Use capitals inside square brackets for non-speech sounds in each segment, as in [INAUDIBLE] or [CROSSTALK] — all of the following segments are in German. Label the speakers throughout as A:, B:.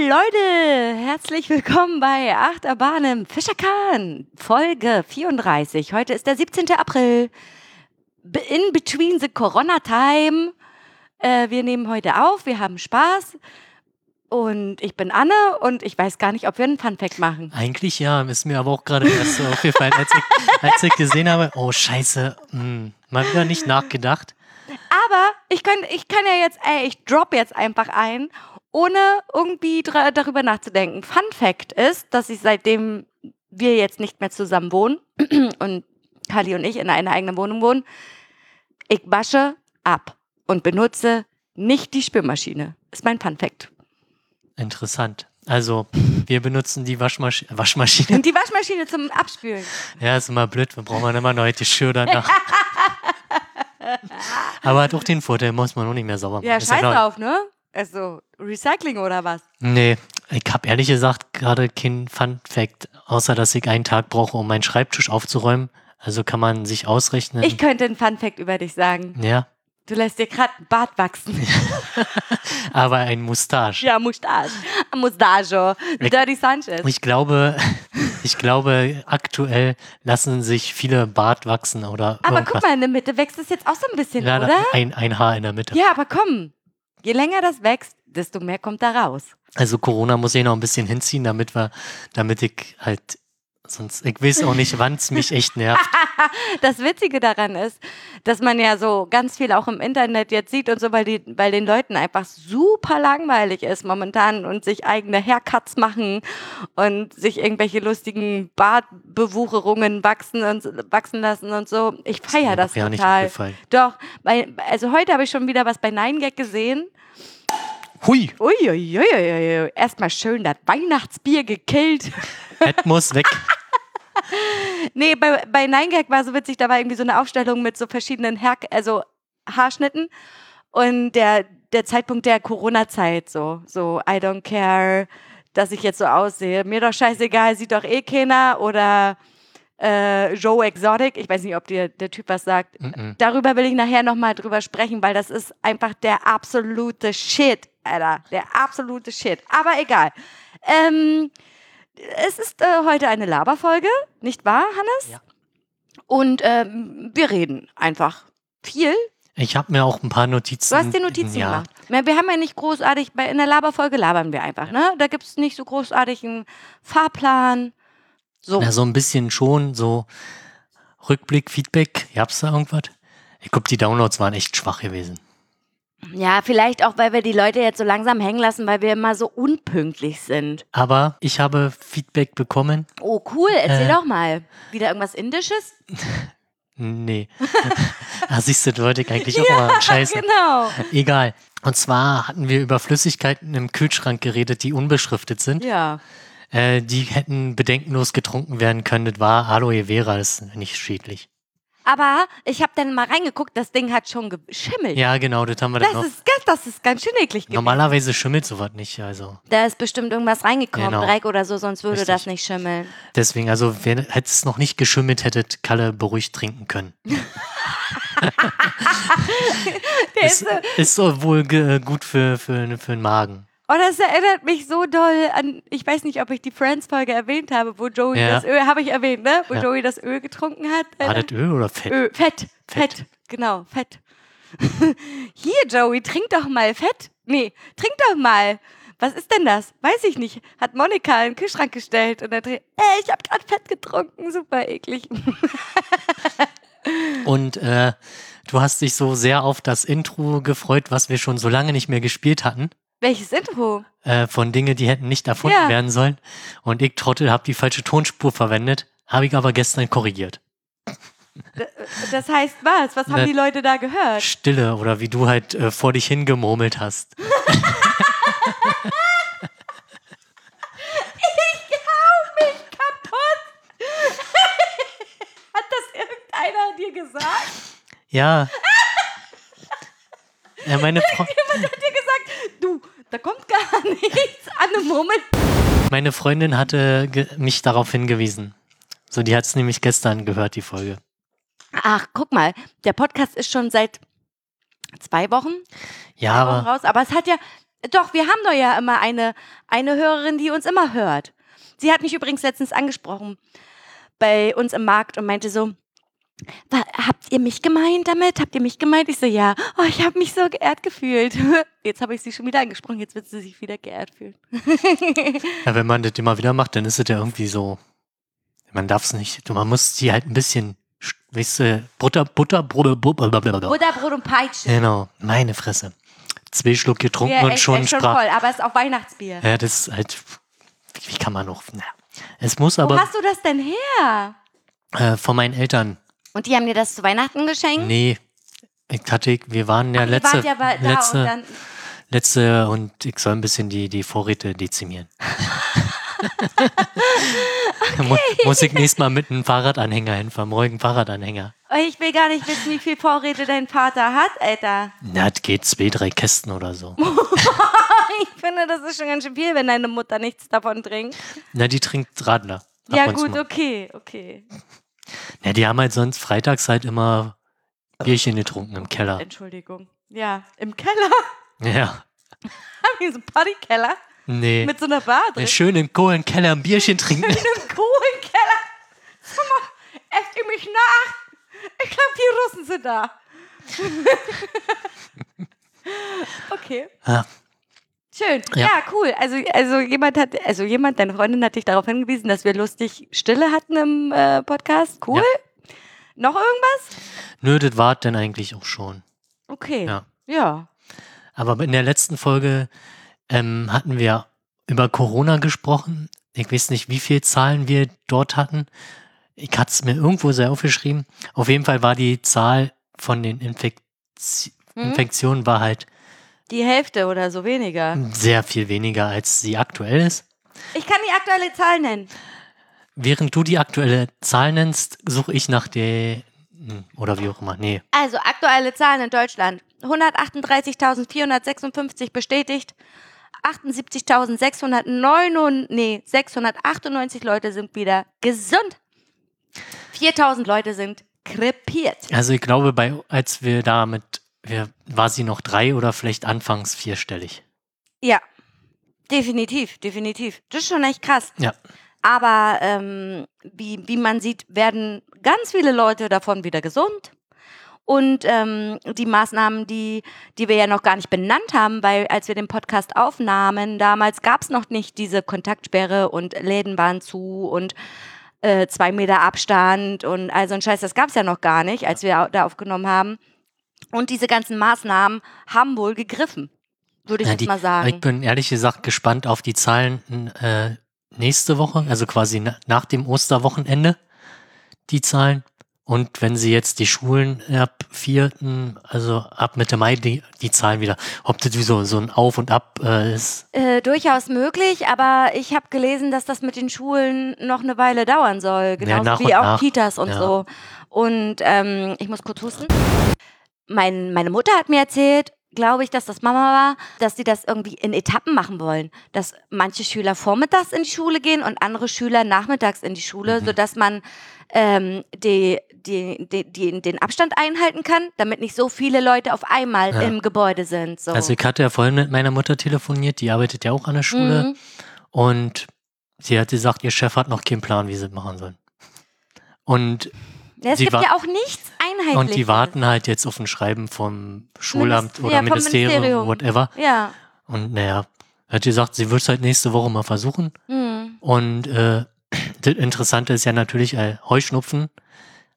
A: Leute, herzlich willkommen bei Achterbahn im Fischerkahn, Folge 34. Heute ist der 17. April. Be- In between the Corona Time. Äh, wir nehmen heute auf, wir haben Spaß. Und ich bin Anne und ich weiß gar nicht, ob wir einen Funfact machen.
B: Eigentlich ja, ist mir aber auch gerade erst so aufgefallen, als ich, als ich gesehen habe, oh scheiße, hm, mal wieder nicht nachgedacht.
A: Aber ich kann, ich kann ja jetzt, ey, ich drop jetzt einfach ein, ohne irgendwie dra- darüber nachzudenken. Fun Fact ist, dass ich seitdem wir jetzt nicht mehr zusammen wohnen [CLEARS THROAT] und Kali und ich in einer eigenen Wohnung wohnen, ich wasche ab und benutze nicht die Spülmaschine. Ist mein Fun Fact.
B: Interessant. Also, wir benutzen die Waschmasch Waschmaschine. [LAUGHS]
A: Und die Waschmaschine zum Abspülen.
B: Ja, ist immer blöd, wir brauchen immer neue
A: [LAUGHS]
B: Geschirr danach. Aber hat auch den Vorteil, muss man auch nicht mehr sauber machen.
A: Ja,
B: Ist
A: scheiß
B: neu.
A: drauf, ne? Also Recycling oder was?
B: Nee, ich habe ehrlich gesagt gerade keinen Fun Fact, außer dass ich einen Tag brauche, um meinen Schreibtisch aufzuräumen. Also kann man sich ausrechnen.
A: Ich könnte einen Fun Fact über dich sagen.
B: ja,
A: Du lässt dir gerade einen Bart wachsen.
B: aber ein Mustache.
A: Ja, Mustache. [LAUGHS] Mustache. Dirty Sanchez.
B: Ich glaube, [LAUGHS] ich glaube, aktuell lassen sich viele Bart wachsen oder
A: Aber
B: irgendwas.
A: guck mal, in der Mitte wächst es jetzt auch so ein bisschen,
B: Ja, da- [LAUGHS]
A: oder?
B: Ein, ein Haar in der Mitte.
A: Ja, aber komm. Je länger das wächst, desto mehr kommt da raus.
B: Also Corona muss ich noch ein bisschen hinziehen, damit wir, damit ich halt, sonst, ich weiß auch nicht, wann es
A: [LAUGHS]
B: mich
A: Ah,
B: echt nervt.
A: Das Witzige daran ist, dass man ja so ganz viel auch im Internet jetzt sieht und so, weil, die, weil den Leuten einfach super langweilig ist momentan und sich eigene Haircuts machen und sich irgendwelche lustigen Bartbewucherungen wachsen und wachsen lassen und so. Ich feiere das
B: ja nicht
A: total.
B: aufgefallen.
A: Doch, weil, also heute habe ich schon wieder was bei Nine Gag gesehen.
B: Hui,
A: Uiuiuiui, erstmal schön das Weihnachtsbier gekillt.
B: das muss weg.
A: Nee, bei, bei Nine Gag war so witzig, da war irgendwie so eine Aufstellung mit so verschiedenen Hair, also Haarschnitten und der, der Zeitpunkt der Corona-Zeit, so, so I don't care, dass ich jetzt so aussehe, mir doch scheißegal, sieht doch eh keiner oder äh, Joe Exotic, ich weiß nicht, ob dir der Typ was sagt.
B: Mhm.
A: Darüber will ich nachher nochmal drüber sprechen, weil das ist einfach der absolute Shit, Alter, der absolute Shit, aber egal. Ähm, es ist äh, heute eine Laberfolge, nicht wahr, Hannes?
B: Ja.
A: Und ähm, wir reden einfach viel.
B: Ich habe mir auch ein paar Notizen.
A: Du hast dir Notizen
B: Mhm. ja,
A: gemacht. Na, Wir haben ja nicht großartig, bei, in der Laberfolge labern wir einfach, ne? Da gibt es nicht so großartig einen Fahrplan. So.
B: Na, so ein bisschen schon, so Rückblick, Feedback. Gab's da irgendwas? Ich glaube, die Downloads waren echt schwach gewesen.
A: Ja, vielleicht auch, weil wir die Leute jetzt so langsam hängen lassen, weil wir immer so unpünktlich sind.
B: Aber ich habe Feedback bekommen.
A: Oh, cool, erzähl
B: Äh.
A: doch mal. Wieder irgendwas
B: [LAUGHS]
A: Indisches?
B: Nee. [LAUGHS] ah, siehst du, wollte ich eigentlich auch mal scheiße.
A: Genau.
B: Egal. Und zwar hatten wir über Flüssigkeiten im Kühlschrank geredet, die unbeschriftet sind.
A: Ja.
B: Äh, die hätten bedenkenlos getrunken werden können. Das war Aloe Vera, das ist nicht schädlich.
A: Aber ich habe dann mal reingeguckt, das Ding hat schon geschimmelt.
B: Ja, genau, das haben wir dann
A: Das
B: noch.
A: ist, ganz- das ist ganz schön eklig gewesen.
B: Normalerweise schimmelt sowas nicht, also.
A: Da ist bestimmt irgendwas reingekommen,
B: Genau.
A: Dreck oder so, sonst würde
B: Richtig.
A: das nicht schimmeln.
B: Deswegen, also, wenn hätte es noch nicht geschimmelt, hättet Kalle beruhigt trinken können.
A: [LAUGHS]
B: [LAUGHS]
A: Der
B: Ist,
A: ist, äh,
B: ist so wohl ge, gut für, für, für den Magen.
A: oh, das erinnert mich so doll an, ich weiß nicht, ob ich die Friends-Folge erwähnt habe, wo Joey
B: Ja.
A: das Öl, habe ich erwähnt, ne? Wo
B: Ja.
A: Joey das Öl getrunken hat.
B: War
A: Alter.
B: das Öl oder Fett?
A: Öl, Fett, Fett,
B: Fett.
A: genau, Fett. [LAUGHS] Hier, Joey, trink doch mal Fett. Nee, trink doch mal. Was ist denn das? Weiß ich nicht. Hat Monika in den Kühlschrank gestellt und dann trinkt, äh, ich habe gerade Fett getrunken, super eklig. [LAUGHS]
B: Und äh, du hast dich so sehr auf das Intro gefreut, was wir schon so lange nicht mehr gespielt hatten.
A: Welches Intro?
B: äh, von Dinge, die hätten nicht erfunden
A: Ja.
B: werden sollen. Und ich, Trottel, habe die falsche Tonspur verwendet, habe ich aber gestern korrigiert.
A: Äh, Das heißt was? Was haben
B: Ne-
A: die Leute da gehört?
B: Stille oder wie du halt äh, vor dich hingemurmelt hast.
A: [LAUGHS] Hat das irgendeiner dir gesagt?
B: Ja. ja meine, Fre
A: Hat dir gesagt, du, da kommt gar [LAUGHS] nichts an dem Moment.
B: meine Freundin hatte ge- mich darauf hingewiesen. So, die hat es nämlich gestern gehört, die Folge.
A: Ach, guck mal, der Podcast ist schon seit zwei Wochen
B: Ja, aber
A: raus, aber es hat ja, Doch, wir haben doch ja immer eine, eine Hörerin, die uns immer hört. Sie hat mich übrigens letztens angesprochen bei uns im Markt und meinte so, "Wa- habt ihr mich gemeint damit? Habt ihr mich gemeint? Ich so, ja. Oh, ich habe mich so geehrt gefühlt. [LAUGHS] Jetzt habe ich sie schon wieder angesprochen, jetzt wird sie sich wieder geehrt
B: [LAUGHS]
A: fühlen.
B: Ja, wenn man das immer wieder macht, dann ist es ja irgendwie so, man darf es nicht, man muss die halt ein bisschen, sch- weißt du, Butter, Butter, Butter, Butter, Butter.
A: Butterbrot und Peitsche.
B: Genau, meine Fresse. Zwei Schluck getrunken
A: Ja,
B: und
A: echt,
B: schon
A: echt schon
B: sprach.
A: voll, aber es ist auch Weihnachtsbier.
B: Ja, das ist halt, wie kann man noch, na, es muss
A: Wo
B: aber
A: hast du das denn her?
B: äh, von meinen Eltern,
A: Und die haben dir das zu Weihnachten geschenkt?
B: nee, ich hatte, wir waren ja
A: Ihr
B: letzte,
A: wart ja bei- da
B: letzte,
A: und dann
B: letzte und ich soll ein bisschen die, die Vorräte
A: [LAUGHS]
B: dezimieren. Mu- Muss ich nächstes Mal mit einem Fahrradanhänger hinfahren, morgen Fahrradanhänger.
A: Oh, Ich will gar nicht wissen, wie viel Vorräte dein Vater hat, Alter.
B: Na, das geht zwei, drei Kästen oder so.
A: [LAUGHS] Oh. Ich finde, das ist schon ganz schön viel, wenn deine Mutter nichts davon trinkt.
B: Na, die trinkt Radler. ab
A: ja,
B: und zu
A: gut,
B: mal.
A: okay, okay.
B: Na, die haben halt sonst freitags halt immer Bierchen getrunken im Keller.
A: Entschuldigung. Ja, im Keller. [LAUGHS]
B: [LAUGHS] Ja.
A: Haben wir so einen Partykeller
B: Nee.
A: mit so einer Bar drin.
B: Einen schönen kohlen Keller ein
A: [LAUGHS]
B: Bierchen trinken.
A: In einem Kohlenkeller. Komm mal, esst ihr mich nach? Ich glaube, die Russen sind da. [LAUGHS] okay.
B: Ja.
A: Schön. Ja,
B: Ja.
A: cool. Also, also jemand hat, also jemand, deine Freundin hat dich darauf hingewiesen, dass wir lustig Stille hatten im äh, Podcast. Cool. Noch irgendwas?
B: Nö, das war denn eigentlich auch schon.
A: Okay.
B: Ja.
A: Ja.
B: Aber in der letzten Folge ähm, hatten wir über Corona gesprochen. Ich weiß nicht, wie viele Zahlen wir dort hatten. Ich hatte es mir irgendwo sehr aufgeschrieben. Auf jeden Fall war die Zahl von den Infekti
A: Mhm.
B: Infektionen war halt
A: Die Hälfte oder so weniger.
B: sehr viel weniger, als sie aktuell ist.
A: Ich kann die aktuelle Zahl nennen.
B: Während du die aktuelle Zahl nennst, suche ich nach der hm, oder wie auch immer. Nee.
A: Also aktuelle Zahlen in Deutschland. 138.456 bestätigt. 78.609, nee, 698 Leute sind wieder gesund. 4.000 Leute sind krepiert.
B: Also ich glaube, bei als wir da mit, wir, war sie noch drei oder vielleicht anfangs vierstellig.
A: Ja, definitiv, definitiv. Das ist schon echt krass.
B: Ja.
A: Aber ähm, wie, wie man sieht, werden ganz viele Leute davon wieder gesund. Und ähm, die Maßnahmen, die, die wir ja noch gar nicht benannt haben, weil als wir den Podcast aufnahmen, damals gab es noch nicht diese Kontaktsperre und Läden waren zu und äh, zwei Meter Abstand und all so ein Scheiß, das gab es ja noch gar nicht, als wir au- da aufgenommen haben. Und diese ganzen Maßnahmen haben wohl gegriffen, würde ich
B: Ja,
A: jetzt
B: die-
A: mal sagen.
B: Ich bin ehrlich gesagt gespannt auf die Zahlen äh, nächste Woche, also quasi na, nach dem Osterwochenende, die Zahlen. Und wenn sie jetzt die Schulen ab 4., also ab Mitte Mai, die, die Zahlen wieder, ob das wie so, so ein Auf und Ab äh, ist.
A: Äh, durchaus möglich, aber ich habe gelesen, dass das mit den Schulen noch eine Weile dauern soll, genauso
B: nach
A: wie
B: und
A: auch
B: nach.
A: Kitas und
B: Ja.
A: so. Und ähm, ich muss kurz husten. Mein, meine Mutter hat mir erzählt, glaube ich, dass das Mama war, dass sie das irgendwie in Etappen machen wollen, dass manche Schüler vormittags in die Schule gehen und andere Schüler nachmittags in die Schule,
B: Mhm.
A: sodass man ähm, die, die, die, die, den Abstand einhalten kann, damit nicht so viele Leute auf einmal
B: Ja.
A: im Gebäude sind. So.
B: Also ich hatte ja vorhin mit meiner Mutter telefoniert, die arbeitet ja auch an der Schule.
A: Mhm.
B: Und sie hat gesagt, ihr Chef hat noch keinen Plan, wie sie es machen sollen. Und,
A: Ja, es
B: Sie
A: gibt
B: wa-
A: ja auch nichts einheitliches.
B: und die warten halt jetzt auf ein Schreiben vom Schulamt
A: Minis-
B: oder
A: ja, vom
B: Ministerium,
A: Ministerium.
B: whatever.
A: Ja.
B: Und naja, hat gesagt, sie wird es halt nächste Woche mal versuchen.
A: Hm.
B: Und äh, [CLEARS THROAT] das Interessante ist ja natürlich, äh, Heuschnupfen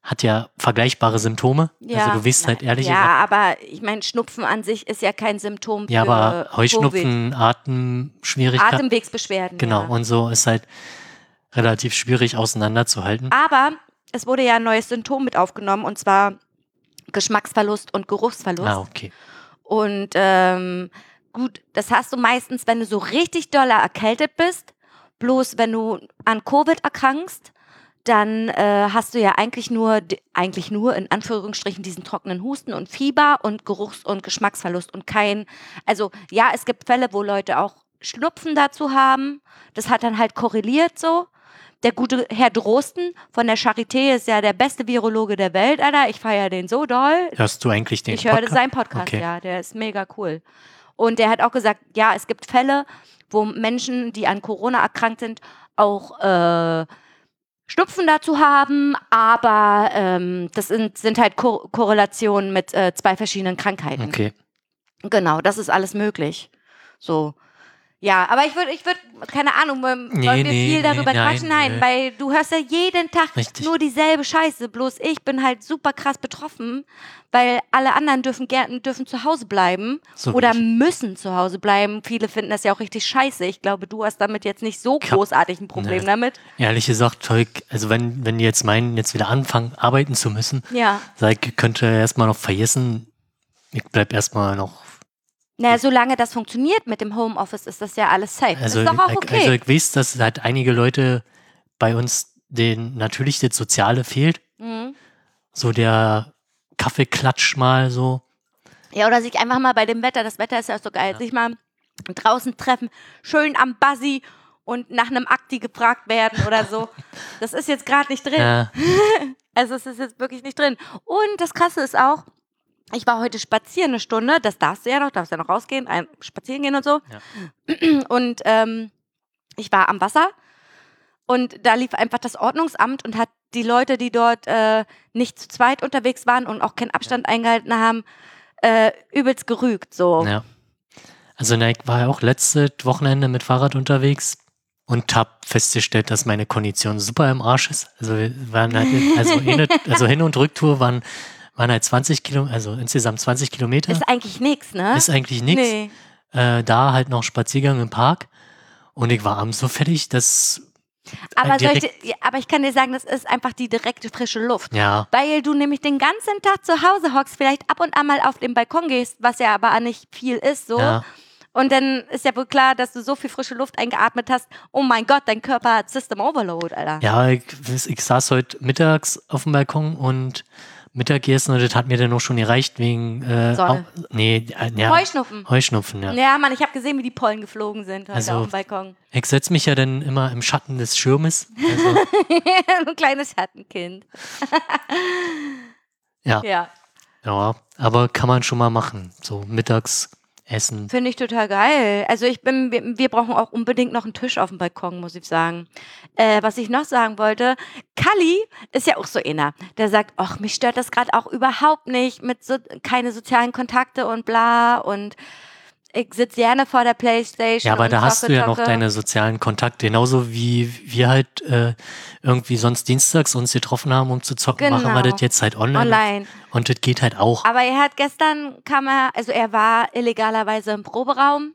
B: hat ja vergleichbare Symptome.
A: ja.
B: Also du weißt halt
A: Na,
B: ehrlich
A: Ja,
B: gesagt,
A: aber ich meine, Schnupfen an sich ist ja kein Symptom
B: ja,
A: für
B: aber
A: Covid.
B: Heuschnupfen, Atemschwierigkeiten,
A: Atemwegsbeschwerden.
B: genau,
A: Ja.
B: und so ist halt relativ schwierig auseinanderzuhalten.
A: Aber es wurde ja ein neues Symptom mit aufgenommen und zwar Geschmacksverlust und Geruchsverlust.
B: Ah, okay.
A: Und ähm, gut, das hast du meistens, wenn du so richtig doller erkältet bist. Bloß wenn du an Covid erkrankst, dann äh, hast du ja eigentlich nur, d- eigentlich nur in Anführungsstrichen diesen trockenen Husten und Fieber und Geruchs- und Geschmacksverlust und kein, also ja, es gibt Fälle, wo Leute auch Schnupfen dazu haben. Das hat dann halt korreliert so. Der gute Herr Drosten von der Charité ist ja der beste Virologe der Welt, Alter. Ich feiere den so doll.
B: Hörst du eigentlich den
A: Ich höre
B: Podcast?
A: seinen Podcast,
B: Okay.
A: ja, der ist mega cool. Und er hat auch gesagt, ja, es gibt Fälle, wo Menschen, die an Corona erkrankt sind, auch äh, Schnupfen dazu haben, aber ähm, das sind, sind halt Ko Korrelationen mit äh, zwei verschiedenen Krankheiten.
B: Okay.
A: Genau, das ist alles möglich. So. Ja, aber ich würde, ich würde, keine Ahnung, wollen
B: Nee,
A: wir
B: nee,
A: viel darüber
B: nee, nein,
A: quatschen? Nein,
B: nee.
A: weil du hörst ja jeden Tag
B: Richtig.
A: nur dieselbe Scheiße. Bloß ich bin halt super krass betroffen, weil alle anderen dürfen, gern- dürfen zu Hause bleiben
B: So
A: oder
B: bin
A: müssen zu Hause bleiben. Viele finden das ja auch richtig scheiße. Ich glaube, du hast damit jetzt nicht so
B: Ich hab-
A: großartig ein Problem
B: Nee.
A: damit.
B: Ehrlich gesagt, Teug, also wenn, wenn die jetzt meinen, jetzt wieder anfangen, arbeiten zu müssen,
A: Ja.
B: Seid, könnt ihr erstmal noch vergessen. Ich bleib erstmal noch.
A: Naja, solange das funktioniert mit dem Homeoffice, ist das ja alles safe.
B: Also,
A: ist doch auch
B: ich- also
A: okay.
B: ich weiß, dass halt einige Leute bei uns den natürlich das Soziale fehlt.
A: mhm.
B: So der Kaffeeklatsch mal so.
A: Ja, oder sich einfach mal bei dem Wetter, das Wetter ist ja so geil, sich mal draußen treffen, schön am Buzzi und nach einem Akti gefragt werden oder so. Das ist jetzt gerade nicht drin.
B: Ja,
A: Also es ist jetzt wirklich nicht drin. Und das Krasse ist auch, ich war heute spazieren eine Stunde, das darfst du ja noch, darfst ja noch rausgehen, ein, spazieren gehen und so. [CLEARS THROAT] Und ähm, ich war am Wasser und da lief einfach das Ordnungsamt und hat die Leute, die dort äh, nicht zu zweit unterwegs waren und auch keinen Abstand eingehalten haben, äh, übelst gerügt. So.
B: ja. Also na, ich war ja auch letztes Wochenende mit Fahrrad unterwegs und hab festgestellt, dass meine Kondition super im Arsch ist. Also wir waren halt, also, in,
A: [LAUGHS]
B: also Hin- und Rücktour waren, waren halt 20 Kilometer, also insgesamt 20 Kilometer.
A: Ist eigentlich nichts, ne?
B: ist eigentlich nichts.
A: Nee.
B: äh, da halt noch Spaziergang im Park. Und ich war abends so fertig, dass,
A: Aber,
B: Äh,
A: soll ich,
B: direkt-
A: dir- ja, aber ich kann dir sagen, das ist einfach die direkte frische Luft.
B: ja,
A: Weil du nämlich den ganzen Tag zu Hause hockst, vielleicht ab und an mal auf den Balkon gehst, was ja aber nicht viel ist, so.
B: ja,
A: Und dann ist ja wohl klar, dass du so viel frische Luft eingeatmet hast. Oh mein Gott, dein Körper hat System Overload, Alter.
B: ja, ich, ich saß heute mittags auf dem Balkon und Mittagessen und das hat mir dann auch schon gereicht wegen, äh,
A: Sonne.
B: au- nee, äh, ja,
A: Heuschnupfen.
B: Heuschnupfen, ja.
A: Ja, Mann, ich habe gesehen, wie die Pollen geflogen sind heute
B: Also-
A: auf dem Balkon. [LAUGHS]
B: Ich setze mich ja dann immer im Schatten des Schirmes.
A: [LAUGHS]
B: Also,
A: ein kleines Schattenkind.
B: ja,
A: Ja,
B: ja, aber kann man schon mal machen, so mittags essen.
A: finde ich total geil. Also ich bin, wir, wir brauchen auch unbedingt noch einen Tisch auf dem Balkon, muss ich sagen. Äh, was ich noch sagen wollte, Kalli ist ja auch so inner. Der sagt, ach, mich stört das gerade auch überhaupt nicht mit so, keine sozialen Kontakte und bla und ich sitze gerne vor der Playstation.
B: Ja, aber
A: und
B: da hast
A: zocke,
B: du ja noch
A: zocke.
B: deine sozialen Kontakte, genauso wie wir halt äh, irgendwie sonst dienstags uns getroffen haben, um zu zocken, machen wir
A: Genau.
B: das jetzt halt online.
A: online.
B: Und das geht halt auch.
A: Aber er hat gestern, kam er, also er war illegalerweise im Proberaum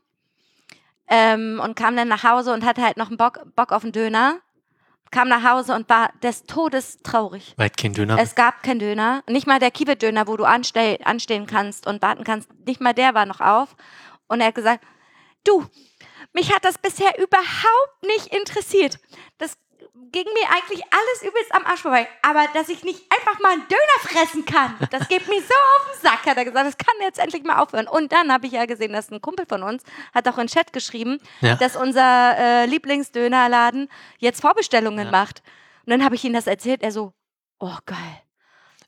A: ähm, und kam dann nach Hause und hatte halt noch einen Bock, Bock auf einen Döner. Kam nach Hause und war des Todes traurig.
B: Weil kein Döner.
A: Es gab keinen Döner. Nicht mal der Kiewit-Döner, wo du anstell, anstehen kannst und warten kannst. Nicht mal der war noch auf. Und er hat gesagt, du, mich hat das bisher überhaupt nicht interessiert. Das ging mir eigentlich alles übelst am Arsch vorbei. Aber dass ich nicht einfach mal einen Döner fressen kann, das geht mir so auf den Sack, hat er gesagt. Das kann jetzt endlich mal aufhören. Und dann habe ich ja gesehen, dass ein Kumpel von uns hat auch in den Chat geschrieben,
B: Ja.
A: dass unser äh, Lieblingsdönerladen jetzt Vorbestellungen macht. Und dann habe ich ihm das erzählt. Er so, oh geil.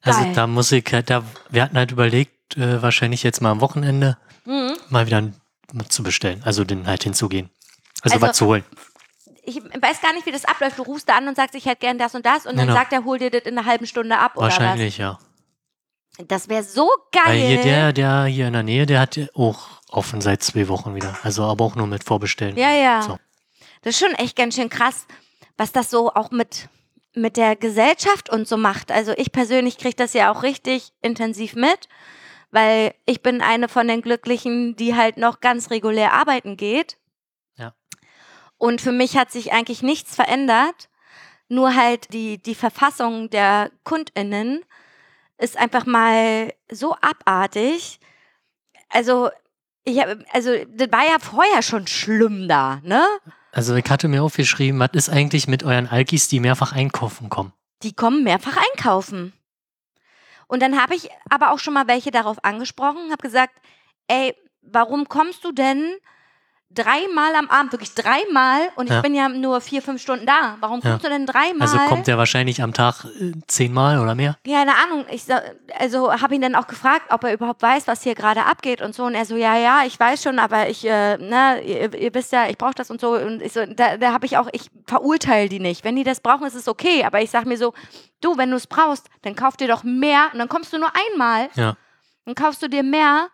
B: also
A: geil.
B: da muss ich halt, da, wir hatten halt überlegt, äh, wahrscheinlich jetzt mal am Wochenende
A: Mhm.
B: mal wieder ein- zu bestellen. Also den halt hinzugehen. Also,
A: Also-
B: was zu holen.
A: Ich weiß gar nicht, wie das abläuft. Du rufst da an und sagst, ich hätte gern das und das. Und dann
B: Genau.
A: sagt er, hol dir das in einer halben Stunde ab oder was.
B: Wahrscheinlich, ja.
A: Das wäre so
B: Weil
A: geil.
B: hier der, der hier in der Nähe, der hat ja auch offen seit zwei Wochen wieder. Also aber auch nur mit Vorbestellen.
A: Ja, ja.
B: So.
A: Das ist schon echt ganz schön krass, was das so auch mit, mit der Gesellschaft und so macht. Also ich persönlich kriege das ja auch richtig intensiv mit, weil ich bin eine von den Glücklichen, die halt noch ganz regulär arbeiten geht.
B: Ja.
A: Und für mich hat sich eigentlich nichts verändert. Nur halt die, die Verfassung der KundInnen ist einfach mal so abartig. Also, ich hab, also, das war ja vorher schon schlimm da, ne?
B: Also ich hatte mir aufgeschrieben, was ist eigentlich mit euren Alkis, die mehrfach einkaufen kommen?
A: die kommen mehrfach einkaufen. Und dann habe ich aber auch schon mal welche darauf angesprochen, habe gesagt, ey, warum kommst du denn dreimal am Abend, wirklich dreimal und ich
B: Ja.
A: bin ja nur vier, fünf Stunden da. Warum
B: Ja.
A: kommst du denn dreimal?
B: Also kommt er wahrscheinlich am Tag äh, zehnmal oder mehr.
A: Ja, keine Ahnung. Ich sa- also habe ihn dann auch gefragt, ob er überhaupt weiß, was hier gerade abgeht und so. Und er so, ja, ja, ich weiß schon, aber ich, äh, ne, ihr, ihr wisst ja, ich brauche das und so. Und ich so, da, da habe ich auch, ich verurteile die nicht. Wenn die das brauchen, ist es okay. Aber ich sag mir so, du, wenn du es brauchst, dann kauf dir doch mehr und dann kommst du nur einmal
B: Ja.
A: und kaufst du dir mehr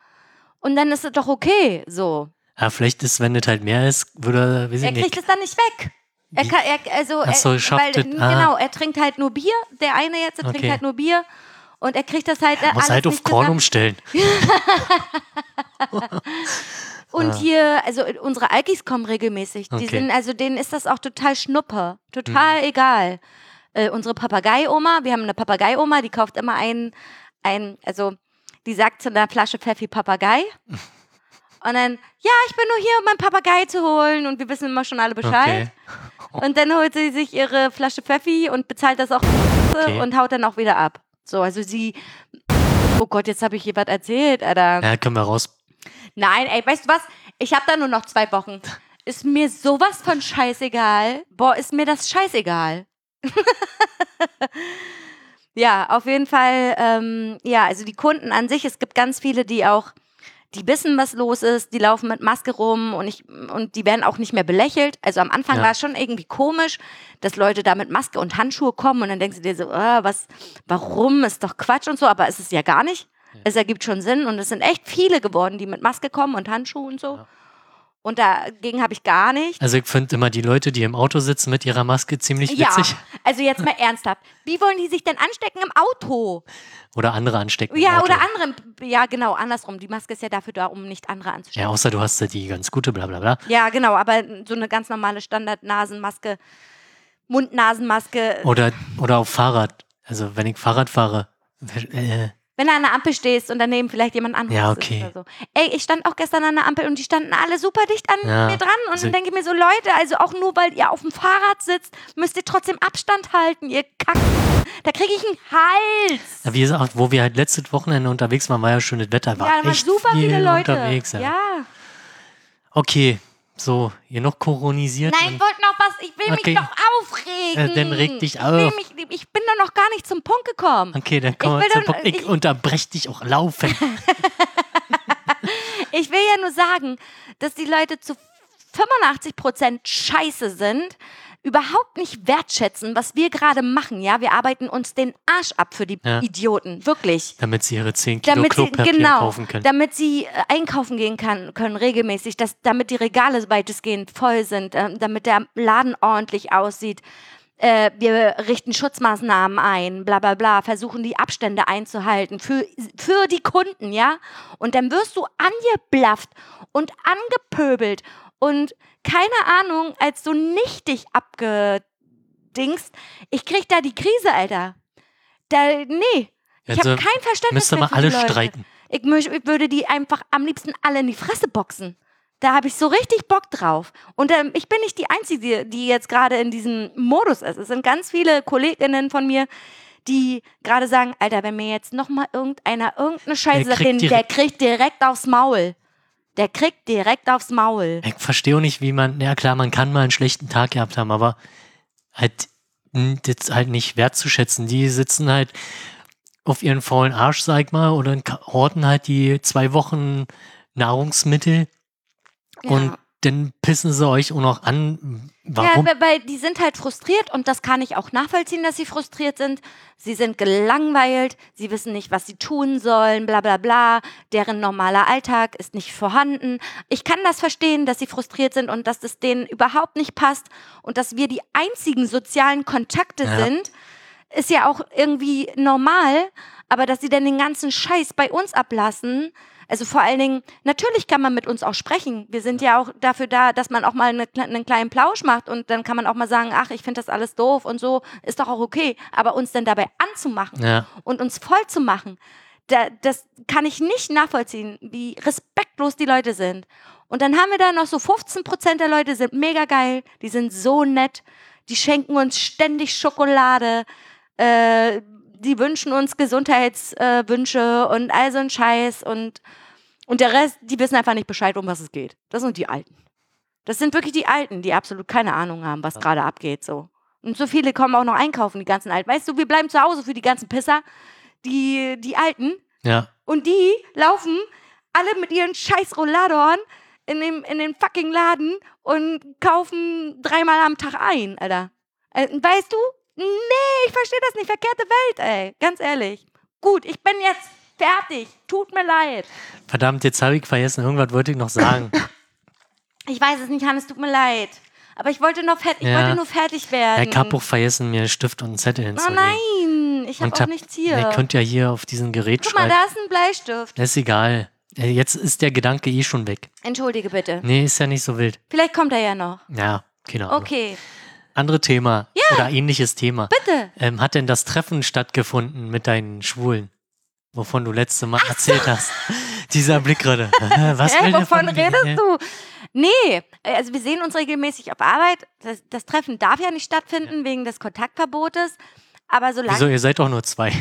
A: und dann ist es doch okay. So.
B: Ja, vielleicht ist, wenn das halt mehr ist, würde er, weiß
A: Er
B: ich
A: kriegt
B: nicht.
A: es dann nicht weg. Er
B: Wie?
A: kann, er, also,
B: Ach so,
A: er,
B: schafft
A: weil,
B: es- ah.
A: genau, er trinkt halt nur Bier. Der eine jetzt, er trinkt
B: Okay.
A: halt nur Bier. Und er kriegt das halt. äh,
B: Muss
A: alles
B: halt auf
A: nicht
B: Korn
A: zusammen.
B: umstellen.
A: Und hier, also äh, unsere Alkis kommen regelmäßig. Die
B: Ah. Okay. Mhm.
A: sind, also denen ist das auch total schnuppe. Total egal. Äh, unsere Papagei-Oma, wir haben eine Papagei-Oma, die kauft immer einen, einen, also die sagt zu einer Flasche Pfeffi
B: [LAUGHS]
A: Papagei. Und dann, ja, ich bin nur hier, um meinen Papagei zu holen. Und wir wissen immer schon alle Bescheid.
B: Okay. Oh.
A: Und dann holt sie sich ihre Flasche Pfeffi und bezahlt das auch
B: Okay.
A: und haut dann auch wieder ab. So, also sie. Oh Gott, jetzt habe ich hier was erzählt, Alter.
B: Ja, können wir raus.
A: Nein, ey, weißt du was? Ich habe da nur noch zwei Wochen. Ist mir sowas von scheißegal. Boah, ist mir das scheißegal. ja, auf jeden Fall, ähm, ja, also die Kunden an sich, es gibt ganz viele, die auch, die wissen, was los ist, die laufen mit Maske rum und, ich, und die werden auch nicht mehr belächelt. Also am Anfang
B: Ja.
A: war es schon irgendwie komisch, dass Leute da mit Maske und Handschuhe kommen und dann denkst du dir so, ah, was, warum, ist doch Quatsch und so, aber ist es ja gar nicht. Es ergibt schon Sinn und es sind echt viele geworden, die mit Maske kommen und Handschuhe und so.
B: Ja.
A: Und dagegen habe ich gar nichts.
B: Also ich finde immer die Leute, die im Auto sitzen mit ihrer Maske ziemlich
A: Ja,
B: witzig.
A: also jetzt mal ernsthaft. Wie wollen die sich denn anstecken im Auto?
B: Oder andere anstecken. im
A: Ja,
B: Auto.
A: oder andere. Ja, genau, andersrum. Die Maske ist ja dafür da, um nicht andere anzustecken.
B: Ja, außer du hast ja die ganz gute, bla bla bla.
A: Ja, genau, aber so eine ganz normale Standard-Nasenmaske, Mund-Nasenmaske.
B: Oder, oder auf Fahrrad. Also wenn ich Fahrrad fahre, äh,
A: Wenn du an der Ampel stehst und daneben vielleicht jemand anderes
B: Ja,
A: ist
B: okay.
A: oder so. Ey, ich stand auch gestern an der Ampel und die standen alle super dicht an
B: Ja,
A: mir dran. Und
B: also-
A: dann denke ich mir so, Leute, also auch nur weil ihr auf dem Fahrrad sitzt, müsst ihr trotzdem Abstand halten, ihr Kack. Da kriege ich einen Hals.
B: Ja, Wie gesagt, wo wir halt letztes Wochenende unterwegs waren, war ja schönes Wetter. War
A: ja, da waren
B: echt
A: super
B: viel
A: viele Leute.
B: unterwegs. Ja.
A: ja.
B: Okay, so, ihr noch koronisiert.
A: Nein, ich wollte noch was, ich will
B: Okay.
A: mich noch aufregen.
B: Äh, dann reg dich auf.
A: Ich, will mich, ich bin doch noch gar nicht zum Punkt gekommen.
B: okay, dann kommen wir
A: will
B: zum
A: doch-
B: Punkt. Ich,
A: ich-
B: unterbrech dich auch laufen. [LAUGHS]
A: Ich will ja nur sagen, dass die Leute zu 85% scheiße sind, überhaupt nicht wertschätzen, was wir gerade machen. Ja, wir arbeiten uns den Arsch ab für die
B: Ja.
A: Idioten, wirklich.
B: damit sie ihre 10 Kilo
A: Damit sie,
B: Klopapier
A: genau,
B: kaufen können.
A: damit sie äh, einkaufen gehen kann, können regelmäßig, dass, damit die Regale weitestgehend voll sind, ähm, damit der Laden ordentlich aussieht. Äh, wir richten Schutzmaßnahmen ein, bla bla bla, versuchen die Abstände einzuhalten für, für die Kunden, ja? Und dann wirst du angeblafft und angepöbelt und keine Ahnung, als so nichtig abgedingst. Ich krieg da die Krise, Alter. Da, nee. Ich
B: Also,
A: habe kein Verständnis
B: Müsste
A: mehr
B: mal
A: für die
B: alle
A: Leute.
B: streiken.
A: Ich, möcht- ich würde die einfach am liebsten alle in die Fresse boxen. Da habe ich so richtig Bock drauf. Und ähm, ich bin nicht die Einzige, die, die jetzt gerade in diesem Modus ist. Es sind ganz viele Kolleginnen von mir, die gerade sagen, Alter, wenn mir jetzt nochmal irgendeiner irgendeine Scheiße sagt,
B: kriegt
A: den, der
B: direkt-
A: kriegt direkt aufs Maul. Der kriegt direkt aufs Maul.
B: Ich verstehe auch nicht, wie man, ja klar, man kann mal einen schlechten Tag gehabt haben, aber halt, n- das halt nicht wertzuschätzen. Die sitzen halt auf ihren faulen Arsch, sag ich mal, oder ka- horten halt die zwei Wochen Nahrungsmittel und dann pissen sie euch auch noch an. Warum?
A: Ja, weil- weil die sind halt frustriert und das kann ich auch nachvollziehen, dass sie frustriert sind. Sie sind gelangweilt, sie wissen nicht, was sie tun sollen, bla bla bla. Deren normaler Alltag ist nicht vorhanden. Ich kann das verstehen, dass sie frustriert sind und dass es denen überhaupt nicht passt und dass wir die einzigen sozialen Kontakte
B: Ja.
A: sind, ist ja auch irgendwie normal. Aber dass sie dann den ganzen Scheiß bei uns ablassen, also vor allen Dingen, natürlich kann man mit uns auch sprechen. Wir sind ja auch dafür da, dass man auch mal eine, kle- einen kleinen Plausch macht und dann kann man auch mal sagen, ach, ich finde das alles doof und so, ist doch auch okay. Aber uns dann dabei anzumachen
B: ja.
A: und uns voll zu machen, da, das kann ich nicht nachvollziehen, wie respektlos die Leute sind. Und dann haben wir da noch so 15 Prozent der Leute sind mega geil, die sind so nett, die schenken uns ständig Schokolade, äh, die wünschen uns Gesundheitswünsche äh, Wünsche und all so ein Scheiß und und der Rest, die wissen einfach nicht Bescheid, um was es geht. Das sind die Alten. Das sind wirklich die Alten, die absolut keine Ahnung haben, was gerade abgeht. So. Und so viele kommen auch noch einkaufen, die ganzen Alten. Weißt du, wir bleiben zu Hause für die ganzen Pisser, die, die Alten.
B: Ja.
A: Und die laufen alle mit ihren scheiß Rolladoren in, dem, in den fucking Laden und kaufen dreimal am Tag ein, Alter. Äh, Weißt du? Nee, ich verstehe das nicht. Verkehrte Welt, ey. Ganz ehrlich. Gut, ich bin jetzt fertig. Tut mir leid.
B: Verdammt, jetzt habe ich vergessen, irgendwas wollte ich
A: [LAUGHS]
B: noch sagen.
A: Ich weiß es nicht, Hannes, tut mir leid. Aber ich wollte, noch fett, ich
B: Ja.
A: wollte nur fertig werden.
B: Ja, ich habe auch vergessen, mir Stift und einen Zettel
A: Oh
B: hinzulegen.
A: nein, ich habe
B: Und
A: auch nichts hier.
B: Ihr könnt ja hier auf diesem Gerät
A: Guck mal,
B: schreiben.
A: da ist ein Bleistift.
B: ist egal. Äh, Jetzt ist der Gedanke eh schon weg.
A: Entschuldige bitte.
B: Nee, ist ja nicht so wild.
A: Vielleicht kommt er ja noch.
B: Hm. Ja, keine Ahnung.
A: Okay,
B: Andere Thema oder ähnliches Thema.
A: bitte.
B: Ähm, hat denn das Treffen stattgefunden mit deinen Schwulen? Wovon du letzte Mal erzählt hast. Dieser
A: [LAUGHS]
B: Blick gerade. Äh, Was
A: Hä,
B: will der
A: wovon
B: von mir?
A: redest du? Nee, also wir sehen uns regelmäßig auf Arbeit. Das, das Treffen darf ja nicht stattfinden wegen des Kontaktverbotes. Aber solange.
B: Wieso, ihr seid doch nur zwei.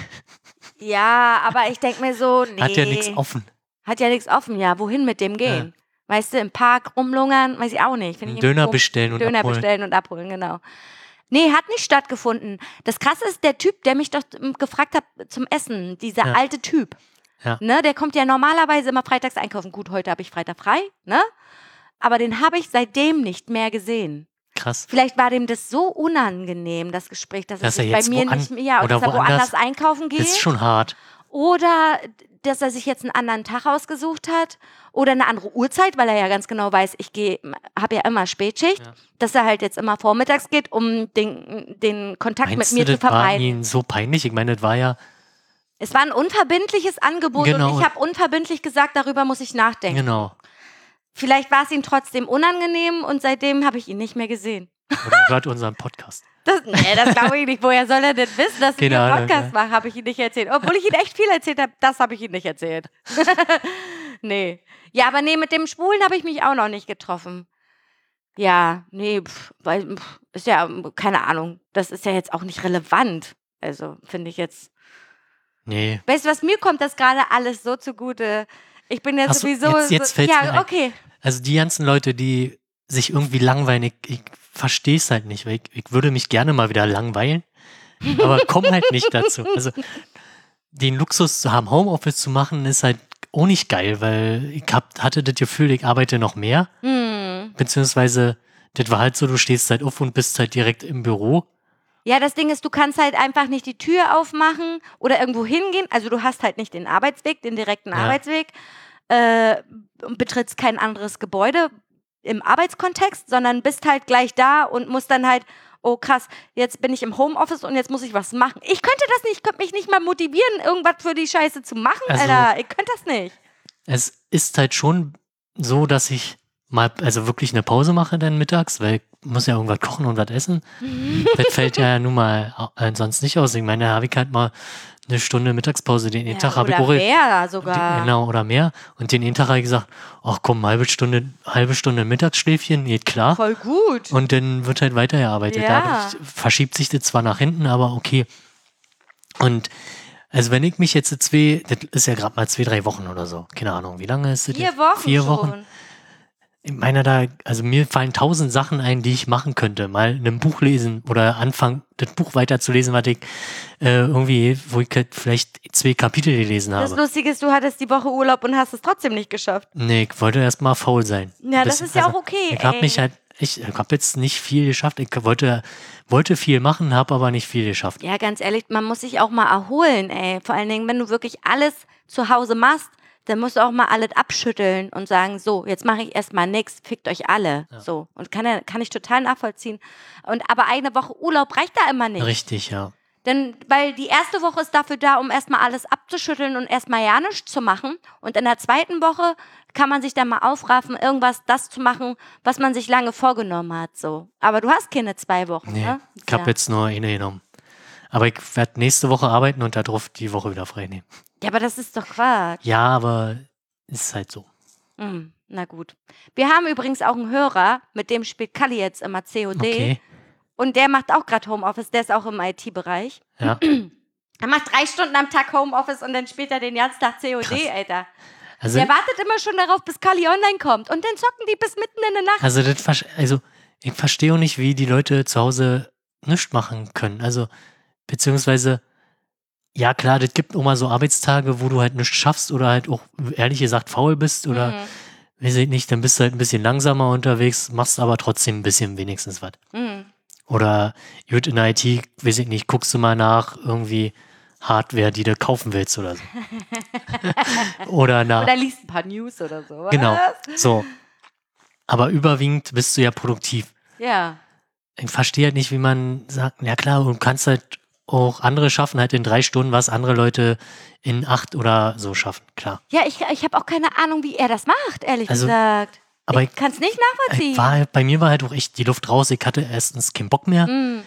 A: Ja, aber ich denke mir so, nee.
B: [LAUGHS] Hat ja nichts offen.
A: Hat ja nichts offen, ja. Wohin mit dem gehen? Weißt du, im Park rumlungern, weiß ich auch nicht. Find
B: Einen
A: ich
B: Döner
A: komisch.
B: bestellen und
A: Döner
B: abholen.
A: bestellen und abholen, genau. Nee, hat nicht stattgefunden. Das krasse ist der Typ, der mich doch ähm, gefragt hat zum Essen, dieser
B: Ja.
A: alte Typ.
B: Ja.
A: Ne, der kommt ja normalerweise immer freitags einkaufen. Gut, heute habe ich Freitag frei, ne? Aber den habe ich seitdem nicht mehr gesehen.
B: Krass.
A: Vielleicht war dem das so unangenehm, das Gespräch, dass,
B: Dass
A: er
B: er
A: sich
B: jetzt
A: bei mir
B: woan-
A: nicht mehr, ja,
B: oder
A: dass er woanders
B: woanders-
A: einkaufen geht.
B: Das ist schon hart.
A: Oder dass er sich jetzt einen anderen Tag ausgesucht hat oder eine andere Uhrzeit, weil er ja ganz genau weiß, ich gehe, habe ja immer Spätschicht,
B: Ja.
A: dass er halt jetzt immer vormittags geht, um den, den Kontakt
B: Meinst
A: mit mir
B: du,
A: zu
B: das war
A: verbreiten.
B: ihnen so peinlich? Ich meine, das war ja,
A: Es war ein unverbindliches Angebot
B: Genau.
A: und ich habe unverbindlich gesagt, darüber muss ich nachdenken.
B: genau.
A: Vielleicht war es ihm trotzdem unangenehm und seitdem habe ich ihn nicht mehr gesehen.
B: Oder hört unseren Podcast.
A: Das, nee, das glaube ich nicht. Woher soll er denn wissen, dass ich
B: Keine
A: einen
B: Ahnung,
A: Podcast
B: ja.
A: mache? Habe ich ihn nicht erzählt. Obwohl ich ihn echt viel erzählt habe, das habe ich ihn nicht erzählt. [LAUGHS] nee. Ja, aber nee, mit dem Schwulen habe ich mich auch noch nicht getroffen. Ja, nee, pf, weil, pf, ist ja, ähm, keine Ahnung. Das ist ja jetzt auch nicht relevant. Also, finde ich jetzt.
B: Nee.
A: Weißt du, was mir kommt, das gerade alles so zugute. Ich bin ja
B: Ach so,
A: sowieso.
B: jetzt- jetzt
A: so,
B: fällt's mir
A: ja,
B: ein.
A: okay.
B: Also die ganzen Leute, die sich irgendwie langweilen, ich, ich verstehe es halt nicht. Weil ich, ich würde mich gerne mal wieder langweilen, aber komm halt nicht dazu. Also den Luxus zu haben, Homeoffice zu machen, ist halt auch nicht geil, weil ich hab, hatte das Gefühl, ich arbeite noch mehr.
A: Hm.
B: Beziehungsweise, das war halt so, du stehst halt auf und bist halt direkt im Büro.
A: Ja, das Ding ist, du kannst halt einfach nicht die Tür aufmachen oder irgendwo hingehen. Also du hast halt nicht den Arbeitsweg, den direkten
B: Ja.
A: Arbeitsweg äh, und betrittst kein anderes Gebäude im Arbeitskontext, sondern bist halt gleich da und musst dann halt, oh krass, jetzt bin ich im Homeoffice und jetzt muss ich was machen. Ich könnte das nicht, ich könnte mich nicht mal motivieren, irgendwas für die Scheiße zu machen,
B: Also-
A: Alter. Ich könnte das nicht.
B: es ist halt schon so, dass ich mal, also wirklich eine Pause mache dann mittags, weil ich muss ja irgendwas kochen und was essen.
A: Mhm.
B: das fällt ja nun mal au- äh, sonst nicht aus. Ich meine, da habe ich halt mal eine Stunde Mittagspause, den einen Tag habe ich
A: oder
B: auch-
A: mehr sogar.
B: den, genau oder mehr. Und den einen Tag habe ich gesagt, ach komm, halbe Stunde, halbe Stunde Mittagsschläfchen, geht klar.
A: Voll gut.
B: Und dann wird halt weitergearbeitet.
A: Ja.
B: Dadurch verschiebt sich das zwar nach hinten, aber okay. Und also wenn ich mich jetzt zwei, das ist ja gerade mal zwei, drei Wochen oder so. Keine Ahnung, wie lange ist das?
A: Vier
B: jetzt?
A: Wochen
B: Vier
A: schon.
B: Wochen. Ich meine, da, also mir fallen tausend Sachen ein, die ich machen könnte. Mal ein Buch lesen oder anfangen, das Buch weiterzulesen, was ich äh, irgendwie, wo ich halt vielleicht zwei Kapitel gelesen
A: Das
B: habe.
A: Lustige ist, du hattest die Woche Urlaub und hast es trotzdem nicht geschafft.
B: Nee, ich wollte erst mal faul sein.
A: Ja,
B: Ein
A: das
B: bisschen-
A: ist ja
B: also,
A: auch okay,
B: Ich habe
A: ey.
B: mich halt, ich, ich habe jetzt nicht viel geschafft. Ich wollte, wollte viel machen, habe aber nicht viel geschafft.
A: Ja, ganz ehrlich, man muss sich auch mal erholen, ey. Vor allen Dingen, wenn du wirklich alles zu Hause machst, dann musst du auch mal alles abschütteln und sagen, so, jetzt mache ich erstmal nix, fickt euch alle. So. Und kann, er- kann ich total nachvollziehen. Und aber eine Woche Urlaub reicht da immer nicht.
B: Richtig, ja.
A: Denn, weil die erste Woche ist dafür da, um erstmal alles abzuschütteln und erstmal ja nichts zu machen. Und in der zweiten Woche kann man sich dann mal aufraffen, irgendwas das zu machen, was man sich lange vorgenommen hat. So. Aber du hast keine zwei Wochen,
B: Nee,
A: ne?
B: ich habe
A: Ja.
B: jetzt nur eine genommen. Aber ich werde nächste Woche arbeiten und darauf die Woche wieder frei nehmen.
A: ja, aber das ist doch Quatsch.
B: Ja, aber ist halt so.
A: Mm, na gut. Wir haben übrigens auch einen Hörer, mit dem spielt Kalli jetzt immer COD.
B: Okay.
A: Und der macht auch gerade Homeoffice, der ist auch im IT-Bereich.
B: Ja.
A: [CLEARS THROAT] Er macht drei Stunden am Tag Homeoffice und dann spielt er den ganzen Tag COD,
B: Krass.
A: Alter.
B: Also,
A: Der wartet immer schon darauf, bis Kali online kommt. Und dann zocken die bis mitten in der Nacht.
B: also, das, versch- also ich verstehe auch nicht, wie die Leute zu Hause nichts machen können. Also, beziehungsweise, ja klar, das gibt auch mal so Arbeitstage, wo du halt nichts schaffst oder halt auch ehrlich gesagt faul bist oder
A: Mhm.
B: weiß ich nicht, dann bist du halt ein bisschen langsamer unterwegs, machst aber trotzdem ein bisschen wenigstens was.
A: Mhm. Mhm.
B: Oder gut in der IT, weiß ich nicht, guckst du mal nach irgendwie Hardware, die du kaufen willst
A: [LAUGHS]
B: oder so. oder nach.
A: Oder liest ein paar News oder so. was?
B: Genau. So. Aber überwiegend bist du ja produktiv.
A: Ja.
B: Ich verstehe halt nicht, wie man sagt, ja klar, du kannst halt auch andere schaffen, halt in drei Stunden, was andere Leute in acht oder so schaffen, klar.
A: Ja, ich, ich habe auch keine Ahnung, wie er das macht, ehrlich
B: Also,
A: gesagt.
B: Aber ich,
A: Kann es nicht
B: ich
A: nachvollziehen.
B: war, halt- bei mir war halt auch echt die Luft raus. Ich hatte erstens keinen Bock mehr.
A: Mhm.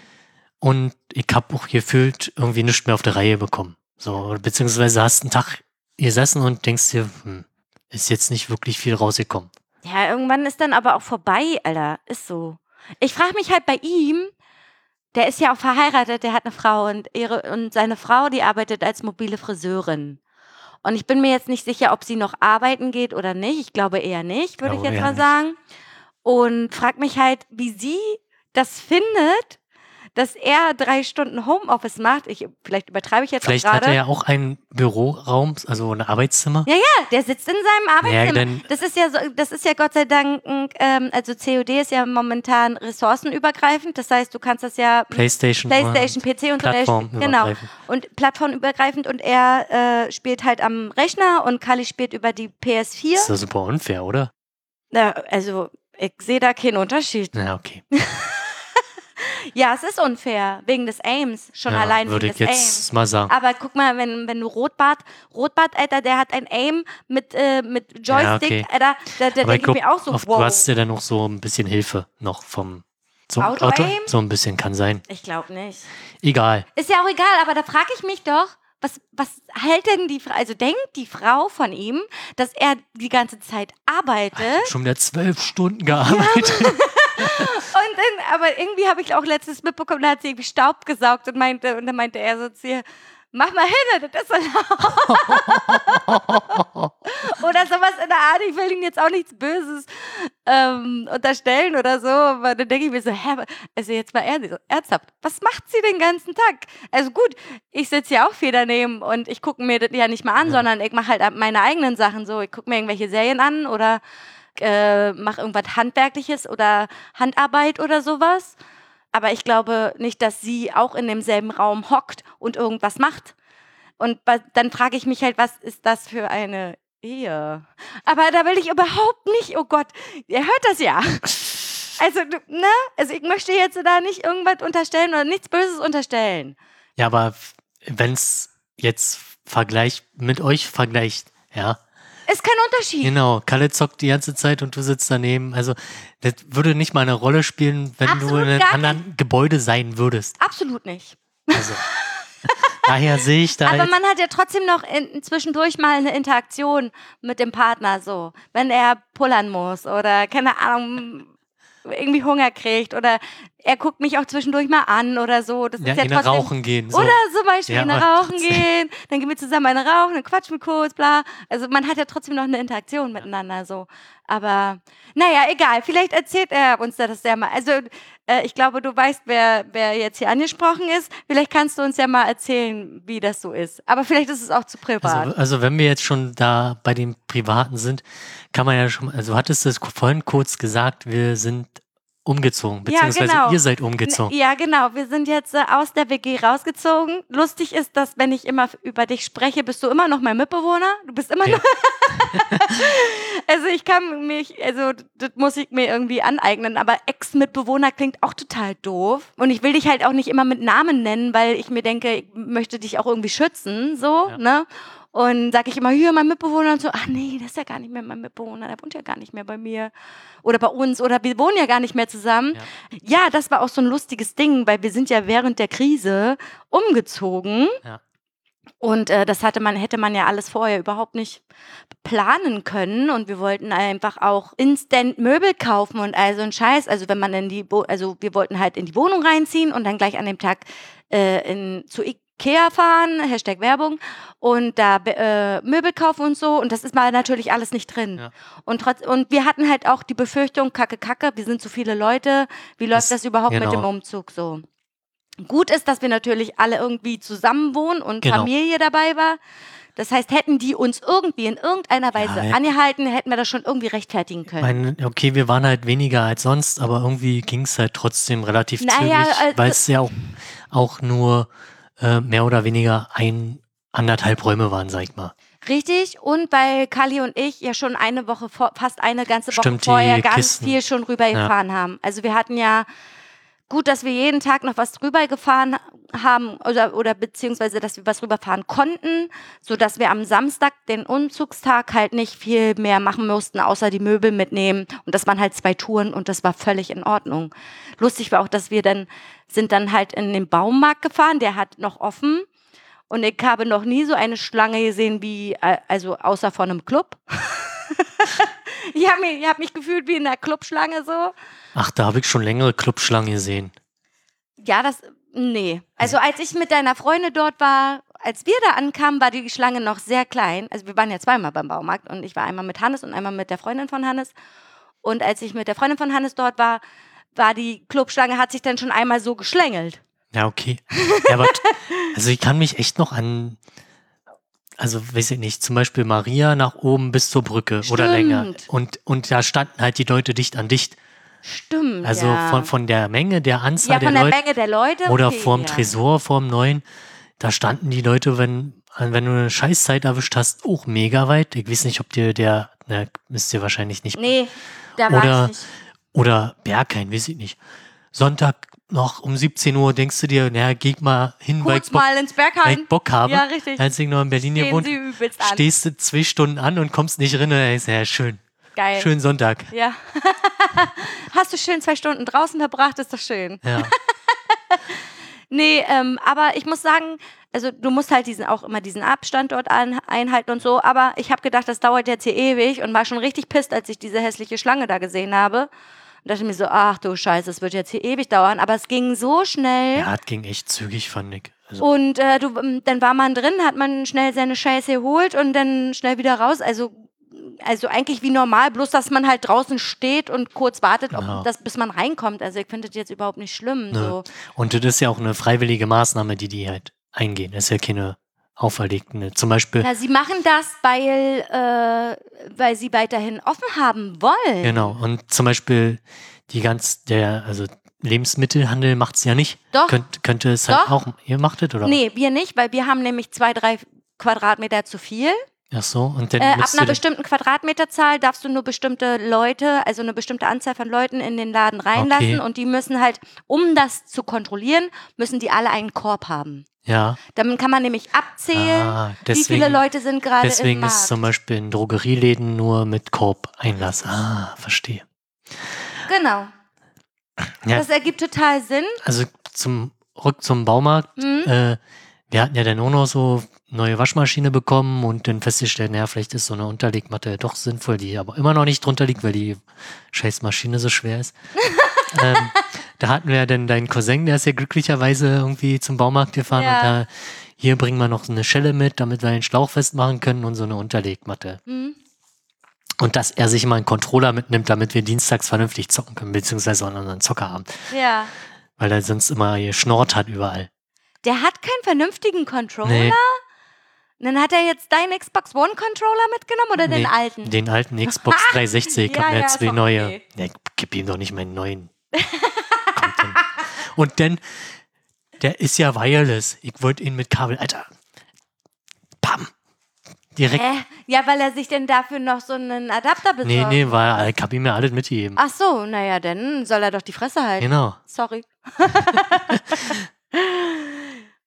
B: und ich habe auch gefühlt irgendwie nichts mehr auf der Reihe bekommen. So, beziehungsweise hast einen Tag gesessen und denkst dir, hm, ist jetzt nicht wirklich viel rausgekommen.
A: Ja, irgendwann ist dann aber auch vorbei, Alter. Ist so. Ich frage mich halt bei ihm, der ist ja auch verheiratet, der hat eine Frau und, ihre, und seine Frau, die arbeitet als mobile Friseurin. Und ich bin mir jetzt nicht sicher, ob sie noch arbeiten geht oder nicht. Ich glaube eher nicht, würde ich jetzt
B: Glaube eher
A: mal
B: nicht.
A: sagen. Und frag mich halt, wie sie das findet, dass er drei Stunden Homeoffice macht. Ich, vielleicht übertreibe ich jetzt
B: Vielleicht
A: auch
B: hat er
A: gerade.
B: ja auch einen Büroraum, also ein Arbeitszimmer.
A: Ja, ja, der sitzt in seinem Arbeitszimmer.
B: Ja, dann,
A: Das ist ja so, das ist ja Gott sei Dank, ähm, also COD ist ja momentan ressourcenübergreifend. Das heißt, du kannst das ja
B: Playstation,
A: PlayStation, PC und so weiter-
B: Plattform,
A: genau und plattformübergreifend und er äh, spielt halt am Rechner und Kali spielt über die PS4.
B: Ist doch super unfair, oder?
A: Na, also ich sehe da keinen Unterschied.
B: Na, okay.
A: Ja, es ist unfair wegen des Aims schon
B: ja,
A: allein
B: Würde
A: wegen
B: ich
A: des Aims.
B: jetzt mal sagen.
A: Aber guck mal, wenn, wenn du Rotbart, Rotbart, Alter, der hat ein Aim mit, äh, mit Joystick,
B: okay.
A: Alter, da, da
B: Aber
A: denke
B: ich
A: ich
B: glaube,
A: mir auch so, wow.
B: du hast ja dann noch so ein bisschen Hilfe noch vom zum
A: Auto aim?
B: So ein bisschen kann sein.
A: Ich glaube nicht.
B: Egal.
A: Ist ja auch egal, aber da frage ich mich doch, was, was hält denn die Frau, also denkt die Frau von ihm, dass er die ganze Zeit arbeitet?
B: Schon wieder zwölf Stunden gearbeitet.
A: [LAUGHS] Und dann, aber irgendwie habe ich auch letztens mitbekommen, da hat sie irgendwie Staub gesaugt und meinte, und dann meinte er so zu ihr, mach mal hin, das ist so laut. [LAUGHS] oder sowas in der Art, ich will ihm jetzt auch nichts Böses ähm, unterstellen oder so. Aber dann denke ich mir so, hä, aber- also jetzt mal ehrlich, ernsthaft, was macht sie den ganzen Tag? Also gut, ich sitze ja auch viel daneben und ich gucke mir das ja nicht mal an,
B: Ja.
A: sondern ich mache halt meine eigenen Sachen so. Ich gucke mir irgendwelche Serien an oder äh, mache irgendwas Handwerkliches oder Handarbeit oder sowas. Aber ich glaube nicht, dass sie auch in demselben Raum hockt und irgendwas macht. Und wa- dann frage ich mich halt, was ist das für eine Ehe? Aber da will ich überhaupt nicht, oh Gott, ihr hört das ja. Also, du- ne? Also ich möchte jetzt da nicht irgendwas unterstellen oder nichts Böses unterstellen.
B: Ja, aber wenn es jetzt vergleicht, mit euch vergleicht, ja.
A: Ist kein Unterschied.
B: Genau, Kalle zockt die ganze Zeit und du sitzt daneben. Also, das würde nicht mal eine Rolle spielen, wenn du
A: Absolut
B: in einem
A: gar
B: anderen Gebäude sein würdest.
A: Absolut nicht. [LAUGHS]
B: Also, daher sehe ich da.
A: Aber
B: jetzt-
A: man hat ja trotzdem noch in, zwischendurch mal eine Interaktion mit dem Partner so, wenn er pullern muss oder keine Ahnung irgendwie Hunger kriegt oder er guckt mich auch zwischendurch mal an oder so. Das
B: ja,
A: ist ja
B: in der
A: trotzdem,
B: Rauchen gehen. So.
A: Oder zum Beispiel
B: Ja,
A: in der
B: aber
A: Rauchen
B: trotzdem.
A: gehen, dann gehen wir zusammen eine rauchen, dann quatschen wir kurz, bla. Also man hat ja trotzdem noch eine Interaktion miteinander so. Aber naja, egal, vielleicht erzählt er uns da das ja mal. Also äh, ich glaube, du weißt, wer, wer jetzt hier angesprochen ist. Vielleicht kannst du uns ja mal erzählen, wie das so ist. Aber vielleicht ist es auch zu privat.
B: Also, also, wenn wir jetzt schon da bei dem Privaten sind, kann man ja schon. Also, hattest du es vorhin kurz gesagt, wir sind umgezogen,
A: Ja,
B: beziehungsweise
A: genau.
B: ihr seid umgezogen.
A: Ja, genau. Wir sind jetzt äh, aus der WG rausgezogen. Lustig ist, dass wenn ich immer f- über dich spreche, bist du immer noch mein Mitbewohner. Du bist immer
B: Ja.
A: noch. [LAUGHS] also ich kann mich, also d- das muss ich mir irgendwie aneignen. Aber Ex-Mitbewohner klingt auch total doof. Und ich will dich halt auch nicht immer mit Namen nennen, weil ich mir denke, ich möchte dich auch irgendwie schützen, so
B: Ja.
A: ne. Und sage ich immer, hier, mein Mitbewohner und so, ach nee, das ist ja gar nicht mehr mein Mitbewohner, der wohnt ja gar nicht mehr bei mir oder bei uns oder wir wohnen ja gar nicht mehr zusammen. Ja, das war auch so ein lustiges Ding, weil wir sind ja während der Krise umgezogen.
B: Ja.
A: Und äh, das hatte man, hätte man ja alles vorher überhaupt nicht planen können. Und wir wollten einfach auch instant Möbel kaufen und all so ein Scheiß. Also wenn man in die, Bo also wir wollten halt in die Wohnung reinziehen und dann gleich an dem Tag äh, in, zu Ikea Ikea fahren, Hashtag Werbung, und da äh, Möbel kaufen und so. Und das ist mal natürlich alles nicht drin.
B: Ja.
A: Und, trotz, und wir hatten halt auch die Befürchtung, kacke, kacke, wir sind zu viele Leute. Wie läuft
B: Das-
A: das, überhaupt mit
B: genau.
A: dem Umzug so? Gut ist, dass wir natürlich alle irgendwie zusammen wohnen und
B: Genau.
A: Familie dabei war. Das heißt, hätten die uns irgendwie in irgendeiner Weise
B: ja.
A: angehalten, hätten wir das schon irgendwie rechtfertigen können.
B: Meine, okay, wir waren halt weniger als sonst, aber irgendwie ging es halt trotzdem relativ
A: Naja, also-
B: zügig, weil es ja auch, auch nur äh, mehr oder weniger ein, anderthalb Räume waren, sag ich mal.
A: Richtig, und weil Kali und ich ja schon eine Woche, vor, fast eine ganze Woche
B: Stimmt, die
A: vorher ganz
B: Kisten.
A: viel schon rübergefahren haben. Also wir hatten ja gut, dass wir jeden Tag noch was rübergefahren haben oder, oder beziehungsweise, dass wir was rüberfahren konnten, sodass wir am Samstag, den Umzugstag, halt nicht viel mehr machen mussten, außer die Möbel mitnehmen. Und das waren halt zwei Touren und das war völlig in Ordnung. Lustig war auch, dass wir dann, sind dann halt in den Baumarkt gefahren, der hat noch offen. Und ich habe noch nie so eine Schlange gesehen wie, äh, also außer von einem Club. ich habe mich, ich hab mich gefühlt wie in einer Clubschlange so.
B: Ach, da habe ich schon längere Clubschlangen gesehen.
A: Ja, das, nee. Also als ich mit deiner Freundin dort war, als wir da ankamen, war die Schlange noch sehr klein. Also wir waren ja zweimal beim Baumarkt und ich war einmal mit Hannes und einmal mit der Freundin von Hannes. Und als ich mit der Freundin von Hannes dort war, war die Clubschlange, hat sich dann schon einmal so geschlängelt.
B: Ja, okay. Ja, aber t-
A: [LAUGHS]
B: also ich kann mich echt noch an, also weiß ich nicht, zum Beispiel Maria nach oben bis zur Brücke oder länger.
A: Stimmt.
B: Und, und da standen halt die Leute dicht an dicht.
A: Stimmt.
B: Also
A: ja.
B: von, von der Menge, der Anzahl
A: ja, von der
B: der Leute
A: Menge der Leute.
B: oder
A: okay,
B: vorm
A: ja.
B: Tresor, vorm neuen, da standen die Leute, wenn, wenn du eine Scheißzeit erwischt hast, auch mega weit. Ich weiß nicht, ob dir der, na, müsst ihr wahrscheinlich nicht.
A: Nee, da war
B: Oder-
A: ich nicht.
B: Oder Bergheim, weiß ich nicht. Sonntag noch um 17 Uhr denkst du dir, naja, geh mal hin, weil ich
A: kurz
B: Bock,
A: mal ins
B: weil ich
A: Bergheim.
B: Bock habe. Halt
A: Ja, richtig.
B: Als ich noch in Berlin
A: Gehen sie
B: gewohnt,
A: übelst an.
B: stehst du zwei Stunden an und kommst nicht rein. Ey, ist ja schön.
A: Geil.
B: Schönen Sonntag.
A: Ja. [LAUGHS] Hast du schön zwei Stunden draußen verbracht, ist doch schön. [LAUGHS]
B: Ja.
A: Nee, ähm, aber ich muss sagen, also du musst halt diesen auch immer diesen Abstand dort ein, einhalten und so, aber ich habe gedacht, das dauert jetzt hier ewig und war schon richtig pisst, als ich diese hässliche Schlange da gesehen habe. Und dachte mir so, ach du Scheiße, es wird jetzt hier ewig dauern, aber es ging so schnell.
B: ja, das ging echt zügig, fand ich. Also,
A: Und äh, du, ähm, dann war man drin, hat man schnell seine Scheiße geholt und dann schnell wieder raus. Also, also eigentlich wie normal, bloß dass man halt draußen steht und kurz wartet,
B: Ja.
A: ob das, bis man reinkommt. Also ich finde das jetzt überhaupt nicht schlimm.
B: ne.
A: So.
B: Und das ist ja auch eine freiwillige Maßnahme, die die halt eingehen. Das ist ja keine auferlegten. Zum Beispiel,
A: Na, sie machen das, weil, äh, weil sie weiterhin offen haben wollen.
B: genau. Und zum Beispiel die ganz, der, also Lebensmittelhandel macht es ja nicht.
A: Doch.
B: Könnt, könnte es halt
A: Doch.
B: auch, ihr macht es, oder?
A: Nee, wir nicht, weil wir haben nämlich zwei, drei Quadratmeter zu viel.
B: Ach so, und dann
A: Äh, ab
B: müsst
A: einer
B: du,
A: bestimmten Quadratmeterzahl darfst du nur bestimmte Leute, also eine bestimmte Anzahl von Leuten in den Laden reinlassen
B: Okay.
A: und die müssen halt, um das zu kontrollieren, müssen die alle einen Korb haben.
B: ja.
A: Dann kann man nämlich abzählen,
B: Ah,
A: wie
B: deswegen,
A: viele Leute sind gerade im
B: deswegen
A: Markt.
B: ist zum Beispiel in Drogerieläden nur mit Korb Einlass. Ah, verstehe.
A: genau.
B: Ja.
A: Das ergibt total Sinn.
B: also zum rück zum Baumarkt.
A: Mhm.
B: Äh, wir hatten ja dann auch noch so neue Waschmaschine bekommen und dann festgestellt, naja, vielleicht ist so eine Unterlegmatte doch sinnvoll, die aber immer noch nicht drunter liegt, weil die scheiß Maschine so
A: [LAUGHS]
B: schwer ist. ähm, da hatten wir ja dann deinen Cousin, der ist ja glücklicherweise irgendwie zum Baumarkt gefahren
A: Ja.
B: und da hier bringen wir noch so eine Schelle mit, damit wir den Schlauch festmachen können und so eine Unterlegmatte.
A: Mhm.
B: Und dass er sich mal einen Controller mitnimmt, damit wir dienstags vernünftig zocken können, beziehungsweise an unseren Zocker haben,
A: Ja.
B: weil er sonst immer geschnort hat überall.
A: Der hat keinen vernünftigen Controller.
B: Nee.
A: Und Dann hat er jetzt deinen Xbox One Controller mitgenommen oder den
B: Nee,
A: alten?
B: Den alten Xbox 360.
A: [LAUGHS]
B: Ich
A: Ja,
B: hab mir
A: ja,
B: jetzt
A: ist
B: zwei
A: doch
B: neue.
A: okay.
B: Ja, gib ihm doch nicht
A: [LAUGHS]
B: meinen neuen. Kommt denn. Und dann, der ist ja wireless. Ich wollte ihn mit Kabel. Alter. Bam. Direkt.
A: Hä? Äh, Ja, weil er sich denn dafür noch so einen Adapter besorgt.
B: Nee, nee, war, ich hab ihm ja alles mitgegeben.
A: Ach so, naja, dann soll er doch die Fresse halten.
B: Genau.
A: Sorry. [LAUGHS]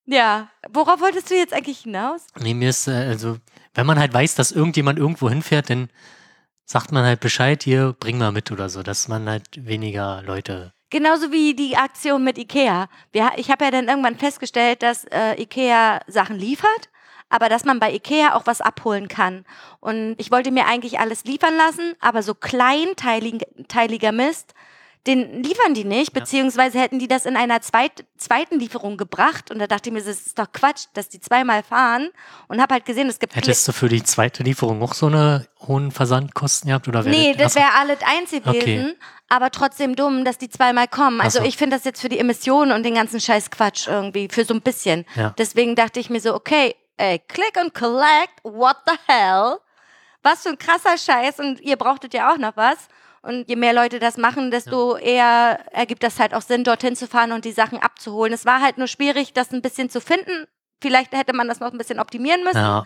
A: ja, worauf wolltest du jetzt eigentlich hinaus?
B: Nee, mir ist, äh, also, wenn man halt weiß, dass irgendjemand irgendwo hinfährt, dann sagt man halt Bescheid, hier, bring mal mit oder so, dass man halt weniger Leute.
A: Genauso wie die Aktion mit Ikea. Wir, ich habe ja dann irgendwann festgestellt, dass äh, Ikea Sachen liefert, aber dass man bei Ikea auch was abholen kann. Und ich wollte mir eigentlich alles liefern lassen, aber so kleinteiliger Mist, den liefern die nicht, beziehungsweise hätten die das in einer zweit, zweiten Lieferung gebracht. Und da dachte ich mir, das ist doch Quatsch, dass die zweimal fahren. Und habe halt gesehen, es gibt.
B: Hättest du für die zweite Lieferung auch so eine hohen Versandkosten gehabt? Oder wäre
A: nee, das
B: Achso.
A: wäre alles eins
B: Okay.
A: gewesen, aber trotzdem dumm, dass die zweimal kommen. Also
B: Ach so.
A: ich finde das jetzt für die Emissionen und den ganzen Scheiß Quatsch irgendwie, für so ein bisschen.
B: Ja.
A: Deswegen dachte ich mir so, okay, ey, click and collect, what the hell? Was für ein krasser Scheiß und ihr brauchtet ja auch noch was. Und je mehr Leute das machen, desto eher ergibt das halt auch Sinn, dorthin zu fahren und die Sachen abzuholen. Es war halt nur schwierig, das ein bisschen zu finden. Vielleicht hätte man das noch ein bisschen optimieren müssen,
B: Ja,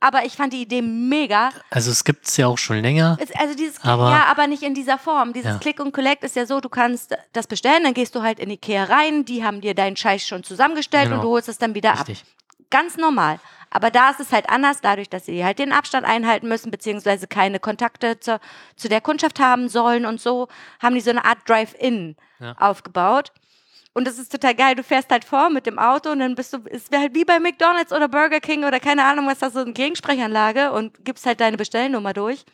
A: aber ich fand die Idee mega.
B: also es gibt es ja auch schon länger.
A: Es- Also dieses,
B: Aber-
A: ja, aber nicht in dieser Form. Dieses
B: Ja.
A: Click und Collect ist ja so, du kannst das bestellen, dann gehst du halt in Ikea rein, die haben dir deinen Scheiß schon zusammengestellt
B: Genau.
A: und du holst es dann wieder
B: Richtig.
A: ab. Ganz normal. Aber da ist es halt anders, dadurch, dass sie halt den Abstand einhalten müssen, beziehungsweise keine Kontakte zu, zu der Kundschaft haben sollen und so, haben die so eine Art Drive-In
B: Ja.
A: aufgebaut. Und das ist total geil. Du fährst halt vor mit dem Auto und dann bist du, es wäre halt wie bei McDonalds oder Burger King oder keine Ahnung, was da so eine Gegensprechanlage und gibst halt deine Bestellnummer durch.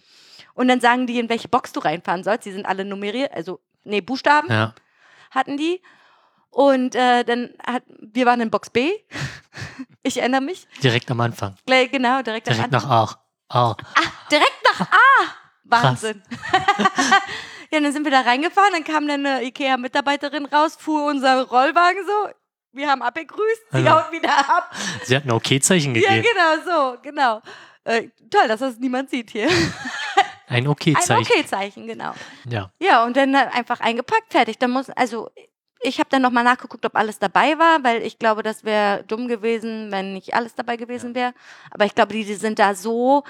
A: Und dann sagen die, in welche Box du reinfahren sollst. Die sind alle nummeriert, also, nee, Buchstaben
B: Ja,
A: hatten die. Und äh, dann hat, wir waren in Box B. [LAUGHS] ich erinnere mich.
B: direkt am Anfang.
A: Gleich, genau, direkt, am
B: Direkt
A: Anfang.
B: nach Aach. Ah,
A: Direkt nach
B: [LAUGHS]
A: A. Wahnsinn. [LAUGHS] ja, dann sind wir da reingefahren, dann kam dann eine IKEA-Mitarbeiterin raus, fuhr unser Rollwagen so. Wir haben abgegrüßt, sie
B: Ja.
A: haut wieder ab.
B: sie hat ein
A: [LAUGHS]
B: Okay-Zeichen
A: Ja,
B: gegeben.
A: genau, so, genau. Äh, toll, dass das niemand sieht hier.
B: Ein
A: Ein
B: Okay-Zeichen.
A: Okay-Zeichen, genau.
B: Ja,
A: Ja, und dann halt einfach eingepackt, fertig. Dann muss, also ich habe dann nochmal nachgeguckt, ob alles dabei war, weil ich glaube, das wäre dumm gewesen, wenn nicht alles dabei gewesen wäre. Aber ich glaube, die, die sind da so,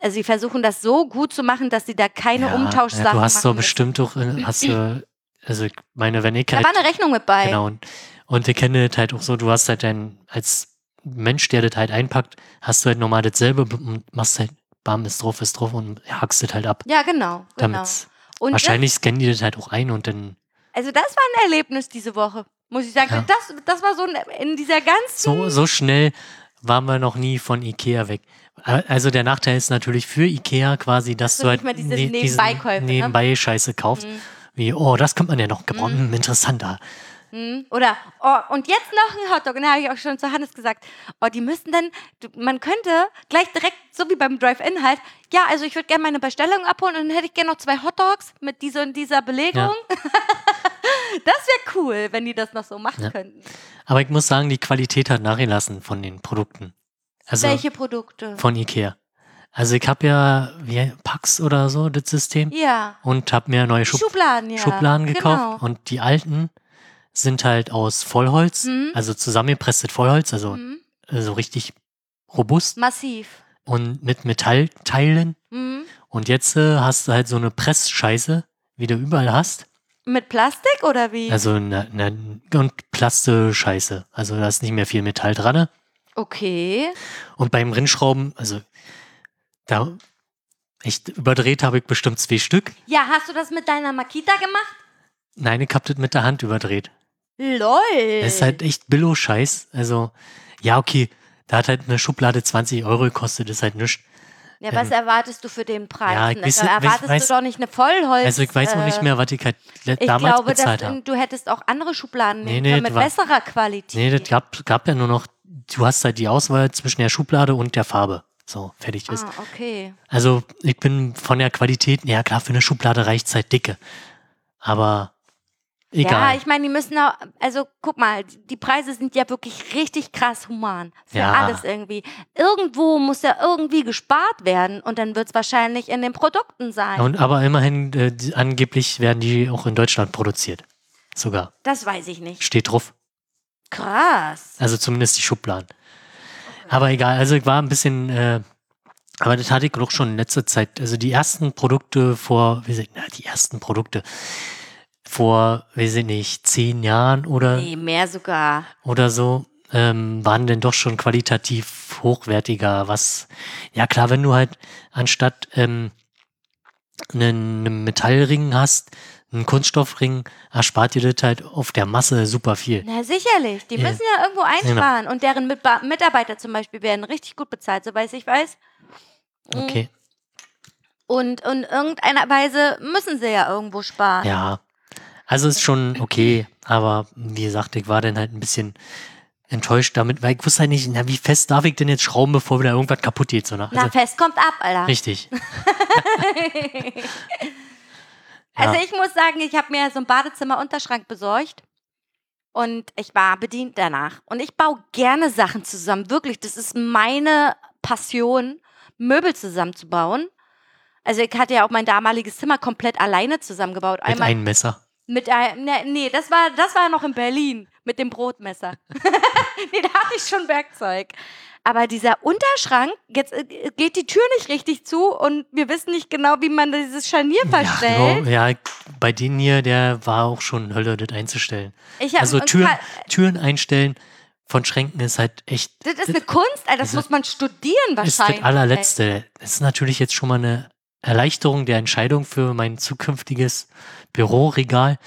A: also sie versuchen das so gut zu machen, dass sie da keine
B: ja,
A: Umtauschsachen
B: ja, Du hast
A: machen
B: doch
A: müssen.
B: bestimmt doch, äh, hast du, also ich meine, wenn ich
A: Da
B: halt,
A: war eine Rechnung mit bei.
B: genau, und, und ich kenne das halt auch so, du hast halt dein, als Mensch, der das halt einpackt, hast du halt nochmal dasselbe und machst halt, bam, ist drauf, ist drauf und hakst das halt ab.
A: Ja, genau. genau.
B: Damit's,
A: Und
B: wahrscheinlich scannen die das halt auch ein und dann
A: Das, also das war ein Erlebnis diese Woche, muss ich sagen.
B: Ja.
A: Das, das war so ein, in dieser ganzen,
B: so, so schnell waren wir noch nie von Ikea weg. A- Also der Nachteil ist natürlich für Ikea quasi, dass
A: du
B: du
A: nicht
B: halt
A: mehr diese
B: ne- diesen
A: Nebenbeikäufe, ne? Mhm.
B: Nebenbei-Scheiße kaufst. Wie, oh, das könnte man ja noch gebrauchen, hm, interessanter.
A: Hm, Oder, oh, und jetzt noch ein Hotdog. Und da habe ich auch schon zu Hannes gesagt, oh, die müssten dann, du- man könnte gleich direkt, so wie beim Drive-In halt, ja, also ich würde gerne meine Bestellung abholen und dann hätte ich gerne noch zwei Hotdogs mit dieser und dieser Belegung. [LAUGHS] das wäre cool, wenn die das noch so machen
B: Ja.
A: könnten.
B: Aber ich muss sagen, die Qualität hat nachgelassen von den Produkten. Also
A: Welche Produkte?
B: von Ikea. Also ich habe ja wie, Pax oder so, das System,
A: Ja,
B: und habe mir neue Schub
A: Schubladen, ja.
B: Schubladen
A: Genau.
B: gekauft. Und die alten sind halt aus Vollholz, also zusammengepresstes Vollholz, also
A: Mhm.
B: so richtig robust
A: Massiv.
B: und mit Metallteilen.
A: Mhm.
B: Und jetzt äh, hast du halt so eine Pressscheiße, wie du überall hast.
A: Mit Plastik oder wie?
B: Also eine, und Plaste-Scheiße. Also da ist nicht mehr viel Metall dran.
A: okay.
B: Und beim Rinschrauben, also da echt überdreht habe ich bestimmt zwei Stück.
A: Ja, hast du das mit deiner Makita gemacht?
B: Nein, ich hab das mit der Hand überdreht.
A: Lol.
B: Das ist halt echt Billo-Scheiß. Also, ja, okay, da hat halt eine Schublade 20 Euro gekostet, ist halt nichts.
A: Ja, was erwartest du für den Preis?
B: Ja, ich
A: ne?
B: weiß-
A: Da erwartest
B: weiß- weiß-
A: du doch nicht eine Vollholz.
B: Also, ich weiß noch nicht mehr, was ich halt le-
A: äh, Ich
B: damals
A: glaube, dass,
B: bezahlt habe.
A: du hättest auch andere Schubladen
B: Nee,
A: nehmen
B: nee,
A: können
B: das
A: mit
B: war-
A: besserer Qualität.
B: Nee, das gab, gab ja nur noch, du hast halt die Auswahl zwischen der Schublade und der Farbe. So, fertig ist.
A: ah, okay.
B: Also, ich bin von der Qualität, ja klar, für eine Schublade reicht halt dicke. Aber egal.
A: Ja, ich meine, die müssen auch, also guck mal, die Preise sind ja wirklich richtig krass human. Für
B: Ja.
A: alles irgendwie. Irgendwo muss ja irgendwie gespart werden und dann wird es wahrscheinlich in den Produkten sein.
B: und, aber immerhin, äh, die, angeblich werden die auch in Deutschland produziert. Sogar.
A: das weiß ich nicht.
B: Steht drauf.
A: Krass.
B: Also zumindest die Schubladen. Aber egal, also ich war ein bisschen, äh, aber das hatte ich doch schon in letzter Zeit. Also die ersten Produkte vor, wie sind, na, die ersten Produkte vor, weiß ich nicht, zehn Jahren oder,
A: Nee, mehr sogar.
B: oder so, ähm, waren denn doch schon qualitativ hochwertiger, was, ja klar, wenn du halt anstatt ähm, einen, einen Metallring hast, einen Kunststoffring, erspart dir das halt auf der Masse super viel.
A: Na sicherlich, die
B: Ja. Genau.
A: müssen ja irgendwo einsparen und deren Mitba Mitarbeiter zum Beispiel werden richtig gut bezahlt, soweit ich weiß.
B: Okay.
A: Mhm. Und in irgendeiner Weise müssen sie ja irgendwo sparen.
B: Ja. Also ist schon okay, aber wie gesagt, ich war dann halt ein bisschen enttäuscht damit, weil ich wusste halt nicht, na, wie fest darf ich denn jetzt schrauben, bevor wieder irgendwas kaputt geht. So, ne?
A: Na,
B: also,
A: fest kommt ab, Alter.
B: richtig.
A: Also
B: Ja.
A: ich muss sagen, ich habe mir so einen Badezimmerunterschrank besorgt und ich war bedient danach. Und ich baue gerne Sachen zusammen. Wirklich, das ist meine Passion, Möbel zusammenzubauen. Also ich hatte ja auch mein damaliges Zimmer komplett alleine zusammengebaut.
B: Mit
A: Einmal
B: einem halt Messer.
A: mit einem, ne, nee, das war, das war noch in Berlin mit dem Brotmesser. [LAUGHS] nee, da hatte ich schon Werkzeug. Aber dieser Unterschrank, jetzt äh, geht die Tür nicht richtig zu und wir wissen nicht genau, wie man dieses Scharnier
B: Ja,
A: verstellt.
B: genau, ja, bei denen hier, der war auch schon Hölle, das einzustellen.
A: Ich hab-
B: also
A: und halt, äh,
B: Türen,
A: ka-
B: Türen einstellen von Schränken ist halt echt
A: Das ist eine Kunst, Alter, das
B: Also,
A: muss man studieren
B: ist
A: wahrscheinlich.
B: das allerletzte. Das ist natürlich jetzt schon mal eine Erleichterung der Entscheidung für mein zukünftiges Büroregal.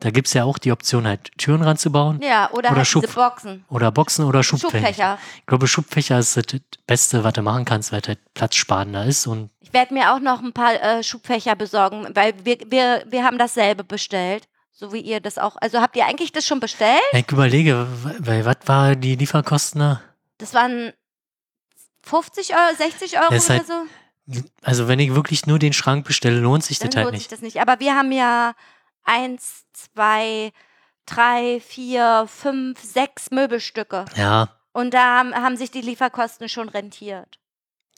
B: Da gibt es ja auch die Option, halt Türen ranzubauen
A: Ja, oder,
B: Oder
A: halt
B: Schub-
A: diese Boxen.
B: oder Boxen oder Schubfächer.
A: Schubfächer.
B: Ich glaube, Schubfächer ist das Beste, was du machen kannst, weil das platzsparender ist und
A: Ich werde mir auch noch ein paar äh, Schubfächer besorgen, weil wir, wir, wir haben dasselbe bestellt. So wie ihr das auch. Also habt ihr eigentlich das schon bestellt?
B: Ja, Ich überlege, weil was war die Lieferkosten? da?
A: Das waren 50 Euro, 60 Euro
B: Das ist
A: oder
B: halt-
A: so.
B: Also wenn ich wirklich nur den Schrank bestelle, lohnt sich
A: Dann
B: das halt
A: lohnt sich
B: nicht.
A: das nicht. Aber wir haben ja eins, zwei, drei, vier, fünf, sechs Möbelstücke.
B: Ja,
A: Und da haben, haben sich die Lieferkosten schon rentiert.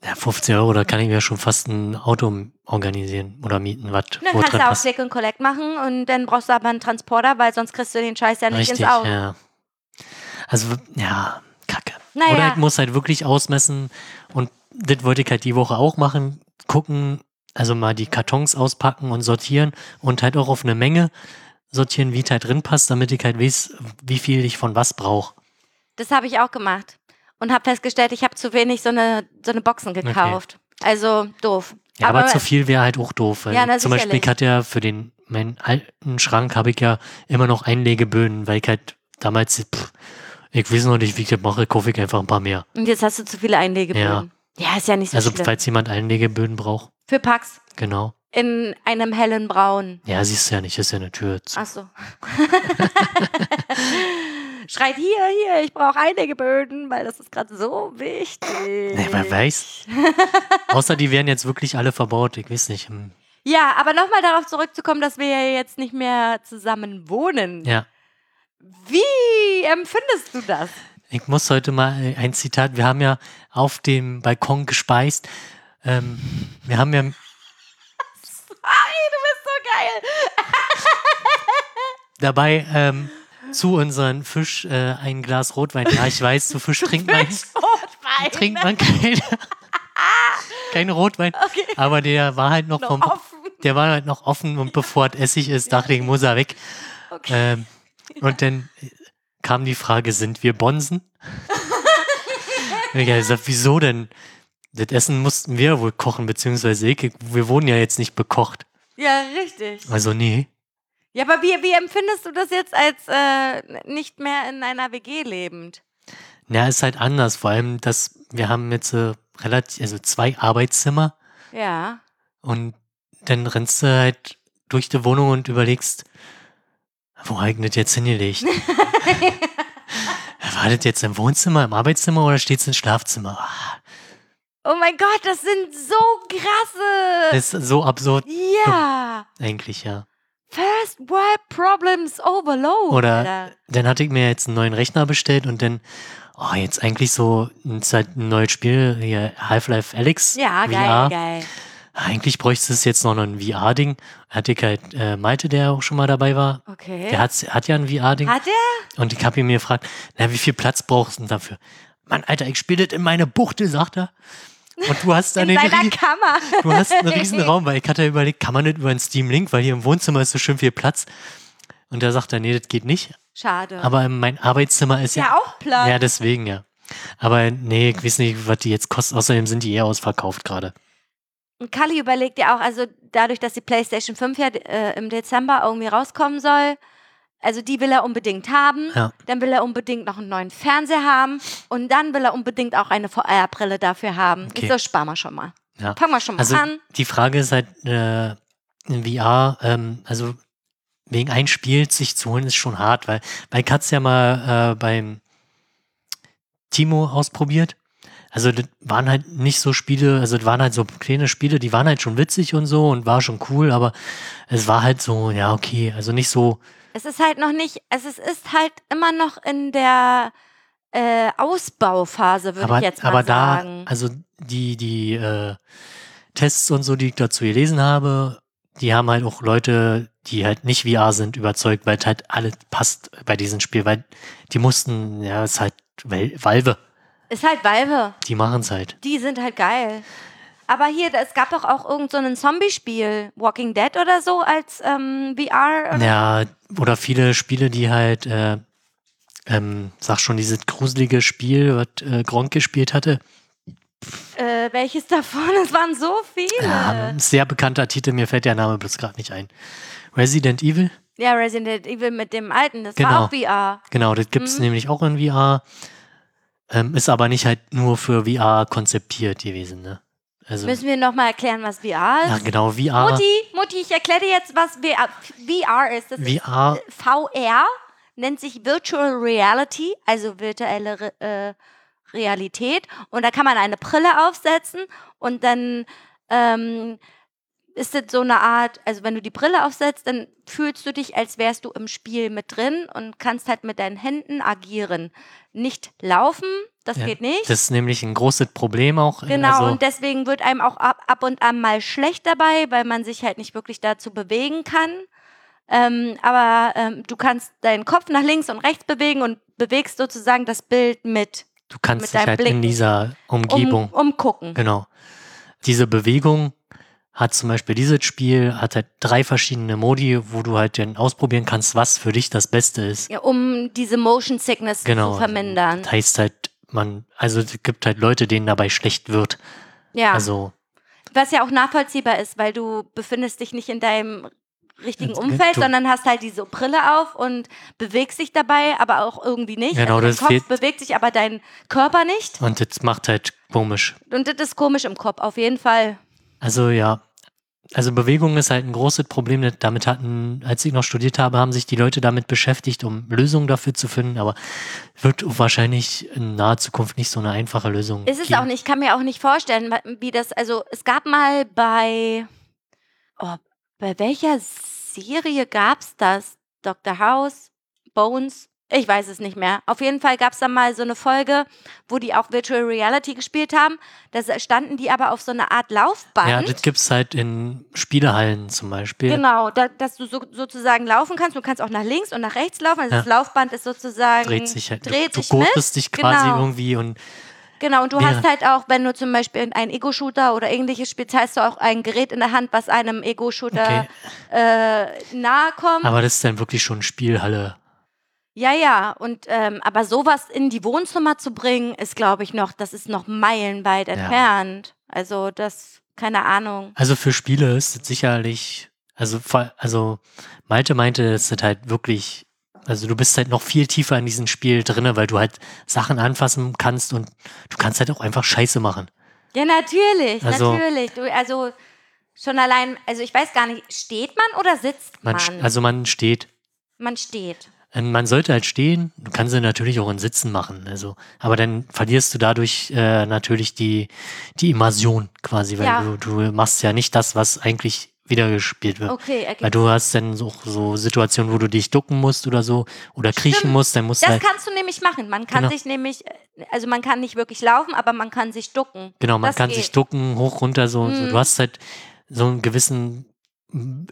B: ja, 15 Euro, da kann ich mir schon fast ein Auto m- organisieren oder mieten, was
A: Und Dann
B: wo
A: kannst
B: drin
A: du auch
B: passt.
A: Click und Collect machen und dann brauchst du aber einen Transporter, weil sonst kriegst du den Scheiß ja nicht
B: Richtig,
A: ins Auto.
B: ja. Also, w- ja, kacke.
A: Naja.
B: Oder ich muss halt wirklich ausmessen und das wollte ich halt die Woche auch machen, gucken, also mal die Kartons auspacken und sortieren und halt auch auf eine Menge sortieren, wie es halt drin passt, damit ich halt weiß, wie viel ich von was brauche.
A: Das habe ich auch gemacht und habe festgestellt, ich habe zu wenig so eine, so eine Boxen gekauft. Also doof.
B: Ja, aber, zu viel wäre halt auch doof. Weil
A: Ja, na,
B: zum Beispiel,
A: sicherlich.
B: ich hatte ja für den, meinen alten Schrank habe ich ja immer noch Einlegeböden, weil ich halt damals, pff, ich weiß noch nicht, wie ich das mache, kaufe ich einfach ein paar mehr.
A: und jetzt hast du zu viele Einlegeböden. Ja, ist ja nicht so
B: also,
A: schlimm.
B: falls jemand Einlegeböden braucht,
A: Für Packs
B: genau.
A: in einem hellen Braun.
B: Ja, siehst du ja nicht, ist ja eine Tür. Zu.
A: Achso. Schreit hier, hier, ich brauche Einlegeböden, weil das ist gerade so wichtig.
B: Nee, wer [LAUGHS] weiß. Außer die werden jetzt wirklich alle verbaut, ich weiß nicht. hm.
A: Ja, aber nochmal darauf zurückzukommen, dass wir ja jetzt nicht mehr zusammen wohnen.
B: Ja.
A: Wie empfindest du das?
B: Ich muss heute mal äh, ein Zitat, wir haben ja auf dem Balkon gespeist. Ähm, wir haben ja
A: Ari, du bist so geil.
B: dabei ähm, zu unseren Fisch äh, ein Glas Rotwein. Ja, ich weiß, zu Fisch trinkt man,
A: Rotwein.
B: trinkt man keinen [LAUGHS] kein Rotwein. Aber der war halt noch,
A: Noch
B: vom,
A: offen.
B: der war halt noch offen und bevor es Essig ist, dachte ich, muss er weg.
A: Okay.
B: Ähm, und dann kam die Frage, sind wir Bonsen? und ich habe gesagt, wieso denn? Das Essen mussten wir wohl kochen, beziehungsweise ich, wir wurden ja jetzt nicht bekocht.
A: Ja, richtig.
B: Also nee.
A: Ja, aber wie, wie empfindest du das jetzt als äh, nicht mehr in einer WG lebend?
B: Na, ist halt anders. Vor allem, dass wir haben jetzt äh, relativ, also zwei Arbeitszimmer
A: Ja.
B: und dann rennst du halt durch die Wohnung und überlegst, wo eignet
A: [LAUGHS]
B: jetzt hingelegt? [LAUGHS] War das jetzt im Wohnzimmer, im Arbeitszimmer oder steht es im Schlafzimmer? Ah,
A: Oh mein Gott, das sind so krasse.
B: Das ist so absurd
A: Ja.
B: eigentlich, ja.
A: First World Problems Overload.
B: Oder
A: Alter.
B: dann hatte ich mir jetzt einen neuen Rechner bestellt und dann, oh, jetzt eigentlich so ist halt ein neues Spiel, hier Half-Life Alex.
A: Ja,
B: VR.
A: geil, geil.
B: Eigentlich bräuchte es jetzt noch ein VR-Ding. Hatte ich halt äh, Malte, der auch schon mal dabei war.
A: Okay.
B: Der hat, hat ja ein VR-Ding.
A: Hat er?
B: Und ich habe ihn mir gefragt, na, wie viel Platz brauchst du denn dafür? Mann, Alter, ich spiele das in meine Buchtel, sagt er. Und du hast dann
A: In
B: den
A: seiner
B: Rie- [LAUGHS]
A: Kammer.
B: Du hast
A: [LAUGHS]
B: einen riesen Raum, weil ich hatte überlegt, kann man nicht über einen Steam Link, weil hier im Wohnzimmer ist so schön viel Platz. Und da sagt er, nee, das geht nicht.
A: Schade.
B: Aber in mein Arbeitszimmer ist ja,
A: ja, auch Platz.
B: Ja, deswegen, ja. Aber nee, ich weiß nicht, was die jetzt kosten. Außerdem sind die eher ausverkauft gerade.
A: Und Kali überlegt ja auch, also dadurch, dass die PlayStation 5 ja äh, im Dezember irgendwie rauskommen soll, Also die will er unbedingt haben,
B: Ja.
A: dann will er unbedingt noch einen neuen Fernseher haben und dann will er unbedingt auch eine VR-Brille dafür haben.
B: Okay.
A: Ich so, sparen wir schon mal.
B: Ja.
A: Fangen wir schon mal
B: Also
A: an.
B: die Frage ist halt, äh, in VR, ähm, also wegen ein Spiel sich zu holen, ist schon hart, weil man hat es ja mal äh, beim Timo ausprobiert. Also das waren halt nicht so Spiele, also das waren halt so kleine Spiele, die waren halt schon witzig und so und war schon cool, aber es war halt so, ja, okay, also nicht so,
A: Es ist halt noch nicht, es ist, ist halt immer noch in der äh, Ausbauphase, würde
B: aber,
A: ich jetzt mal
B: aber da,
A: sagen.
B: also die, die äh, Tests und so, die ich dazu gelesen habe, die haben halt auch Leute, die halt nicht VR sind, überzeugt, weil es halt alles passt bei diesem Spiel, weil die mussten, ja, es ist halt Val- Valve,
A: ist halt Valve.
B: die machen es halt.
A: Die sind halt geil. Aber hier, es gab doch auch irgend so ein Zombie-Spiel, Walking Dead oder so, als ähm, VR.
B: Ja, oder viele Spiele, die halt, äh, ähm, sag schon, dieses gruselige Spiel, was äh, Gronk gespielt hatte.
A: Äh, welches [LAUGHS] davon? Es waren so viele.
B: Ja, ein sehr bekannter Titel, mir fällt der Name bloß gerade nicht ein. Resident Evil?
A: Ja, Resident Evil mit dem alten, das
B: Genau.
A: war auch VR.
B: Genau, das gibt es
A: Mhm.
B: nämlich auch in VR. Ähm, ist aber nicht halt nur für VR konzipiert gewesen, ne? Also,
A: Müssen wir nochmal erklären, was VR
B: ja,
A: ist?
B: genau, VR.
A: Mutti, Mutti, ich erkläre dir jetzt, was VR, VR ist. Das ist
B: VR,
A: VR nennt sich Virtual Reality, also virtuelle Re äh, Realität. Und da kann man eine Brille aufsetzen und dann ähm, ist das so eine Art, also wenn du die Brille aufsetzt, dann fühlst du dich, als wärst du im Spiel mit drin und kannst halt mit deinen Händen agieren. Nicht laufen, das
B: Ja,
A: geht nicht.
B: das ist nämlich ein großes Problem auch.
A: Genau,
B: also,
A: und deswegen wird einem auch ab, ab und an mal schlecht dabei, weil man sich halt nicht wirklich dazu bewegen kann. Ähm, aber ähm, du kannst deinen Kopf nach links und rechts bewegen und bewegst sozusagen das Bild mit
B: du kannst
A: mit
B: dich
A: deinem
B: halt in
A: Blicken.
B: dieser Umgebung,
A: um, umgucken.
B: genau. Diese Bewegung hat zum Beispiel dieses Spiel, hat halt drei verschiedene Modi, wo du halt dann ausprobieren kannst, was für dich das Beste ist.
A: Ja, um diese Motion Sickness
B: Genau.
A: zu vermindern.
B: Das heißt halt, man, also es gibt halt Leute, denen dabei schlecht wird.
A: Ja,
B: Also
A: was ja auch nachvollziehbar ist, weil du befindest dich nicht in deinem richtigen
B: Du-
A: Umfeld,
B: du-
A: sondern hast halt diese Brille auf und bewegst dich dabei, aber auch irgendwie nicht.
B: Genau,
A: also dein
B: das
A: Kopf
B: fehlt-
A: bewegt sich, aber dein Körper nicht.
B: Und das macht halt komisch.
A: Und das ist komisch im Kopf, auf jeden Fall.
B: Also ja, also Bewegung ist halt ein großes Problem. Das- Damit hatten, als ich noch studiert habe, haben sich die Leute damit beschäftigt, um Lösungen dafür zu finden. Aber wird wahrscheinlich in naher Zukunft nicht so eine einfache Lösung.
A: Ist es
B: geben.
A: auch nicht, ich kann mir auch nicht vorstellen, wa- wie das, also es gab mal bei, oh, bei welcher Serie gab's das? Dr. House, Bones, ich weiß es nicht mehr. Auf jeden Fall gab's da mal so eine Folge, wo die auch Virtual Reality gespielt haben. Da standen die aber auf so einer Art Laufband.
B: Ja, das gibt's halt in Spielehallen zum Beispiel.
A: Genau, da, dass du so, sozusagen laufen kannst. Du kannst auch nach links und nach rechts laufen. Also
B: Ja.
A: Das Laufband ist sozusagen.
B: Dreht sich halt.
A: Dreht
B: du
A: sich
B: du
A: mit.
B: gurtest dich quasi
A: Genau.
B: irgendwie und
A: Genau, und du
B: Ja.
A: hast halt auch, wenn du zum Beispiel einen Ego-Shooter oder ähnliches spielst, hast du auch ein Gerät in der Hand, was einem Ego-Shooter
B: Okay.
A: äh, nahe kommt.
B: aber das ist dann wirklich schon Spielhalle.
A: ja, ja, und ähm, aber sowas in die Wohnzimmer zu bringen, ist, glaube ich, noch, das ist noch meilenweit entfernt. Also das, keine Ahnung.
B: Also für Spiele ist es sicherlich, also, vor- also Malte meinte, es ist halt wirklich, also du bist halt noch viel tiefer in diesem Spiel drinne, weil du halt Sachen anfassen kannst und du kannst halt auch einfach Scheiße machen.
A: Ja, natürlich,
B: Also-
A: natürlich. Du, also schon allein, also ich weiß gar nicht, steht man oder sitzt man?
B: Man, st- Also man steht.
A: man steht.
B: Und Man sollte halt stehen, du kannst sie natürlich auch in Sitzen machen, also, aber dann verlierst du dadurch äh, natürlich die, die Immersion quasi, weil
A: Ja.
B: du, du machst ja nicht das, was eigentlich wieder gespielt wird.
A: Okay,
B: Weil
A: ergibt.
B: du hast dann so, so Situationen, wo du dich ducken musst oder so oder kriechen musst, dann musst du
A: Das
B: halt,
A: kannst du nämlich machen. Man kann
B: Genau.
A: sich nämlich, äh, also man kann nicht wirklich laufen, aber man kann sich ducken.
B: genau, man
A: das
B: kann
A: geht.
B: sich ducken, hoch, runter, so, und so.
A: Mhm.
B: Du hast halt so einen gewissen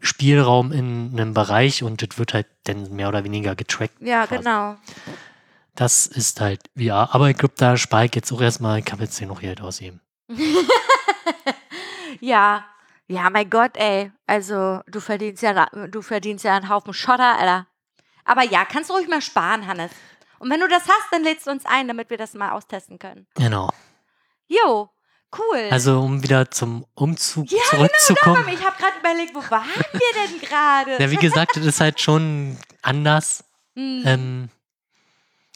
B: Spielraum in einem Bereich und das wird halt dann mehr oder weniger getrackt.
A: Ja,
B: quasi.
A: genau.
B: Das ist halt VR. Aber ich glaube, da spare ich jetzt auch erstmal, ich habe jetzt hier noch Geld ausgeben.
A: Ja. Ja, mein Gott, ey. Also, du verdienst ja, da- du verdienst ja einen Haufen Schotter, Alter. Aber ja, kannst du ruhig mal sparen, Hannes. Und wenn du das hast, dann lädst du uns ein, damit wir das mal austesten können.
B: Genau.
A: Jo, cool.
B: Also, um wieder zum Umzug
A: Ja, genau,
B: zurückzukommen. [LAUGHS]
A: ich habe gerade überlegt, wo waren wir denn gerade?
B: Na, wie gesagt, das ist halt schon anders.
A: Hm.
B: Ähm,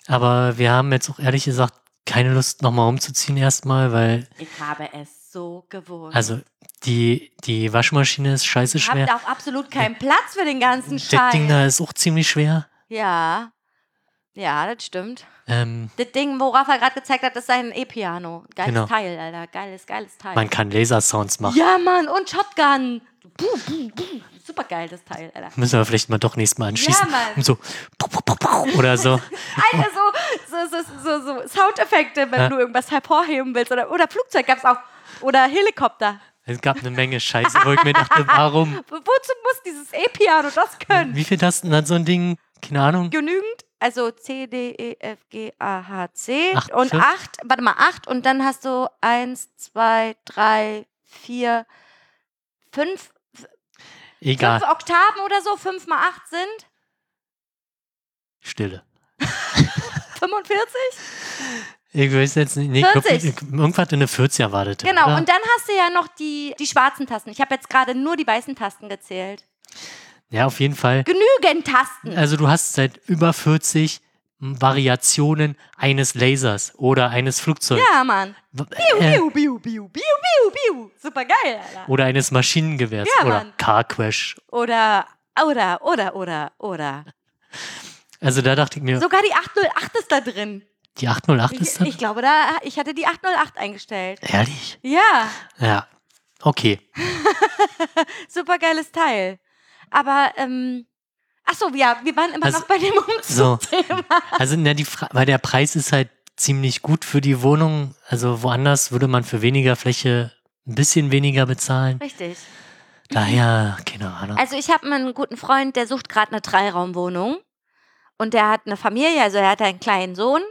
B: aber wir haben jetzt auch ehrlich gesagt keine Lust, nochmal umzuziehen erstmal, weil
A: ich habe es so gewohnt.
B: also die, die Waschmaschine ist scheiße
A: ich habe
B: schwer.
A: da auch absolut keinen Platz für den ganzen
B: Das
A: Scheiß.
B: Ding da ist auch ziemlich schwer.
A: Ja. Ja, das stimmt.
B: Ähm,
A: Das Ding, wo Rafa gerade gezeigt hat, ist sein E-Piano. Geiles
B: Genau.
A: Teil, Alter. Geiles, geiles Teil.
B: man kann Lasersounds machen.
A: ja, Mann, und Shotgun. Buh, buh, buh. Super geil, das Teil, Alter.
B: Müssen wir vielleicht mal doch nächstes Mal anschließen.
A: Ja, Mann.
B: und so puh, puh, puh, puh, oder so.
A: Alter, so, so, so, so, so Soundeffekte, wenn
B: Ja.
A: du irgendwas hervorheben willst. Oder, oder Flugzeug gab's auch. Oder Helikopter.
B: Es gab eine Menge Scheiße, wo ich mir dachte, warum?
A: Wo- Wozu muss dieses E-Piano das können?
B: Wie viel Tasten hat so ein Ding? Keine Ahnung.
A: Genügend. Also C, D, E, F, G, A, H, C.
B: Acht
A: und
B: Stück.
A: acht. Warte mal, acht. Und dann hast du eins, zwei, drei, vier, fünf,
B: Egal.
A: fünf Oktaven oder so. Fünf mal acht sind
B: Stille.
A: 45.
B: Ich weiß jetzt nicht. Nee, ich glaub,
A: 40.
B: ich- irgendwas in der 40 erwartet.
A: Genau.
B: Oder?
A: Und dann hast du ja noch die, die schwarzen Tasten. Ich habe jetzt gerade nur die weißen Tasten gezählt.
B: ja, auf jeden Fall.
A: Genügend Tasten.
B: Also du hast seit über 40 Variationen eines Lasers oder eines Flugzeugs.
A: Ja, Mann.
B: W- Äh,
A: Biu, biu, biu, biu, biu, biu. Super geil, Alter.
B: oder eines Maschinengewehrs
A: Ja,
B: oder
A: Mann.
B: Car Crash.
A: Oder, oder, oder, oder, oder.
B: Also da dachte ich mir,
A: Sogar die 808 ist da drin.
B: die 808 ist
A: Ich,
B: da?
A: ich glaube, da, ich hatte die 808 eingestellt.
B: Ehrlich?
A: Ja,
B: Ja. Okay.
A: super geiles Teil. Aber, ähm, ach so, ja, wir waren immer
B: Also-
A: noch bei dem [LAUGHS]
B: So.
A: Umzugsthema.
B: Also na, die Fra weil der Preis ist halt ziemlich gut für die Wohnung. Also woanders würde man für weniger Fläche ein bisschen weniger bezahlen.
A: Richtig.
B: Daher, keine Ahnung.
A: Also ich habe einen guten Freund, der sucht gerade eine Dreiraumwohnung und der hat eine Familie, also er hat einen kleinen Sohn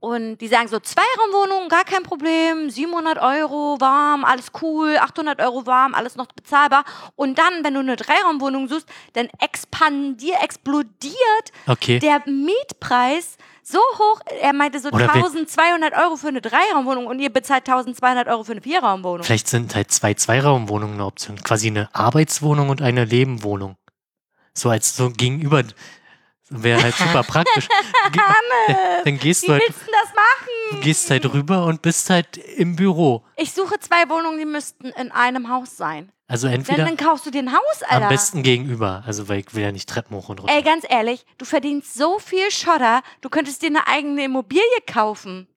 A: und die sagen so Zweiraumwohnung, gar kein Problem, 700 Euro warm, alles cool, 800 Euro warm, alles noch bezahlbar und dann, wenn du eine Dreiraumwohnung suchst, dann expandier, explodiert
B: Okay.
A: Also der Mietpreis so hoch, er meinte so
B: Oder wir-
A: 1200 Euro für eine Dreiraumwohnung und ihr bezahlt 1200 Euro für eine Vierraumwohnung.
B: Vielleicht sind halt zwei Zweiraumwohnungen eine Option. Quasi eine Arbeitswohnung und eine Lebenwohnung. So als so gegenüber. Wäre halt
A: [LAUGHS]
B: super praktisch. Ge dann gehst
A: Wie
B: du halt,
A: willst du denn das machen?
B: gehst halt rüber und bist halt im Büro.
A: Ich suche zwei Wohnungen, die müssten in einem Haus sein.
B: Also
A: Denn
B: entweder
A: dann kaufst du dir ein Haus, Alter.
B: am besten gegenüber. Also weil ich will ja nicht Treppen hoch und runter.
A: Ey, ganz ehrlich, du verdienst so viel Schotter, du könntest dir eine eigene Immobilie kaufen.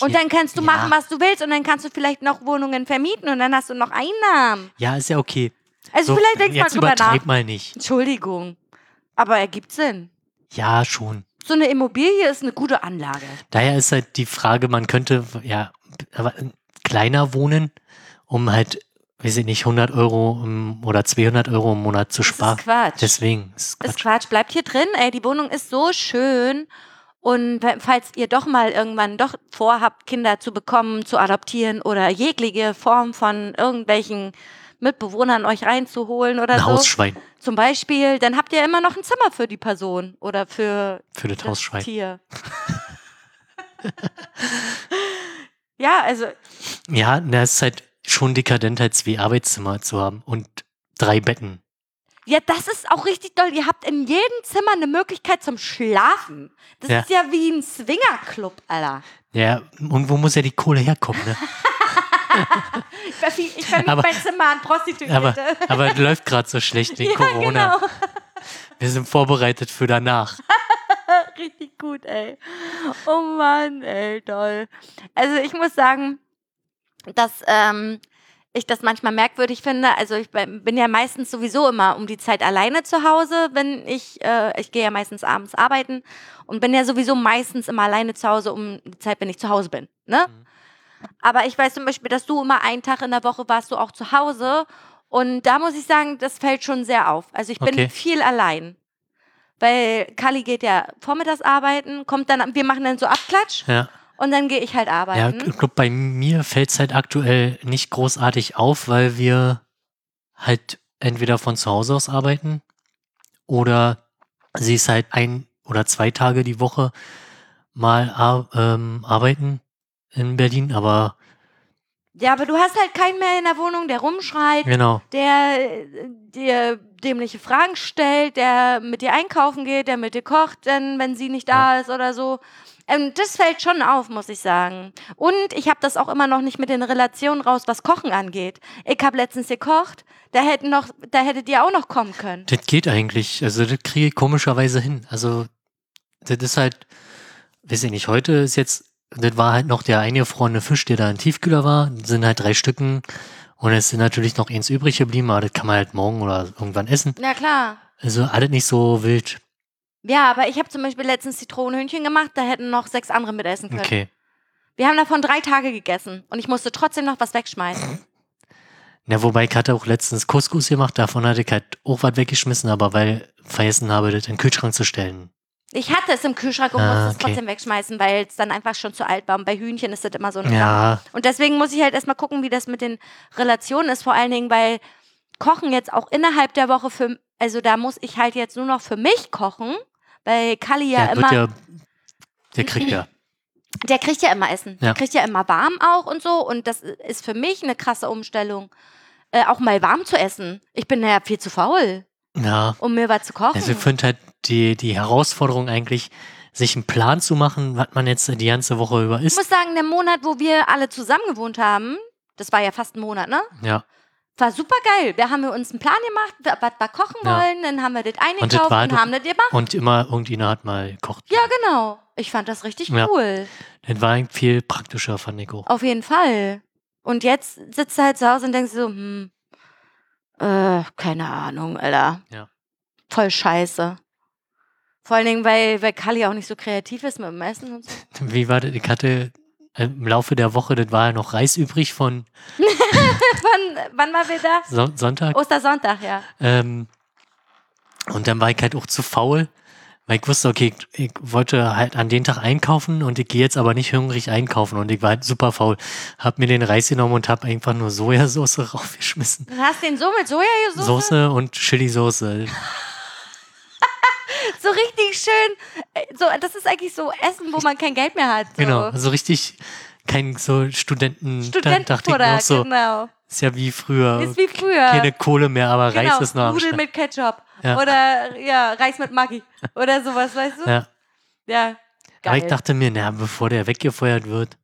A: Und dann kannst du
B: Ja.
A: machen, was du willst. Und dann kannst du vielleicht noch Wohnungen vermieten und dann hast du noch Einnahmen.
B: ja, ist ja okay.
A: Also
B: So,
A: vielleicht denkst du mal
B: jetzt
A: drüber nach.
B: übertreib mal nicht.
A: Entschuldigung. Aber ergibt Sinn.
B: Ja, schon.
A: So eine Immobilie ist eine gute Anlage.
B: Daher ist halt die Frage, man könnte ja aber kleiner wohnen, um halt, weiß ich nicht, 100 Euro im, oder 200 Euro im Monat zu
A: Das
B: sparen.
A: ist Quatsch.
B: Deswegen ist
A: ist
B: Quatsch.
A: Quatsch, bleibt hier drin, ey, die Wohnung ist so schön. Und we- falls ihr doch mal irgendwann doch vorhabt, Kinder zu bekommen, zu adoptieren oder jegliche Form von irgendwelchen Mitbewohnern euch reinzuholen oder
B: Ein
A: so,
B: Hausschwein
A: zum Beispiel, dann habt ihr immer noch ein Zimmer für die Person oder für
B: für das
A: das
B: Hausschwein.
A: Tier. [LAUGHS] ja, also
B: Ja, na, es ist halt schon dekadent, halt zwei Arbeitszimmer zu haben und drei Betten.
A: Ja, das ist auch richtig toll. Ihr habt in jedem Zimmer eine Möglichkeit zum Schlafen. Das
B: Ja.
A: ist ja wie ein Swingerclub, Alter.
B: Ja, irgendwo muss ja die Kohle herkommen,
A: [LAUGHS]
B: ne?
A: Ich, verfie- ich vermiete
B: Aber-
A: mein Zimmer an Prostituierte.
B: Aber, aber es läuft gerade so
A: [LAUGHS]
B: schlecht wegen Corona.
A: genau.
B: Wir sind vorbereitet für danach.
A: Richtig gut, ey. Oh Mann, ey, toll. Also ich muss sagen, dass ähm, ich das manchmal merkwürdig finde. Also ich bin bin ja meistens sowieso immer um die Zeit alleine zu Hause, wenn ich, äh, ich gehe ja meistens abends arbeiten und bin ja sowieso meistens immer alleine zu Hause um die Zeit, wenn ich zu Hause bin. Ne? Aber ich weiß zum Beispiel, dass du immer einen Tag in der Woche warst du auch zu Hause. Und da muss ich sagen, das fällt schon sehr auf. Also ich bin
B: Okay.
A: viel allein. Weil Kali geht ja vormittags arbeiten, kommt dann, wir machen dann so Abklatsch
B: Ja.
A: und dann gehe ich halt
B: Ja,
A: arbeiten.
B: ich glaube, bei mir fällt es halt aktuell nicht großartig auf, weil wir halt entweder von zu Hause aus arbeiten oder sie ist halt ein oder zwei Tage die Woche mal ar ähm, arbeiten in Berlin, aber
A: Ja, aber du hast halt keinen mehr in der Wohnung, der rumschreit,
B: Genau.
A: der äh, dir dämliche Fragen stellt, der mit dir einkaufen geht, der mit dir kocht, denn wenn sie nicht da ist oder so. Ähm, das fällt schon auf, muss ich sagen. Und ich habe das auch immer noch nicht mit den Relationen raus, was Kochen angeht. Ich habe letztens gekocht, da hätten noch, da hättet ihr auch noch kommen können.
B: Das geht eigentlich. Also das kriege ich komischerweise hin. Also das ist halt, weiß ich nicht, heute ist jetzt, das war halt noch der eingefrorene Fisch, der da im Tiefkühler war. Das sind halt drei Stücken. Und es sind natürlich noch eins übrig geblieben, aber das kann man halt morgen oder irgendwann essen.
A: Na klar.
B: Also alles nicht so wild.
A: Ja, aber ich habe zum Beispiel letztens Zitronenhühnchen gemacht, da hätten noch sechs andere mitessen können.
B: Okay.
A: Wir haben davon drei Tage gegessen und ich musste trotzdem noch was wegschmeißen.
B: Na, wobei ich hatte auch letztens Couscous gemacht, davon hatte ich halt auch was weggeschmissen, aber weil ich vergessen habe, das in den Kühlschrank zu stellen.
A: Ich hatte es im Kühlschrank und
B: Ah,
A: musste es
B: okay.
A: trotzdem wegschmeißen, weil es dann einfach schon zu alt war. Und bei Hühnchen ist das immer so ein Thema.
B: Ja,
A: Und deswegen muss ich halt erstmal gucken, wie das mit den Relationen ist. Vor allen Dingen, weil Kochen jetzt auch innerhalb der Woche für, also da muss ich halt jetzt nur noch für mich kochen, weil Kali ja,
B: der
A: immer,
B: wird ja, der
A: [LAUGHS]
B: kriegt ja.
A: der kriegt ja immer Essen.
B: Ja.
A: Der kriegt ja immer warm auch und so. Und das ist für mich eine krasse Umstellung, äh, auch mal warm zu essen. Ich bin ja viel zu faul,
B: Ja,
A: um mir was zu kochen.
B: Also ich finde halt die, die Herausforderung eigentlich, sich einen Plan zu machen, was man jetzt die ganze Woche über
A: Ich
B: isst.
A: muss sagen, der Monat, wo wir alle zusammen gewohnt haben, das war ja fast ein Monat, ne?
B: Ja.
A: War super geil. Da haben wir uns einen Plan gemacht, wa- was wir kochen
B: Ja.
A: wollen, dann haben wir das
B: Und das
A: eingekauft
B: war
A: und,
B: doch-
A: haben das gemacht.
B: Und immer irgendjemand hat mal gekocht.
A: Ja, genau. Ich fand das richtig
B: Ja.
A: cool.
B: Das war eigentlich viel praktischer, fand ich auch.
A: Auf jeden Fall. Und jetzt sitzt du halt zu Hause und denkst so, hm, äh, keine Ahnung, Alter.
B: Ja.
A: Voll scheiße. Vor allen Dingen, weil, weil Kali auch nicht so kreativ ist mit dem Essen und so. [LAUGHS]
B: Wie war das? Ich hatte äh, im Laufe der Woche, das war ja noch Reis übrig von
A: wann, wann waren wir da?
B: Son Sonntag.
A: Ostersonntag, ja.
B: Ähm, und dann war ich halt auch zu faul, weil ich wusste, okay, ich, ich wollte halt an den Tag einkaufen und ich gehe jetzt aber nicht hungrig einkaufen. Und ich war halt super faul. Hab mir den Reis genommen und hab einfach nur Sojasauce [LAUGHS] raufgeschmissen.
A: Dann hast du den so mit Sojasauce
B: Soße und Chili-Soße.
A: so richtig schön. äh, So, das ist eigentlich so Essen, wo man kein Geld mehr hat. So.
B: Genau. Also richtig kein so Studenten.
A: Studenten
B: dachte ich mir auch so,
A: genau.
B: ist ja wie früher.
A: Ist wie früher.
B: Keine Kohle mehr, aber
A: genau.
B: Reis ist noch am
A: Nudeln
B: Start.
A: mit Ketchup.
B: Ja.
A: Oder ja, Reis mit Maggi. Oder sowas, weißt du? Ja.
B: Ja. Aber ich
A: Geil.
B: dachte mir, na, bevor der weggefeuert wird.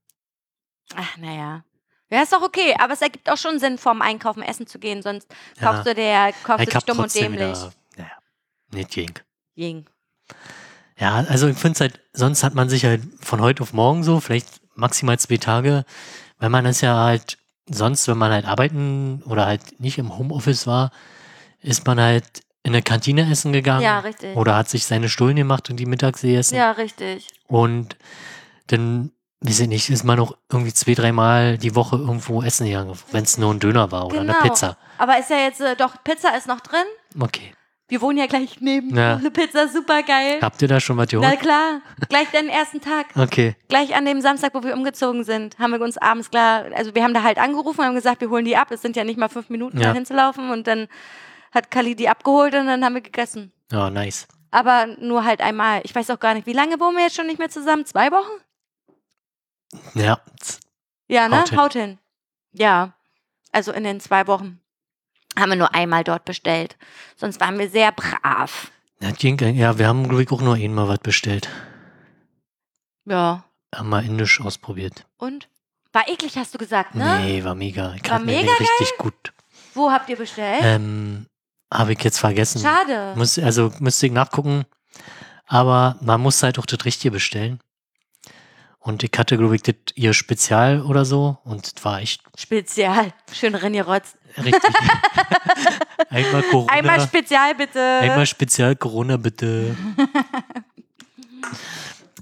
A: Ach, naja. Ja, ist doch okay, aber es ergibt auch schon Sinn, vorm Einkaufen essen zu gehen, sonst
B: Ja.
A: kaufst du dir, kaufst du
B: ich
A: dich
B: hab
A: dumm und
B: trotzdem
A: dämlich.
B: wieder. Naja, nicht ging.
A: Jing.
B: Ja, also ich finde es halt, sonst hat man sich halt von heute auf morgen so, vielleicht maximal zwei Tage, weil man das ja halt, sonst, wenn man halt arbeiten oder halt nicht im Homeoffice war, ist man halt in der Kantine essen gegangen.
A: Ja, richtig.
B: Ähm, Oder hat sich seine Stullen gemacht und die Mittags gegessen.
A: Ja, richtig.
B: Und dann, weiß ich nicht, ist man noch irgendwie zwei, dreimal die Woche irgendwo essen gegangen, wenn es nur ein Döner war oder
A: Genau.
B: eine Pizza.
A: Aber ist ja jetzt äh, doch, Pizza ist noch drin.
B: Okay.
A: Wir wohnen ja gleich neben.
B: Ja.
A: Eine [LAUGHS] Pizza, super geil.
B: Habt ihr da schon was
A: Na
B: geholt?
A: klar, gleich den ersten Tag.
B: Okay.
A: Gleich an dem Samstag, wo wir umgezogen sind, haben wir uns abends klar, also wir haben da halt angerufen, haben gesagt, wir holen die ab. Es sind ja nicht mal fünf Minuten,
B: Ja.
A: dahin zu laufen. Und dann hat Kali die abgeholt und dann haben wir gegessen.
B: Ja, nice.
A: Aber nur halt einmal. Ich weiß auch gar nicht, wie lange wohnen wir jetzt schon nicht mehr zusammen? Zwei Wochen?
B: Ja,
A: Ja, ne?
B: Haut hin.
A: Haut hin. Ja. Also in den zwei Wochen haben wir nur einmal dort bestellt. Sonst waren wir sehr brav.
B: das ging, ja, wir haben, glaube ich, auch nur einmal was bestellt.
A: Ja.
B: Haben mal indisch ausprobiert.
A: Und? War eklig, hast du gesagt, ne?
B: Nee, war mega. Ich
A: War
B: fand den
A: mega
B: richtig gut.
A: Wo habt ihr bestellt?
B: Ähm, Habe ich jetzt vergessen.
A: Schade.
B: Muss, also müsste ich nachgucken. Aber man muss halt auch das Richtige bestellen. Und ich hatte, glaube ich, das ihr Spezial oder so. Und das war echt
A: Spezial. Schön reingerotzt. [LAUGHS]
B: richtig. einmal Corona.
A: Einmal Spezial bitte.
B: einmal Spezial Corona, bitte.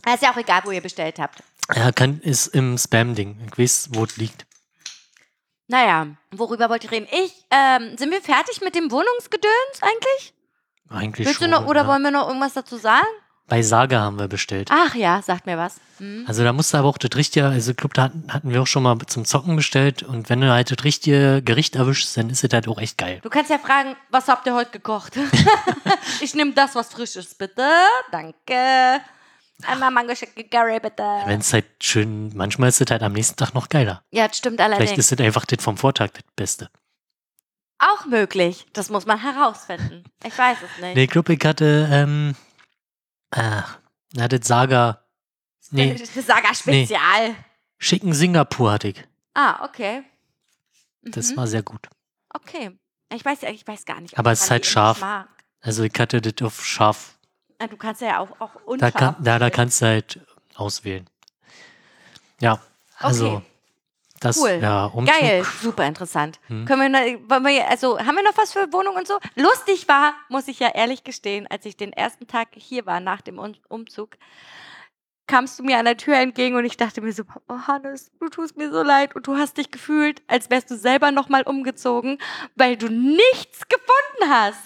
A: Ah, Ist ja auch egal, wo ihr bestellt habt.
B: Ja, kann, ist im Spam-Ding. Ich weiß, wo es liegt.
A: Naja, worüber wollt ihr reden? Ich, ähm, sind wir fertig mit dem Wohnungsgedöns eigentlich?
B: Eigentlich
A: Willst du
B: schon.
A: noch, oder
B: ja.
A: wollen wir noch irgendwas dazu sagen?
B: Bei Saga haben wir bestellt.
A: Ach ja, sagt mir was. Hm?
B: Also da musste aber auch das richtige, also ich glaub, da hatten, hatten wir auch schon mal zum Zocken bestellt und wenn du halt das richtige Gericht erwischst, dann ist es halt auch echt geil.
A: Du kannst ja fragen, was
B: [LAUGHS]
A: habt ihr heute gekocht? ich nehme das, was frisch ist, bitte. Danke. Einmal Mangoschicke Curry, bitte.
B: Wenn es halt schön, manchmal ist es halt am nächsten Tag noch geiler.
A: Ja, das stimmt allerdings.
B: Vielleicht ist es einfach das vom Vortag das Beste.
A: Auch möglich. Das muss man herausfinden. Ich weiß es nicht.
B: Nee, ich glaube, ich hatte, ähm, ach, na, das Saga,
A: [LAUGHS]
B: nee,
A: Saga Spezial.
B: Schicken Singapur hatte ich.
A: Ah, okay.
B: Das
A: Mhm.
B: war sehr gut.
A: Okay. Ich weiß, ja- ich weiß gar nicht. ob
B: Aber
A: ich
B: es ist
A: Rallye
B: halt
A: wirklich
B: scharf.
A: mag.
B: Also ich hatte das auf scharf.
A: Ah, Du kannst ja auch, auch
B: Da,
A: unscharf.
B: kann, da, da
A: wählen.
B: kannst du halt auswählen. Ja, also
A: Okay.
B: das,
A: Cool.
B: ja, Umzug.
A: Geil, super interessant.
B: Hm.
A: Können wir, noch- wollen wir, also haben wir noch was für Wohnung und so? Lustig war, muss ich ja ehrlich gestehen, als ich den ersten Tag hier war nach dem um Umzug, kamst du mir an der Tür entgegen und ich dachte mir so, oh Hannes, du tust mir so leid und du hast dich gefühlt, als wärst du selber nochmal umgezogen, weil du nichts gefunden hast.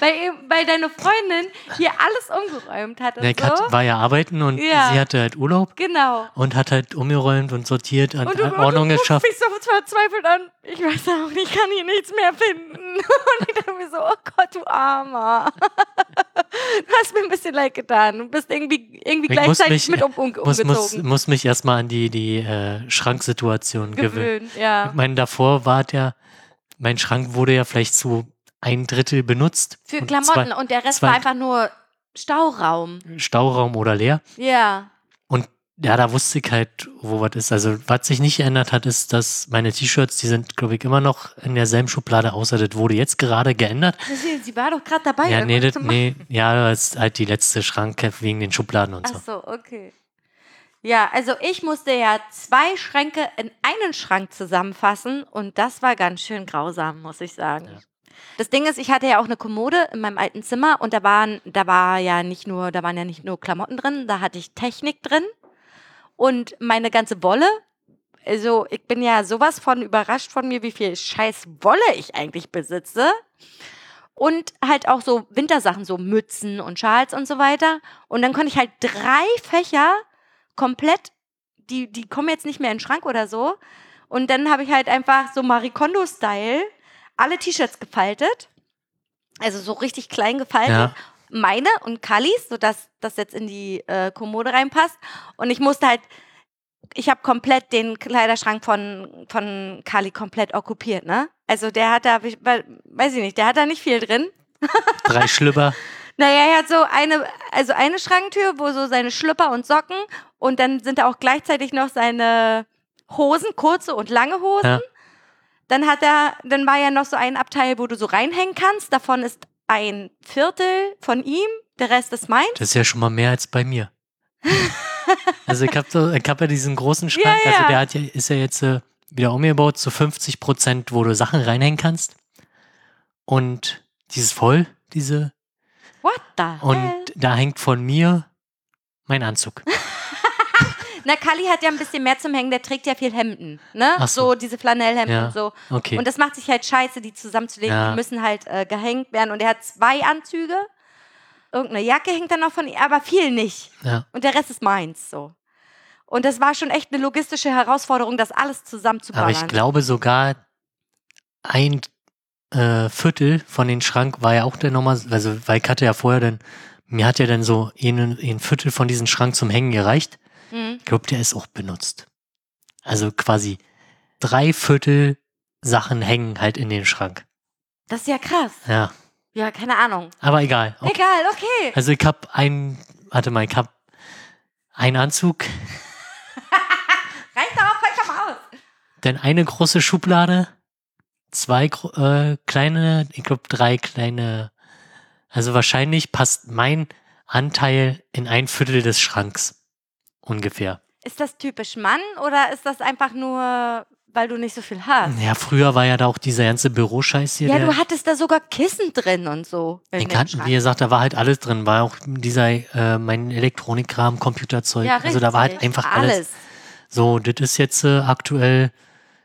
A: Weil, weil deine Freundin hier alles umgeräumt hat und
B: Nee, ich
A: so.
B: hat, war ja arbeiten und
A: Ja.
B: sie hatte halt Urlaub
A: genau.
B: und hat halt umgeräumt und sortiert und,
A: Und du, [LAUGHS]
B: Ordnung
A: und du
B: geschafft.
A: guckst mich so verzweifelt an. Ich weiß auch nicht, ich kann hier nichts mehr finden. [LAUGHS] Und ich dachte mir so, oh Gott, du Armer. [LAUGHS] Du hast mir ein bisschen leid getan. Du bist irgendwie, irgendwie
B: Ich muss
A: gleichzeitig
B: mich-
A: mit um, um,
B: Muss, muss,
A: umgezogen.
B: muss mich erstmal an die, die äh, Schranksituation gewöhnen.
A: Gewöhnt, ja.
B: Ich meine, davor war es ja, mein Schrank wurde ja vielleicht zu ein Drittel benutzt.
A: Für
B: und
A: Klamotten. Und der Rest
B: zwei-
A: war einfach nur Stauraum.
B: Zwei, Stauraum oder leer.
A: Ja.
B: Und ja, da wusste ich halt, wo was ist. Also, was sich nicht geändert hat, ist, dass meine T-Shirts, die sind, glaube ich, immer noch in derselben Schublade, außer das wurde jetzt gerade geändert.
A: Sie, sie war doch gerade dabei.
B: ja, nee,
A: irgendwas
B: das,
A: zu machen.
B: nee, ja, das ist halt die letzte Schranke wegen den Schubladen und so.
A: Ach so, okay. Ja, also ich musste ja zwei Schränke in einen Schrank zusammenfassen und das war ganz schön grausam, muss ich sagen.
B: Ja.
A: Das Ding ist, ich hatte ja auch eine Kommode in meinem alten Zimmer und da waren, da war ja nicht nur, da waren ja nicht nur Klamotten drin, da hatte ich Technik drin und meine ganze Wolle. Also ich bin ja sowas von überrascht von mir, wie viel Scheiß Wolle ich eigentlich besitze und halt auch so Wintersachen, so Mützen und Schals und so weiter. Und dann konnte ich halt drei Fächer komplett, die, die kommen jetzt nicht mehr in den Schrank oder so. Und dann habe ich halt einfach so Marie Kondo-Style alle T-Shirts gefaltet. Also so richtig klein gefaltet.
B: Ja.
A: Meine und Kallis, sodass das jetzt in die äh, Kommode reinpasst. Und ich musste halt, ich habe komplett den Kleiderschrank von, von Kali komplett okkupiert, ne? Also der hat da, weiß ich nicht, der hat da nicht viel drin.
B: Drei Schlüpper.
A: Naja, er hat so eine, also eine Schranktür, wo so seine Schlüpper und Socken und dann sind da auch gleichzeitig noch seine Hosen, kurze und lange Hosen.
B: Ja.
A: Dann hat er, dann war ja noch so ein Abteil, wo du so reinhängen kannst. Davon ist ein Viertel von ihm, der Rest ist mein.
B: Das ist ja schon mal mehr als
A: [LAUGHS]
B: bei mir. also ich habe so, ich hab ja diesen großen Schrank,
A: Ja, ja.
B: also der hat ja, ist ja jetzt äh, wieder umgebaut zu 50 Prozent, wo du Sachen reinhängen kannst. Und die ist voll, diese.
A: What the
B: Und
A: hell?
B: da hängt von mir mein Anzug.
A: Na, Kali hat ja ein bisschen mehr zum Hängen, der trägt ja viel Hemden, ne?
B: Ach so.
A: So diese Flanellhemden
B: Ja.
A: und so.
B: Okay.
A: Und das macht sich halt scheiße, die zusammenzulegen.
B: Ja.
A: Die müssen halt äh, gehängt werden. Und er hat zwei Anzüge. Irgendeine Jacke hängt dann noch von ihm, aber viel nicht.
B: ja.
A: Und der Rest ist meins, so. Und das war schon echt eine logistische Herausforderung, das alles
B: Aber
A: zusammenzuballern.
B: ich glaube sogar ein äh, Viertel von den Schrank war ja auch dann nochmal, also weil ich hatte ja vorher dann, mir hat ja dann so ein, ein Viertel von diesem Schrank zum Hängen gereicht.
A: Mhm.
B: Ich glaube, der ist auch benutzt. Also quasi drei Viertel Sachen hängen halt in den Schrank.
A: Das ist ja krass.
B: Ja,
A: Ja, keine Ahnung.
B: aber egal. Okay.
A: Egal, okay.
B: Also ich habe ein, warte mal, ich habe einen Anzug,
A: Reicht darauf vollkommen aus.
B: dann eine große Schublade, zwei gro- äh, kleine, ich glaube drei kleine. Also wahrscheinlich passt mein Anteil in ein Viertel des Schranks ungefähr.
A: Ist das typisch Mann oder ist das einfach nur, weil du nicht so viel hast?
B: Ja, früher war ja da auch dieser ganze Büroscheiß hier.
A: Ah. Ja,
B: der,
A: du hattest da sogar Kissen drin und so. in
B: Den
A: dem
B: kannten,
A: Schrank.
B: wie gesagt, da war halt alles drin. War auch dieser, äh, mein Elektronikkram, Computerzeug.
A: Ja,
B: also da war halt
A: richtig.
B: einfach alles. So, das ist jetzt äh, aktuell,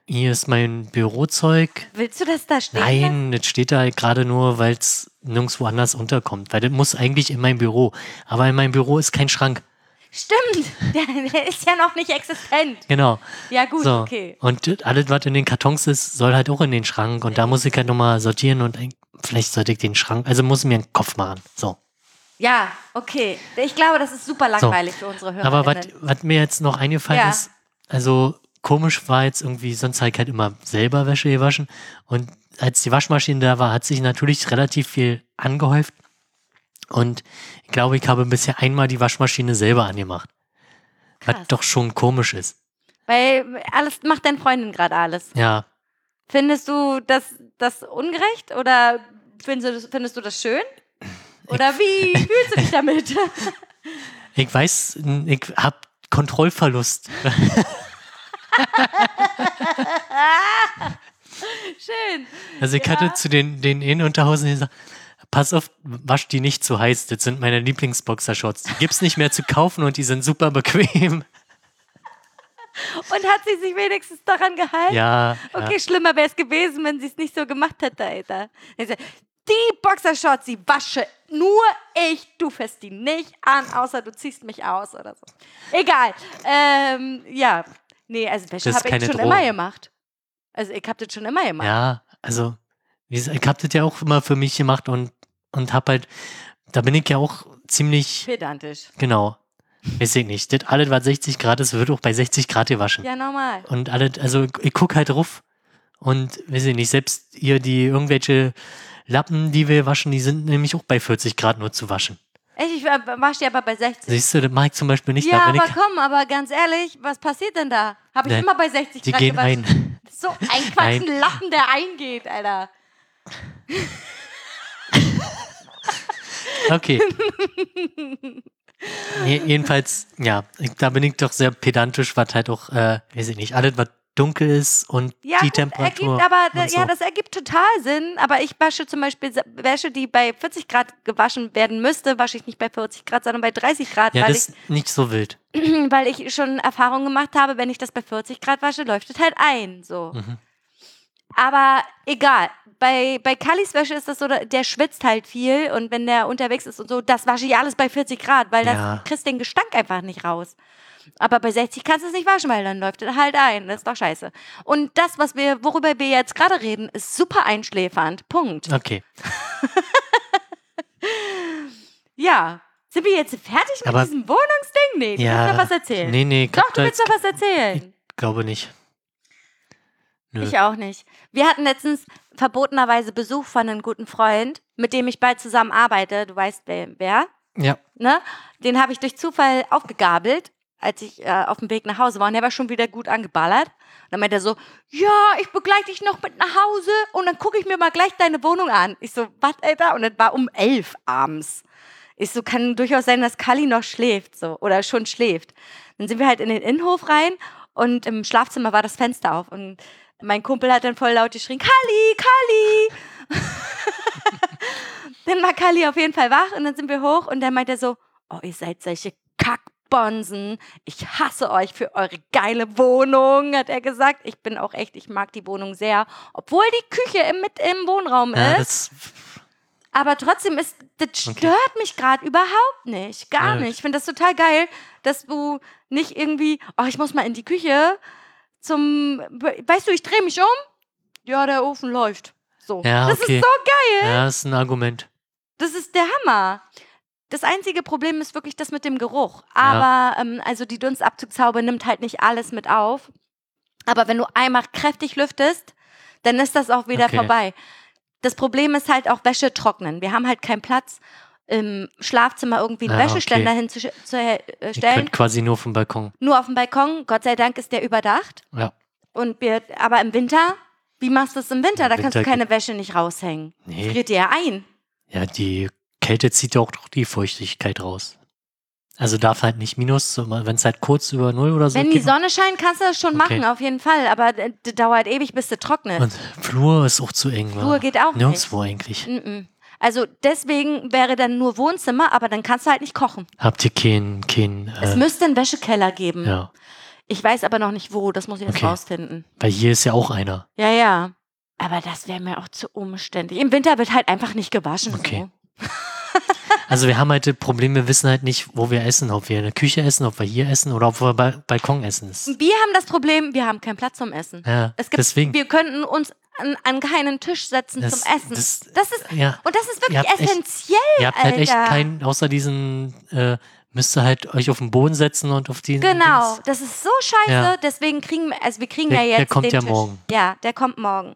B: hier ist mein Bürozeug.
A: Willst du das da stehen? lassen?
B: Nein, das steht da halt gerade nur, weil es nirgendwo anders unterkommt. Weil das muss eigentlich in mein Büro. Aber in meinem Büro ist kein Schrank.
A: Stimmt. [LAUGHS] Der, der ist ja noch nicht existent.
B: Genau.
A: Ja, gut,
B: so.
A: okay.
B: Und das alles, was in den Kartons ist, soll halt auch in den Schrank. Und da muss ich halt nochmal sortieren und ein- vielleicht sollte ich den Schrank, also muss ich mir einen Kopf machen. So.
A: Ja, okay. Ich glaube, das ist super langweilig für unsere Hörer.
B: Aber was mir jetzt noch eingefallen
A: Ja.
B: ist, also komisch war jetzt irgendwie, sonst habe ich halt immer selber Wäsche gewaschen. Und als die Waschmaschine da war, hat sich natürlich relativ viel angehäuft. Und ich glaube, ich habe bisher einmal die Waschmaschine selber angemacht.
A: Krass.
B: Was doch schon komisch ist.
A: Weil alles macht deine Freundin gerade alles.
B: Ja,
A: Findest du das, das ungerecht oder findest du das, findest du das schön? Oder
B: [LAUGHS]
A: wie fühlst du dich damit? [LAUGHS]
B: ich weiß, ich habe Kontrollverlust.
A: Schön.
B: Also ich hatte zu den, den Innenunterhosen gesagt, pass auf, wasch die nicht zu heiß. Das sind meine Lieblingsboxershorts. Die gibt's nicht mehr zu kaufen und die sind
A: [LAUGHS]
B: super bequem.
A: Und hat sie sich wenigstens daran gehalten?
B: Ja.
A: Okay,
B: ja.
A: schlimmer wäre es gewesen, wenn sie es nicht so gemacht hätte, Alter. Also, die Boxershorts, die wasche nur ich. Du fährst die nicht an, außer du ziehst mich aus oder so. Egal. Ähm, ja. Nee, also Wäsche
B: Das ist
A: habe ich
B: keine
A: schon
B: Drohung.
A: immer gemacht. Also ich habe das schon immer gemacht.
B: Ja, also wie gesagt, ich hab das ja auch immer für mich gemacht und, und hab halt, da bin ich ja auch ziemlich,
A: Pedantisch.
B: genau, weiß ich nicht, das alles, was 60 Grad ist, wird auch bei 60 Grad gewaschen.
A: Ja, normal.
B: Und alle, also ich, ich guck halt ruf und weiß ich nicht, selbst hier die irgendwelche Lappen, die wir waschen, die sind nämlich auch bei 40 Grad nur zu waschen.
A: Echt, ich wa- wasche die aber bei 60.
B: Siehst du, das mag ich zum Beispiel nicht,
A: ja,
B: da bin
A: aber
B: ich,
A: komm, aber ganz ehrlich, was passiert denn da? Habe ich
B: Ne,
A: immer bei 60
B: die
A: Grad
B: gehen
A: gewaschen.
B: ein.
A: Das ist So ein Quatsch, ein
B: Nein.
A: Lappen, der eingeht, Alter.
B: Okay.
A: [LAUGHS]
B: Je- Jedenfalls, ja, ich, da bin ich doch sehr pedantisch, was halt auch, äh, weiß ich nicht, alles, was dunkel ist und
A: Ja,
B: die
A: gut,
B: Temperatur.
A: Ergibt aber,
B: und so.
A: Ja, das ergibt total Sinn, aber ich wasche zum Beispiel Sa- Wäsche, die bei 40 Grad gewaschen werden müsste, wasche ich nicht bei 40 Grad, sondern bei 30 Grad,
B: ja,
A: weil,
B: das ist nicht so wild.
A: ich, weil ich schon Erfahrung gemacht habe, wenn ich das bei 40 Grad wasche, läuft es halt ein. So.
B: Mhm.
A: Aber egal. Bei, bei Kallis Wäsche ist das so, da- der schwitzt halt viel und wenn der unterwegs ist und so, das wasche ich alles bei 40 Grad, weil
B: Ja.
A: das kriegst den Gestank einfach nicht raus. Aber bei 60 kannst du es nicht waschen, weil dann läuft es halt ein. Das ist doch scheiße. Und das, was wir, worüber wir jetzt gerade reden, ist super einschläfernd. Punkt.
B: Okay.
A: Ja. Sind wir jetzt fertig mit
B: Aber-
A: diesem Wohnungsding? Nee, du
B: Ja.
A: willst noch was erzählen.
B: Nee, nee, ich
A: doch,
B: hab
A: du
B: da-
A: willst noch was erzählen.
B: glaube nicht. Nö.
A: Ich auch nicht. Wir hatten letztens verbotenerweise Besuch von einem guten Freund, mit dem ich bald zusammen arbeite. Du weißt wer, wer
B: Ja,
A: ne? Den habe ich durch Zufall aufgegabelt, als ich äh, auf dem Weg nach Hause war. Und der war schon wieder gut angeballert. Und dann meinte er so, ja, ich begleite dich noch mit nach Hause und dann gucke ich mir mal gleich deine Wohnung an. Ich so, was, Alter? Und das war um elf abends. Ich so, kann durchaus sein, dass Kali noch schläft, so, oder schon schläft. Dann sind wir halt in den Innenhof rein und im Schlafzimmer war das Fenster auf und mein Kumpel hat dann voll laut geschrien, Kali, Kali! [LAUGHS] dann war Kali auf jeden Fall wach und dann sind wir hoch und dann meint er so, oh, ihr seid solche Kackbonsen, ich hasse euch für eure geile Wohnung, hat er gesagt. Ich bin auch echt, ich mag die Wohnung sehr, obwohl die Küche im, mit im Wohnraum ist.
B: ja das,
A: Aber trotzdem ist, das stört mich gerade überhaupt nicht. Gar
B: Ja.
A: nicht. Ich finde das total geil, dass du nicht irgendwie, oh, ich muss mal in die Küche zum, weißt du, ich drehe mich um. Ja, der Ofen läuft. So.
B: Ja,
A: das
B: okay.
A: ist so geil.
B: ja, das ist ein Argument.
A: Das ist der Hammer. Das einzige Problem ist wirklich das mit dem Geruch. Aber ähm, also die Dunstabzugshaube nimmt halt nicht alles mit auf. Aber wenn du einmal kräftig lüftest, dann ist das auch wieder
B: Okay.
A: vorbei. Das Problem ist halt auch Wäsche trocknen. Wir haben halt keinen Platz im Schlafzimmer irgendwie einen
B: Ah,
A: Wäscheständer
B: okay.
A: hinzustellen. Äh,
B: Ich
A: stellen.
B: könnte quasi nur vom Balkon.
A: Nur auf dem Balkon. Gott sei Dank ist der überdacht.
B: Ja.
A: Und wir, aber im Winter, wie machst du es im Winter?
B: Im
A: da kannst du
B: Winter
A: keine Wäsche nicht raushängen.
B: Nee.
A: Friert dir ja ein.
B: Ja, die Kälte zieht ja auch doch die Feuchtigkeit raus. Also darf halt nicht minus, wenn es halt kurz über null oder so
A: Wenn die
B: geht.
A: Sonne scheint, kannst du das schon
B: Okay.
A: machen, auf jeden Fall. Aber äh, d- d- dauert ewig, bis du trocknest.
B: Und Flur ist auch zu eng. wa?
A: Flur geht auch nicht.
B: Nirgendwo eigentlich.
A: Mm-mm. Also deswegen wäre dann nur Wohnzimmer, aber dann kannst du halt nicht kochen.
B: Habt ihr keinen, keinen,
A: Es
B: äh,
A: müsste einen Wäschekeller geben.
B: ja.
A: Ich weiß aber noch nicht wo, das muss ich jetzt
B: Okay.
A: rausfinden.
B: Weil hier ist ja auch einer.
A: Ja, ja. Aber das wäre mir auch zu umständlich. Im Winter wird halt einfach nicht gewaschen.
B: Okay.
A: Okay.
B: Also wir haben halt das Problem, wir wissen halt nicht, wo wir essen, ob wir in der Küche essen, ob wir hier essen oder ob wir bei Balkon essen. Das-
A: So. Wir haben das Problem, wir haben keinen Platz zum Essen.
B: Ja,
A: Es gibt,
B: deswegen.
A: Wir könnten uns an, an keinen Tisch setzen
B: Das-
A: zum Essen. Das,
B: das-
A: ist
B: Ja.
A: und das ist
B: Ihr
A: wirklich
B: habt echt-
A: essentiell.
B: Ihr habt halt echt
A: Alter.
B: keinen, außer diesen, äh, müsst ihr halt euch auf den Boden setzen und auf diesen.
A: Genau,
B: Dings-
A: das ist so scheiße.
B: Ja.
A: Deswegen kriegen wir, also wir kriegen
B: Der-
A: ja jetzt.
B: der kommt
A: den
B: ja
A: Tisch.
B: morgen.
A: Ja, der kommt morgen.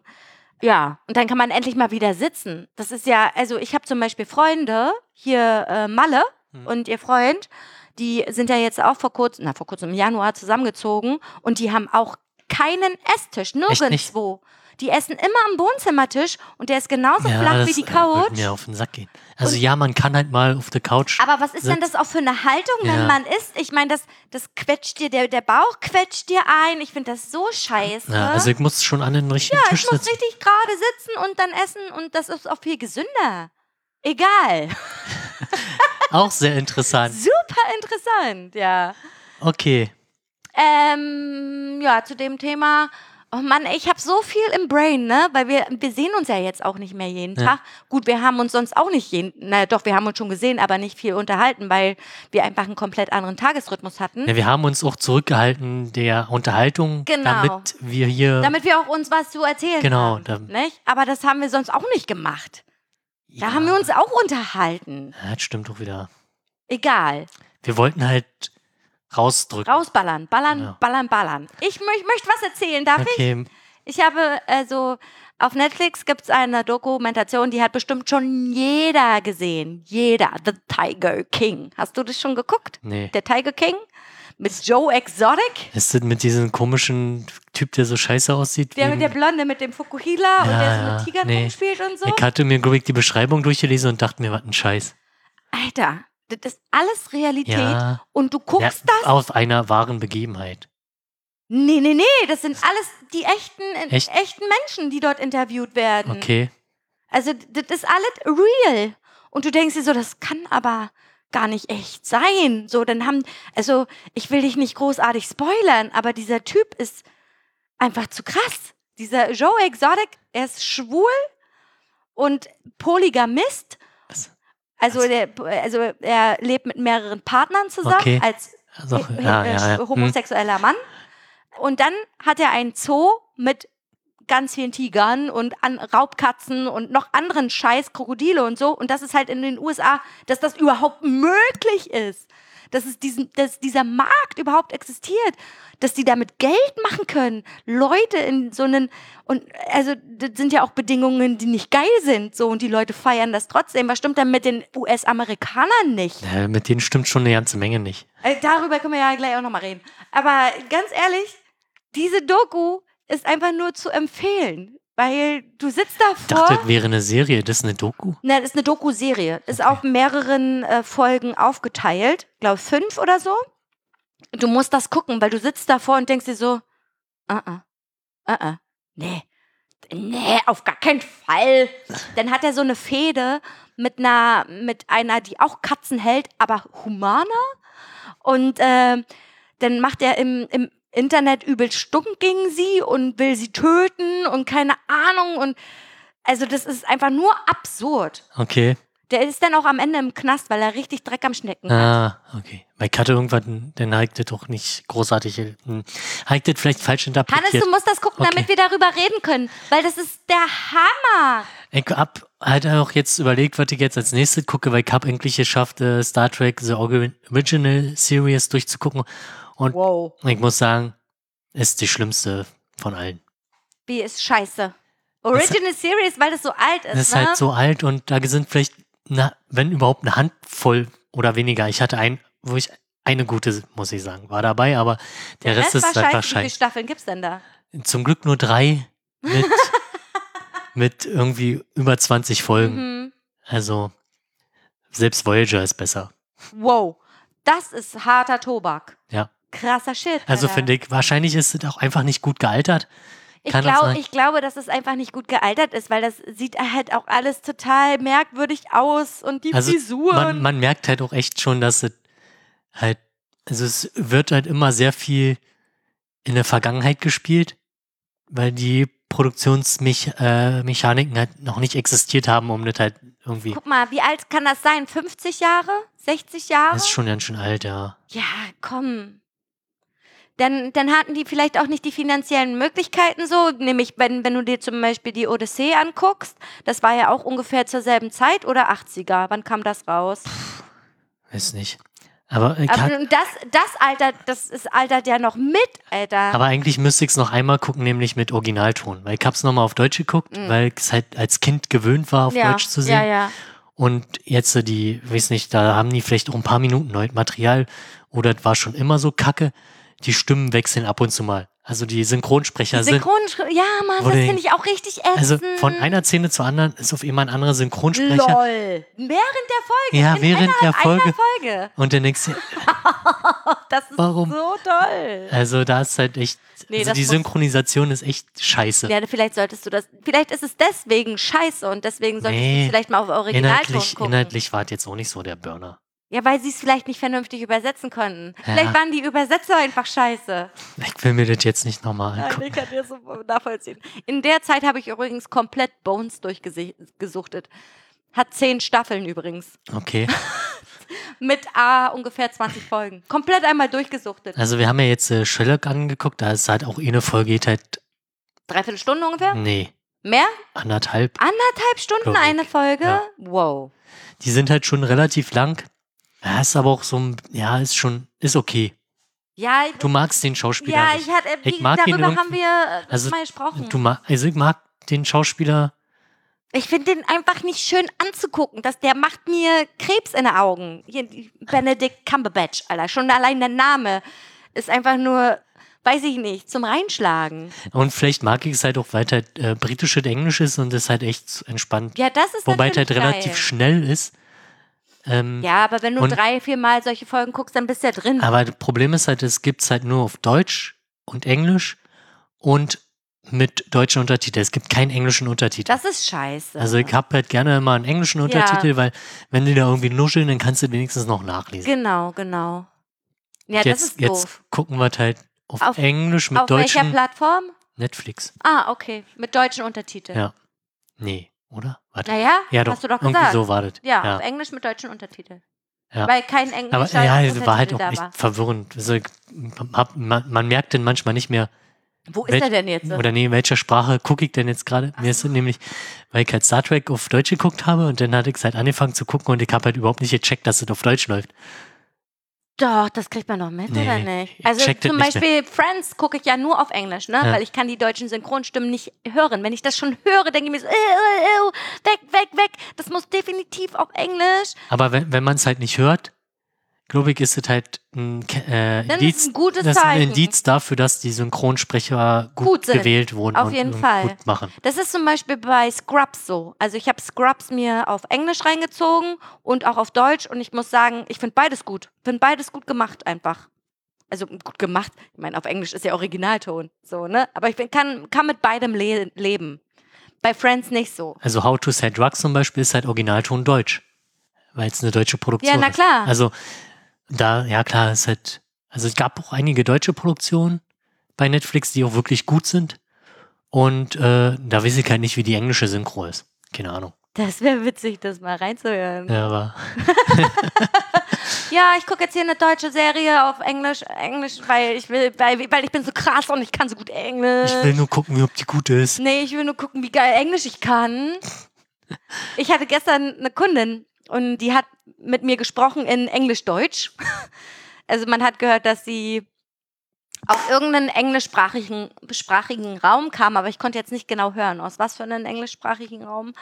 A: Ja, und dann kann man endlich mal wieder sitzen. Das ist ja, also ich habe zum Beispiel Freunde, hier äh, Malle
B: Hm.
A: und ihr Freund, die sind ja jetzt auch vor kurzem, na vor kurzem im Januar zusammengezogen und die haben auch keinen Esstisch,
B: nicht?
A: nirgendwo. Die essen immer am Wohnzimmertisch und der ist genauso flach wie
B: das,
A: die
B: äh, würde
A: Couch.
B: Mir auf den Sack gehen. Also ja, man kann halt mal auf der Couch.
A: Aber was ist denn
B: sitzt.
A: das auch für eine Haltung, wenn
B: Ja.
A: man isst? Ich meine, das, das quetscht dir, der, der Bauch quetscht dir ein. Ich finde das so scheiße.
B: Ja, also ich muss schon an den richtigen
A: Ja,
B: Tisch
A: ich muss
B: sitzen.
A: richtig gerade sitzen und dann essen und das ist auch viel gesünder. Egal. [LAUGHS]
B: Auch sehr interessant.
A: Super interessant, ja.
B: Okay.
A: Ähm, ja, zu dem Thema. Oh Mann, ey, ich habe so viel im Brain, ne? Weil wir, wir sehen uns ja jetzt auch nicht mehr jeden
B: Ja.
A: Tag. Gut, wir haben uns sonst auch nicht jeden, na doch, wir haben uns schon gesehen, aber nicht viel unterhalten, weil wir einfach einen komplett anderen Tagesrhythmus hatten.
B: Ja, wir haben uns auch zurückgehalten der Unterhaltung,
A: Genau.
B: damit wir hier.
A: Damit wir auch uns was zu erzählen
B: Genau,
A: haben.
B: dann-
A: nicht? Aber das haben wir sonst auch nicht gemacht. Da haben wir uns auch unterhalten.
B: Ja, das stimmt doch wieder.
A: Egal.
B: Wir wollten halt rausdrücken.
A: Rausballern, ballern,
B: Ja.
A: ballern, ballern. Ich, mö- ich möchte was erzählen, darf ich?
B: Okay,
A: Ich habe, also auf Netflix gibt es eine Dokumentation, die hat bestimmt schon jeder gesehen. Jeder. The Tiger King. Hast du das schon geguckt?
B: nee.
A: Der Tiger King? Mit Joe Exotic?
B: Ist das mit diesem komischen Typ, der so scheiße aussieht?
A: Der
B: wie
A: mit der
B: ein-
A: Blonde, mit dem Fukuhila und
B: Ja,
A: der so
B: ja,
A: mit Tigern
B: nee.
A: rumspielt und so?
B: Ich hatte mir, glaube ich, die Beschreibung durchgelesen und dachte mir, was ein Scheiß.
A: Alter, das ist alles Realität.
B: Ja.
A: Und du guckst
B: ja,
A: das?
B: Auf einer wahren Begebenheit.
A: Nee, nee, nee, das sind alles die echten, äh,
B: Echt?
A: echten Menschen, die dort interviewt werden.
B: Okay.
A: Also d- das ist alles real. Und du denkst dir so, das kann aber gar nicht echt sein. So, dann haben, also ich will dich nicht großartig spoilern, aber dieser Typ ist einfach zu krass. Dieser Joe Exotic, er ist schwul und Polygamist.
B: Was?
A: Also,
B: Was?
A: der, also er lebt mit mehreren Partnern zusammen
B: Okay.
A: als
B: Also,
A: He-
B: ja,
A: äh,
B: ja, ja. Hm.
A: homosexueller Mann. Und dann hat er einen Zoo mit ganz vielen Tigern und an Raubkatzen und noch anderen Scheiß, Krokodile und so. Und das ist halt in den USA, dass das überhaupt möglich ist. Dass, es diesen, dass dieser Markt überhaupt existiert, dass die damit Geld machen können. Leute in so einen, und also das sind ja auch Bedingungen, die nicht geil sind, so und die Leute feiern das trotzdem. Was stimmt denn mit den US-Amerikanern nicht?
B: Ja, mit denen stimmt schon eine ganze Menge nicht.
A: Äh, Darüber können wir ja gleich auch nochmal reden. Aber ganz ehrlich, diese Doku ist einfach nur zu empfehlen, weil du sitzt
B: Ich
A: davor.
B: dachte, das wäre eine Serie. Das ist eine Doku.
A: Na, das ist eine Doku-Serie. Ist
B: Okay.
A: auf mehreren äh, Folgen aufgeteilt. Glaube fünf oder so. Du musst das gucken, weil du sitzt davor und denkst dir so, ah, ah, ah, ah, nee. Nee, auf gar keinen Fall. Dann hat er so eine Fehde mit einer, mit einer, die auch Katzen hält, aber humaner. Und ähm, dann macht er im, im Internet übel stunk gegen sie und will sie töten und keine Ahnung. Und also das ist einfach nur absurd.
B: Okay.
A: Der ist dann auch am Ende im Knast, weil er richtig Dreck am Schnecken hat.
B: Ah, okay. Weil ich hatte irgendwann, dann habe ich das doch nicht großartig. Hm. Habe ich das vielleicht falsch
A: Hannes,
B: interpretiert?
A: du musst das gucken,
B: Okay.
A: damit wir darüber reden können, weil das ist der Hammer.
B: Ich hab halt auch jetzt überlegt, was ich jetzt als nächstes gucke, weil ich hab eigentlich geschafft, äh, Star Trek The Orgi- Original Series durchzugucken. Und
A: Wow.
B: ich muss sagen, ist die schlimmste von allen.
A: Wie ist scheiße. Original Series, weil das so alt ist,
B: Das ist
A: ne?
B: halt so alt und da sind vielleicht, na, wenn überhaupt, eine Handvoll oder weniger. Ich hatte ein, wo ich eine gute, muss ich sagen, war dabei, aber der, Rest, ist halt
A: war
B: einfach
A: Wie viele
B: scheiße.
A: Staffeln gibt's denn da?
B: Zum Glück nur drei [LAUGHS] mit, mit irgendwie über 20 Folgen.
A: Mhm.
B: Also, selbst Voyager ist besser.
A: Wow. Das ist harter Tobak.
B: Ja.
A: Krasser Shit.
B: Also
A: Alter.
B: finde ich, wahrscheinlich ist es auch einfach nicht gut gealtert.
A: Ich,
B: Kann auch
A: glaub,
B: sein.
A: ich glaube, dass es einfach nicht gut gealtert ist, weil das sieht halt auch alles total merkwürdig aus und die
B: Also
A: Frisur.
B: Man,
A: und-
B: man merkt halt auch echt schon, dass es halt, also es wird halt immer sehr viel in der Vergangenheit gespielt, weil die Produktionsmechaniken äh, Mechaniken halt noch nicht existiert haben, um das halt irgendwie.
A: Guck mal, wie alt kann das sein? 50 Jahre? 60 Jahre?
B: Das ist schon ganz schön alt, ja.
A: Ja, komm. dann, dann hatten die vielleicht auch nicht die finanziellen Möglichkeiten so. Nämlich, wenn, wenn du dir zum Beispiel die Odyssee anguckst, das war ja auch ungefähr zur selben Zeit oder 80er. Wann kam das raus?
B: Weiß nicht. Aber, äh,
A: Aber
B: kann,
A: nun, das, das Alter, das ist altert ja noch mit, Alter.
B: aber eigentlich müsste ich es noch einmal gucken, nämlich mit Originalton. Weil ich hab's nochmal auf Deutsch geguckt, weil ich es halt als Kind gewöhnt war, auf
A: Mhm. ja,
B: Deutsch zu sehen.
A: ja, ja.
B: Und jetzt äh, die, weiß nicht, da haben die vielleicht auch ein paar Minuten neues Material oder es war schon immer so kacke. Die Stimmen wechseln ab und zu mal. Also die Synchronsprecher
A: Die
B: sind.
A: Synchronschrift, ja, Mann,
B: also Wo
A: das
B: denn-
A: finde ich auch richtig ätzend.
B: Also von einer Szene zur anderen ist auf immer ein anderer Synchronsprecher.
A: LOL. Während der Folge.
B: Ja,
A: in
B: während
A: einer,
B: der Folge.
A: Einer Folge.
B: Und der nächste,
A: Das ist
B: Warum?
A: so toll.
B: also da ist halt echt,
A: Nee,
B: also
A: das
B: die
A: muss-
B: Synchronisation ist echt scheiße.
A: Ja, vielleicht solltest du das, vielleicht ist es deswegen scheiße und deswegen solltest
B: Nee.
A: du vielleicht mal auf Originalton
B: inhaltlich,
A: gucken.
B: inhaltlich war es jetzt auch nicht so der Burner.
A: Ja, weil sie es vielleicht nicht vernünftig übersetzen konnten.
B: Ja.
A: Vielleicht waren die Übersetzer einfach scheiße.
B: Ich will mir das jetzt nicht nochmal
A: Nein,
B: angucken.
A: ich kann das so nachvollziehen. In der Zeit habe ich übrigens komplett Bones durchgesuchtet. Hat zehn Staffeln übrigens.
B: Okay.
A: Mit A ungefähr
B: [LAUGHS]
A: 20 Folgen. Komplett einmal durchgesuchtet.
B: Also wir haben ja jetzt äh, Sherlock angeguckt, da ist halt auch eh eine Folge, geht halt,
A: Dreiviertel Stunde ungefähr?
B: nee,
A: Mehr?
B: anderthalb.
A: Anderthalb Stunden
B: Glaube ich.
A: eine Folge?
B: Ja.
A: Wow.
B: Die sind halt schon relativ lang. Ja, ist aber auch so ein, ja, ist schon, ist okay.
A: Ja, ich,
B: Du magst den Schauspieler
A: ja,
B: nicht.
A: ich hatte, wie,
B: Ich mag ihn
A: darüber haben
B: irgendwie-
A: wir äh,
B: Also,
A: mal gesprochen.
B: du ma also ich mag den Schauspieler,
A: ich finde den einfach nicht schön anzugucken. Das, der macht mir Krebs in den Augen. Hier, die Benedict Cumberbatch, Alter. Schon allein der Name ist einfach nur, weiß ich nicht, zum Reinschlagen.
B: und vielleicht mag ich es halt auch, weil es halt äh, britisch und englisch ist und ist halt echt entspannt.
A: Ja, das ist
B: Wobei es
A: natürlich
B: halt relativ
A: geil.
B: schnell ist. Ähm,
A: Ja, aber wenn du
B: Und-
A: drei, vier Mal solche Folgen guckst, dann bist du ja drin.
B: Aber das Problem ist halt, es gibt es halt nur auf Deutsch und Englisch und mit deutschen Untertiteln. Es gibt keinen englischen Untertitel.
A: Das ist scheiße.
B: also ich habe halt gerne immer einen englischen Untertitel, weil wenn die da irgendwie nuscheln, dann kannst du wenigstens noch nachlesen.
A: genau, genau. Ja, das
B: jetzt
A: ist
B: jetzt
A: doof.
B: gucken wir halt auf,
A: Auf-
B: Englisch mit
A: Auf welcher
B: deutschen
A: Plattform?
B: Netflix.
A: Ah, okay. Mit deutschen Untertiteln.
B: Ja. Nee, oder? Warte.
A: Naja,
B: ja, doch.
A: hast du doch
B: irgendwie
A: gesagt.
B: so war das.
A: ja, auf Englisch mit deutschen Untertiteln.
B: Ja.
A: Weil kein Englisch
B: Aber ja, es war halt auch echt verwirrend. Also, ich hab, man, man merkt dann manchmal nicht mehr,
A: Wo ist
B: Wel-
A: er denn jetzt?
B: Oder nee, in welcher Sprache gucke ich denn jetzt gerade? Mir ist nämlich, weil ich halt Star Trek auf Deutsch geguckt habe und dann hatte ich es halt angefangen zu gucken und ich habe halt überhaupt nicht gecheckt, dass es auf Deutsch läuft.
A: Doch, das kriegt man doch mit,
B: Nee,
A: oder nicht?
B: ich
A: Also
B: check das
A: zum
B: nicht
A: Beispiel Friends gucke ich ja nur auf Englisch, ne?
B: Ja.
A: Weil ich kann die deutschen Synchronstimmen nicht hören. Wenn ich das schon höre, denke ich mir so, äh, äh, äh, weg, weg, weg. Das muss definitiv auf Englisch.
B: Aber wenn, wenn man es halt nicht hört, glaube ich, ist es halt ein Ke- äh,
A: Dann ist es ein gutes
B: das ist ein
A: Zeichen.
B: Indiz dafür, dass die Synchronsprecher gut,
A: Gut sind.
B: gewählt wurden
A: Auf
B: und,
A: jeden
B: und
A: Fall.
B: gut machen.
A: Das ist zum Beispiel bei Scrubs so. Also ich habe Scrubs mir auf Englisch reingezogen und auch auf Deutsch und ich muss sagen, ich finde beides gut. Finde beides gut gemacht einfach. Also gut gemacht. Ich meine, auf Englisch ist ja Originalton, so ne. Aber ich bin, kann kann mit beidem le leben. Bei Friends nicht so.
B: Also How to Sell Drugs zum Beispiel ist halt Originalton Deutsch, weil es eine deutsche Produktion
A: Ja, na
B: ist.
A: klar.
B: Also da, ja klar, es hat, also es gab auch einige deutsche Produktionen bei Netflix, die auch wirklich gut sind. Und äh, da weiß ich halt nicht, wie die englische Synchro ist. Keine Ahnung.
A: Das wäre witzig, das mal reinzuhören. Ja,
B: Ja, aber
A: ich gucke jetzt hier eine deutsche Serie auf Englisch, Englisch, weil ich will, weil, weil ich bin so krass und ich kann so gut Englisch.
B: ich will nur gucken, wie ob die gut ist.
A: Nee, ich will nur gucken, wie geil Englisch ich kann. Ich hatte gestern eine Kundin und die hat mit mir gesprochen in Englisch-Deutsch. Also man hat gehört, dass sie aus irgendeinem englischsprachigen sprachigen Raum kam, aber ich konnte jetzt nicht genau hören, aus was für einem englischsprachigen Raum.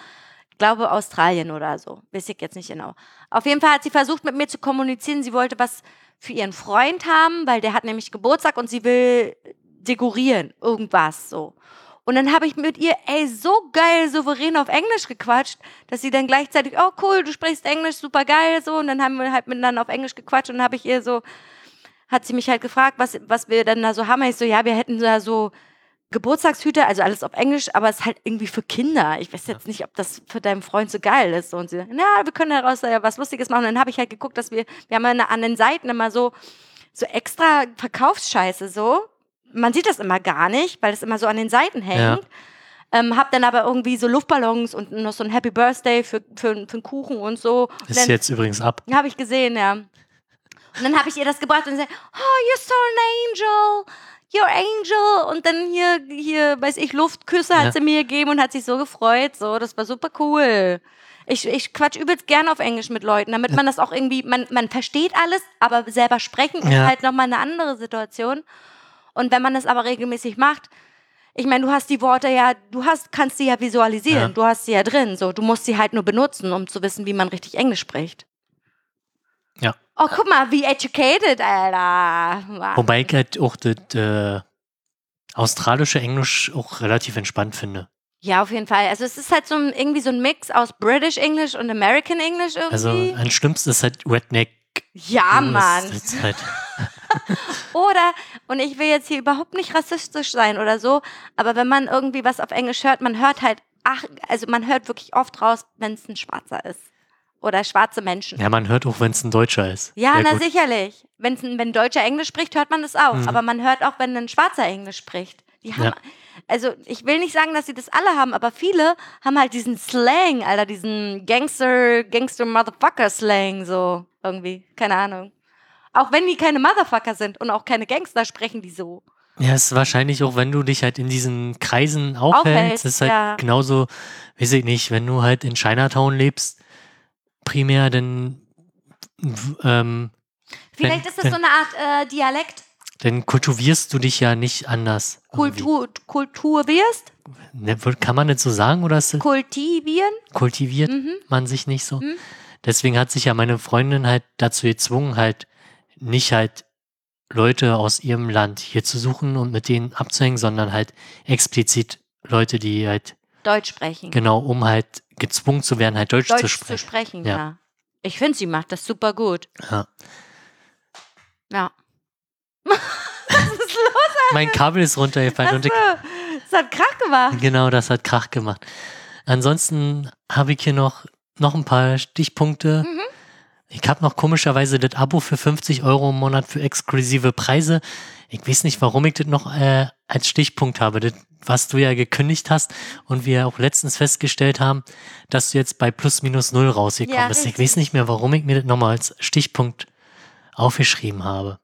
A: Ich glaube Australien oder so, weiß ich jetzt nicht genau. Auf jeden Fall hat sie versucht, mit mir zu kommunizieren. Sie wollte was für ihren Freund haben, weil der hat nämlich Geburtstag und sie will dekorieren, irgendwas so. Und dann habe ich mit ihr, ey, so geil souverän auf Englisch gequatscht, dass sie dann gleichzeitig, oh cool, du sprichst Englisch, super geil, so. Und dann haben wir halt miteinander auf Englisch gequatscht und dann habe ich ihr so, hat sie mich halt gefragt, was, was wir denn da so haben. Ich so, ja, wir hätten da so Geburtstagshüte, also alles auf Englisch, aber es ist halt irgendwie für Kinder. Ich weiß jetzt nicht, ob das für deinen Freund so geil ist. Und sie, na, wir können daraus ja was Lustiges machen. Und dann habe ich halt geguckt, dass wir, wir haben ja an den Seiten immer so, so extra Verkaufsscheiße so. Man sieht das immer gar nicht, weil es immer so an den Seiten hängt.
B: Ja.
A: Ähm, hab dann aber irgendwie so Luftballons und noch so ein Happy Birthday für, für, für einen Kuchen und so. Und
B: Ist
A: dann-
B: jetzt übrigens ab.
A: habe ich gesehen, ja. Und dann habe ich ihr das gebracht und sie sagt, oh, you're so an angel. You're angel. Und dann hier, hier, weiß ich, Luftküsse hat
B: Ja.
A: sie mir gegeben und hat sich so gefreut. So, das war super cool. Ich, ich quatsch übelst gern auf Englisch mit Leuten, damit man das auch irgendwie, man, man versteht alles, aber selber sprechen ist
B: Ja.
A: halt nochmal eine andere Situation. Und wenn man das aber regelmäßig macht, ich meine, du hast die Worte ja, du hast, kannst sie ja visualisieren,
B: Ja.
A: du hast sie ja drin, so, du musst sie halt nur benutzen, um zu wissen, wie man richtig Englisch spricht.
B: Ja.
A: Oh, guck mal, wie educated, Alter. Mann.
B: Wobei ich halt auch das äh, australische Englisch auch relativ entspannt finde.
A: Ja, auf jeden Fall. Also es ist halt so ein, irgendwie so ein Mix aus British English und American English irgendwie.
B: Also am schlimmsten ist halt Redneck.
A: ja,
B: Das
A: Ah, Mann.
B: ist halt,
A: Oder, und ich will jetzt hier überhaupt nicht rassistisch sein oder so, aber wenn man irgendwie was auf Englisch hört, man hört halt, ach, also man hört wirklich oft raus, wenn es ein Schwarzer ist. Oder schwarze Menschen.
B: ja, man hört auch, wenn es ein Deutscher ist.
A: Ja,
B: Sehr
A: na
B: gut.
A: sicherlich. Wenn's, ein- wenn ein Deutscher Englisch spricht, hört man das auch.
B: Mhm.
A: Aber man hört auch, wenn ein Schwarzer Englisch spricht. Die haben,
B: Ja.
A: also ich will nicht sagen, dass sie das alle haben, aber viele haben halt diesen Slang, Alter, diesen Gangster, Gangster Motherfucker Slang, so irgendwie. Keine Ahnung. Auch wenn die keine Motherfucker sind und auch keine Gangster, sprechen die so.
B: Ja, es ist wahrscheinlich auch, wenn du dich halt in diesen Kreisen aufhältst,
A: Aufhältst,
B: ist halt
A: ja.
B: genauso, weiß ich nicht, wenn du halt in Chinatown lebst, primär, dann, w- ähm,
A: Vielleicht
B: Wenn-
A: ist das so eine Art äh, Dialekt,
B: dann kultivierst du dich ja nicht anders. irgendwie.
A: Kultur, Kultur wirst,
B: Ne, wo- Kann man nicht so sagen oder ist das
A: kultivieren.
B: kultiviert
A: Mhm.
B: man sich nicht so? Deswegen hat sich ja meine Freundin halt dazu gezwungen, halt nicht halt Leute aus ihrem Land hier zu suchen und mit denen abzuhängen, sondern halt explizit Leute, die halt
A: Deutsch sprechen.
B: Genau, um halt gezwungen zu werden, halt Deutsch,
A: Deutsch
B: zu sprechen.
A: ja.
B: Ja.
A: Ich finde, sie macht das super gut.
B: Ja.
A: Ja. Was ist los?
B: Mein Kabel ist runtergefallen und ich,
A: Achso, es hat Krach gemacht.
B: genau das hat Krach gemacht. Ansonsten habe ich hier noch, noch ein paar Stichpunkte.
A: Mhm.
B: Ich habe noch komischerweise das Abo für 50 Euro im Monat für exklusive Preise. Ich weiß nicht, warum ich das noch äh, als Stichpunkt habe. Das, was du ja gekündigt hast und wir auch letztens festgestellt haben, dass du jetzt bei plus minus null rausgekommen
A: Ja,
B: bist. Ich
A: richtig.
B: weiß nicht mehr, warum ich mir das nochmal als Stichpunkt aufgeschrieben habe.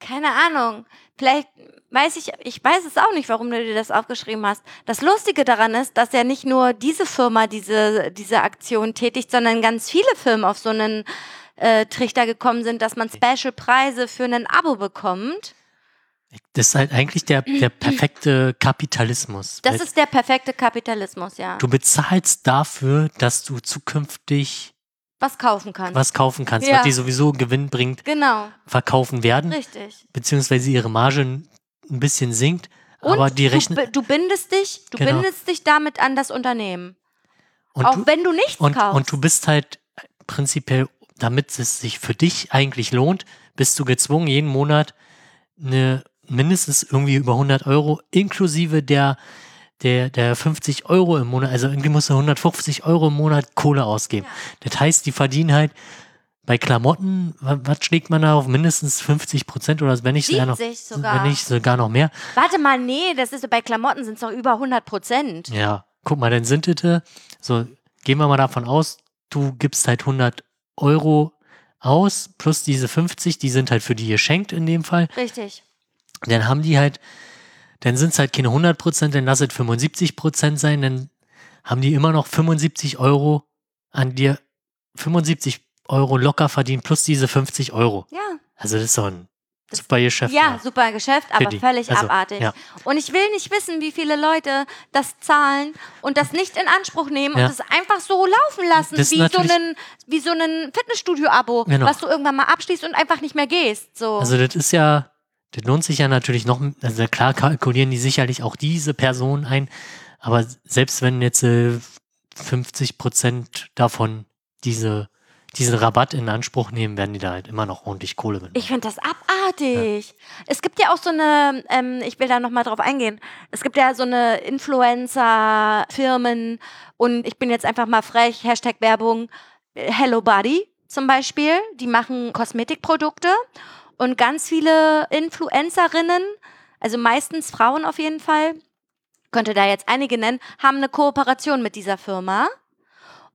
A: Keine Ahnung. Vielleicht weiß ich, ich weiß es auch nicht, warum du dir das aufgeschrieben hast. Das Lustige daran ist, dass ja nicht nur diese Firma diese, diese Aktion tätigt, sondern ganz viele Firmen auf so einen äh, Trichter gekommen sind, dass man Special-Preise für ein Abo bekommt.
B: Das ist halt eigentlich
A: [CLEARS THROAT]
B: der, der perfekte Kapitalismus.
A: Das
B: Weil
A: ist der perfekte Kapitalismus, ja.
B: du bezahlst dafür, dass du zukünftig
A: Was kaufen kannst.
B: was kaufen kannst,
A: Ja.
B: was die sowieso Gewinn bringt,
A: Genau,
B: verkaufen werden,
A: richtig.
B: beziehungsweise ihre Marge ein bisschen sinkt,
A: Und
B: aber die
A: du bi-
B: rechnen
A: du bindest dich, du
B: Genau.
A: bindest dich damit an das Unternehmen.
B: und
A: auch
B: du,
A: wenn du nichts
B: und,
A: kaufst.
B: und du bist halt prinzipiell, damit es sich für dich eigentlich lohnt, bist du gezwungen, jeden Monat eine mindestens irgendwie über 100 Euro inklusive der der, der 50 Euro im Monat, also irgendwie musst du 150 Euro im Monat Kohle ausgeben. Das heißt, die verdienen halt bei Klamotten, wa- was schlägt man da auf? Mindestens 50 Prozent oder wenn nicht sogar noch,
A: 70 sogar.
B: Wenn nicht sogar noch mehr.
A: Warte mal, nee, das ist so- bei Klamotten sind es doch über 100 Prozent.
B: Ja, guck mal, dann sind das, äh, so gehen wir mal davon aus, du gibst halt 100 Euro aus, plus diese 50, die sind halt für die geschenkt in dem Fall.
A: Richtig.
B: Dann haben die halt, dann sind es halt keine 100 Prozent, dann lass es 75 Prozent sein, dann haben die immer noch 75 Euro an dir, 75 Euro locker verdient, plus diese 50 Euro.
A: Ja.
B: Also das ist so ein
A: Das-
B: super Geschäft.
A: Ja,
B: da.
A: super Geschäft, aber
B: die.
A: völlig
B: Also,
A: abartig.
B: ja.
A: Und ich will nicht wissen, wie viele Leute das zahlen und das nicht in Anspruch nehmen
B: Ja.
A: und es einfach so laufen lassen,
B: Das ist
A: wie so,
B: natürlich-
A: ein, wie so ein Fitnessstudio-Abo,
B: Genau.
A: was du irgendwann mal abschließt und einfach nicht mehr gehst. So.
B: Also das ist ja, das lohnt sich ja natürlich noch, also klar kalkulieren die sicherlich auch diese Personen ein, aber selbst wenn jetzt äh, 50 Prozent davon diese, diesen Rabatt in Anspruch nehmen, werden die da halt immer noch ordentlich Kohle mitmachen.
A: Ich finde das abartig. Es gibt ja auch so eine, ähm, ich will da nochmal drauf eingehen, es gibt ja so eine Influencer-Firmen und ich bin jetzt einfach mal frech, Hashtag Werbung, äh, Hello Body zum Beispiel, die machen Kosmetikprodukte und ganz viele Influencerinnen, also meistens Frauen auf jeden Fall, könnte da jetzt einige nennen, haben eine Kooperation mit dieser Firma.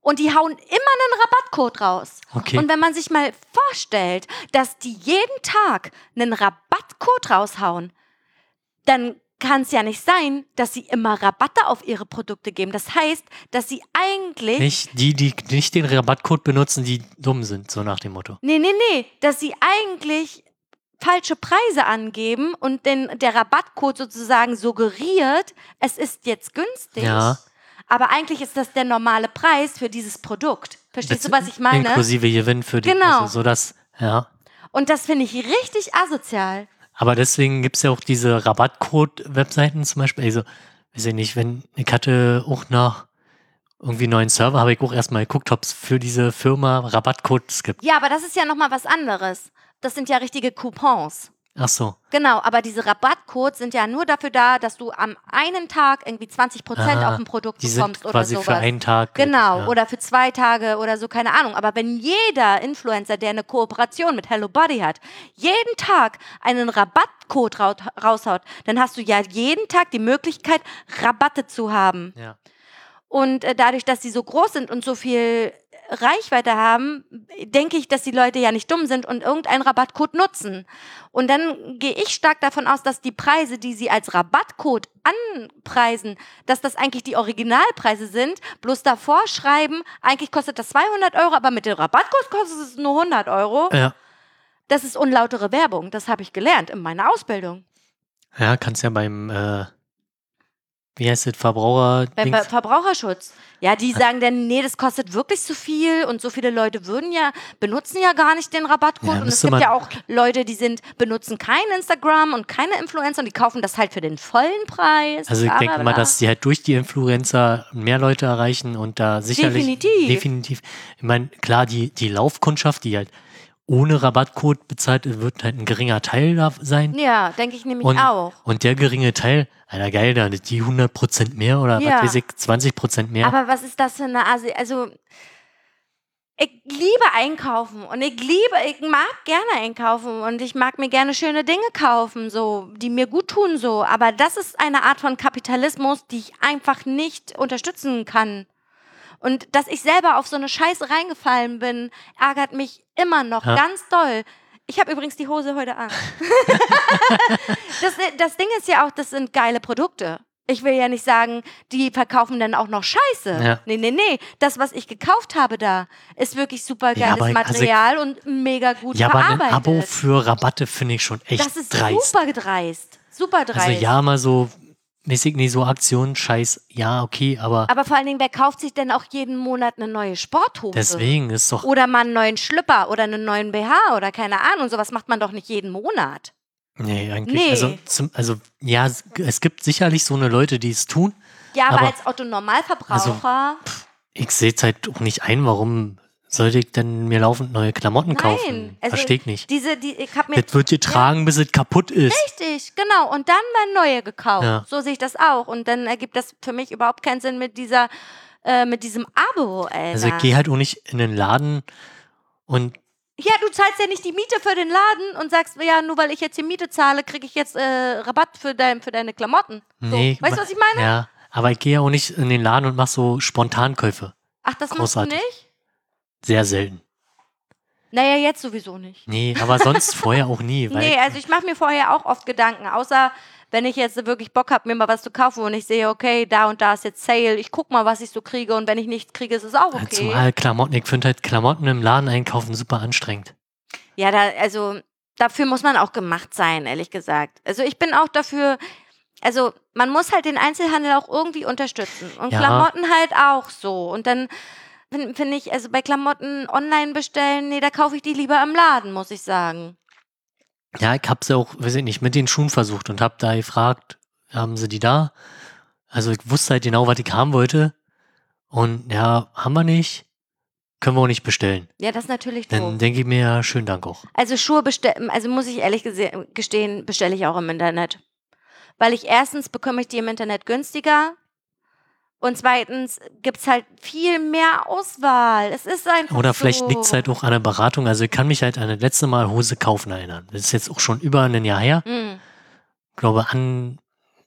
A: Und die hauen immer einen Rabattcode raus.
B: Okay.
A: Und wenn man sich mal vorstellt, dass die jeden Tag einen Rabattcode raushauen, dann kann es ja nicht sein, dass sie immer Rabatte auf ihre Produkte geben. Das heißt, dass sie eigentlich
B: Nicht die, die nicht den Rabattcode benutzen, die dumm sind, so nach dem Motto.
A: Nee, nee, nee, dass sie eigentlich falsche Preise angeben und den, der Rabattcode sozusagen suggeriert, es ist jetzt günstig.
B: Ja.
A: Aber eigentlich ist das der normale Preis für dieses Produkt. Verstehst du,
B: Bez-
A: was ich meine?
B: Inklusive Gewinn für die.
A: Genau.
B: Also so das, ja.
A: Und das finde ich richtig asozial.
B: Aber deswegen gibt es ja auch diese Rabattcode-Webseiten zum Beispiel. Also, weiß ich nicht, wenn ich hatte auch nach irgendwie neuen Server, habe ich auch erstmal geguckt, ob es für diese Firma Rabattcodes gibt.
A: Ja, aber das ist ja nochmal was anderes. Das sind ja richtige Coupons.
B: Ach so.
A: Genau, aber diese Rabattcodes sind ja nur dafür da, dass du am einen Tag irgendwie 20 Prozent
B: Ah,
A: auf ein Produkt
B: Die sind
A: bekommst oder
B: quasi
A: sowas.
B: für einen Tag. gültig,
A: Genau,
B: ja.
A: oder für zwei Tage oder so, keine Ahnung. Aber wenn jeder Influencer, der eine Kooperation mit Hello Body hat, jeden Tag einen Rabattcode raut- raushaut, dann hast du ja jeden Tag die Möglichkeit, Rabatte zu haben.
B: Ja.
A: Und äh, dadurch, dass sie so groß sind und so viel Reichweite haben, denke ich, dass die Leute ja nicht dumm sind und irgendeinen Rabattcode nutzen. Und dann gehe ich stark davon aus, dass die Preise, die sie als Rabattcode anpreisen, dass das eigentlich die Originalpreise sind, bloß davor schreiben, eigentlich kostet das 200 Euro, aber mit dem Rabattcode kostet es nur 100 Euro.
B: Ja.
A: Das ist unlautere Werbung, das habe ich gelernt in meiner Ausbildung.
B: Ja, kannst ja beim, äh, wie heißt das, Verbraucher.
A: Beim Ver Verbraucherschutz. Ja, die
B: Ah.
A: sagen dann, nee, das kostet wirklich zu viel und so viele Leute würden ja, benutzen ja gar nicht den Rabattcode. und
B: Ja,
A: es
B: müsste
A: gibt
B: man-
A: ja auch Leute, die sind, benutzen kein Instagram und keine Influencer und die kaufen das halt für den vollen Preis.
B: Also ich
A: Bla,
B: denke
A: bla,
B: mal,
A: bla.
B: dass die halt durch die Influencer mehr Leute erreichen und da sicherlich
A: Definitiv.
B: definitiv ich meine, klar, die, die Laufkundschaft, die halt ohne Rabattcode bezahlt, wird halt ein geringer Teil da sein.
A: Ja, denke ich nämlich
B: und,
A: auch.
B: und der geringe Teil, Alter, geil, da sind die 100% mehr oder
A: Ja.
B: was weiß ich, 20% mehr.
A: Aber was ist das für eine Asi? Also, ich liebe einkaufen und ich liebe, ich mag gerne einkaufen und ich mag mir gerne schöne Dinge kaufen, so, die mir gut tun, so. Aber das ist eine Art von Kapitalismus, die ich einfach nicht unterstützen kann. Und dass ich selber auf so eine Scheiße reingefallen bin, ärgert mich immer noch
B: Ja.
A: ganz doll. Ich habe übrigens die Hose heute
B: [LAUGHS]
A: an. das, das Ding ist ja auch, das sind geile Produkte. Ich will ja nicht sagen, die verkaufen dann auch noch Scheiße.
B: Ja.
A: Nee, nee, nee. Das, was ich gekauft habe da, ist wirklich super
B: Ja,
A: geiles
B: aber ich- also ich-
A: Material und mega gut
B: ja, aber ein
A: verarbeitet.
B: Abo für Rabatte finde ich schon echt
A: das ist
B: dreist.
A: super dreist. Super dreist.
B: Also ja, mal so mäßig, nee, so Aktionen, Scheiß, ja, okay, aber,
A: Aber vor allen Dingen, wer kauft sich denn auch jeden Monat eine neue Sporthose?
B: deswegen ist doch,
A: Oder mal einen neuen Schlüpper oder einen neuen BH oder keine Ahnung. Sowas macht man doch nicht jeden Monat.
B: nee, eigentlich,
A: Nee.
B: Also, zum, also ja, es- es gibt sicherlich so eine Leute, die es tun.
A: Ja, aber,
B: Aber- also,
A: als Otto-Normalverbraucher.
B: Ich sehe es halt auch nicht ein, warum sollte ich denn mir laufend neue Klamotten kaufen?
A: also
B: Verstehe ich nicht.
A: Diese, die, ich hab mir
B: Das wird getragen, bis es kaputt ist.
A: Richtig, genau. Und dann werden neue gekauft.
B: Ja.
A: So sehe ich das auch. Und dann ergibt das für mich überhaupt keinen Sinn mit dieser, äh, mit diesem Abo, Alter.
B: Also ich gehe halt auch nicht in den Laden und
A: ja, du zahlst ja nicht die Miete für den Laden und sagst, ja, nur weil ich jetzt die Miete zahle, kriege ich jetzt äh, Rabatt für, dein, für deine Klamotten. So.
B: nee.
A: weißt du, was ich meine?
B: Ja, aber ich gehe ja auch nicht in den Laden und mache so Spontankäufe.
A: Ach, das machst du
B: Großartig.
A: nicht?
B: Sehr selten.
A: Naja, jetzt sowieso nicht.
B: Nee, aber
A: [LAUGHS]
B: sonst vorher auch nie. Weil
A: Nee, also ich mache mir vorher auch oft Gedanken, außer wenn ich jetzt wirklich Bock habe, mir mal was zu kaufen und ich sehe, okay, da und da ist jetzt Sale, ich guck mal, was ich so kriege und wenn ich nichts kriege, ist es auch okay.
B: Ja, halt Zumal Klamotten, ich finde halt Klamotten im Laden einkaufen super anstrengend.
A: Ja, da, also dafür muss man auch gemacht sein, ehrlich gesagt. Also ich bin auch dafür, also man muss halt den Einzelhandel auch irgendwie unterstützen. Und
B: Ja.
A: Klamotten halt auch so. Und dann fin- finde ich, also bei Klamotten online bestellen, nee, da kaufe ich die lieber im Laden, muss ich sagen.
B: Ja, ich hab's ja auch, weiß ich nicht, mit den Schuhen versucht und hab da gefragt, haben sie die da? Also ich wusste halt genau, was ich haben wollte. Und ja, haben wir nicht, können wir auch nicht bestellen.
A: Ja, das ist natürlich doof.
B: Dann denke ich mir, ja, schönen Dank auch.
A: Also Schuhe bestellen, also muss ich ehrlich gese- gestehen, bestelle ich auch im Internet. Weil ich erstens bekomme ich die im Internet günstiger und zweitens gibt es halt viel mehr Auswahl. Es ist einfach
B: Oder
A: so.
B: vielleicht liegt's halt auch an der Beratung. Also ich kann mich halt an das letzte Mal Hose kaufen erinnern. Das ist jetzt auch schon über ein Jahr her.
A: Hm,
B: Ich glaube, an,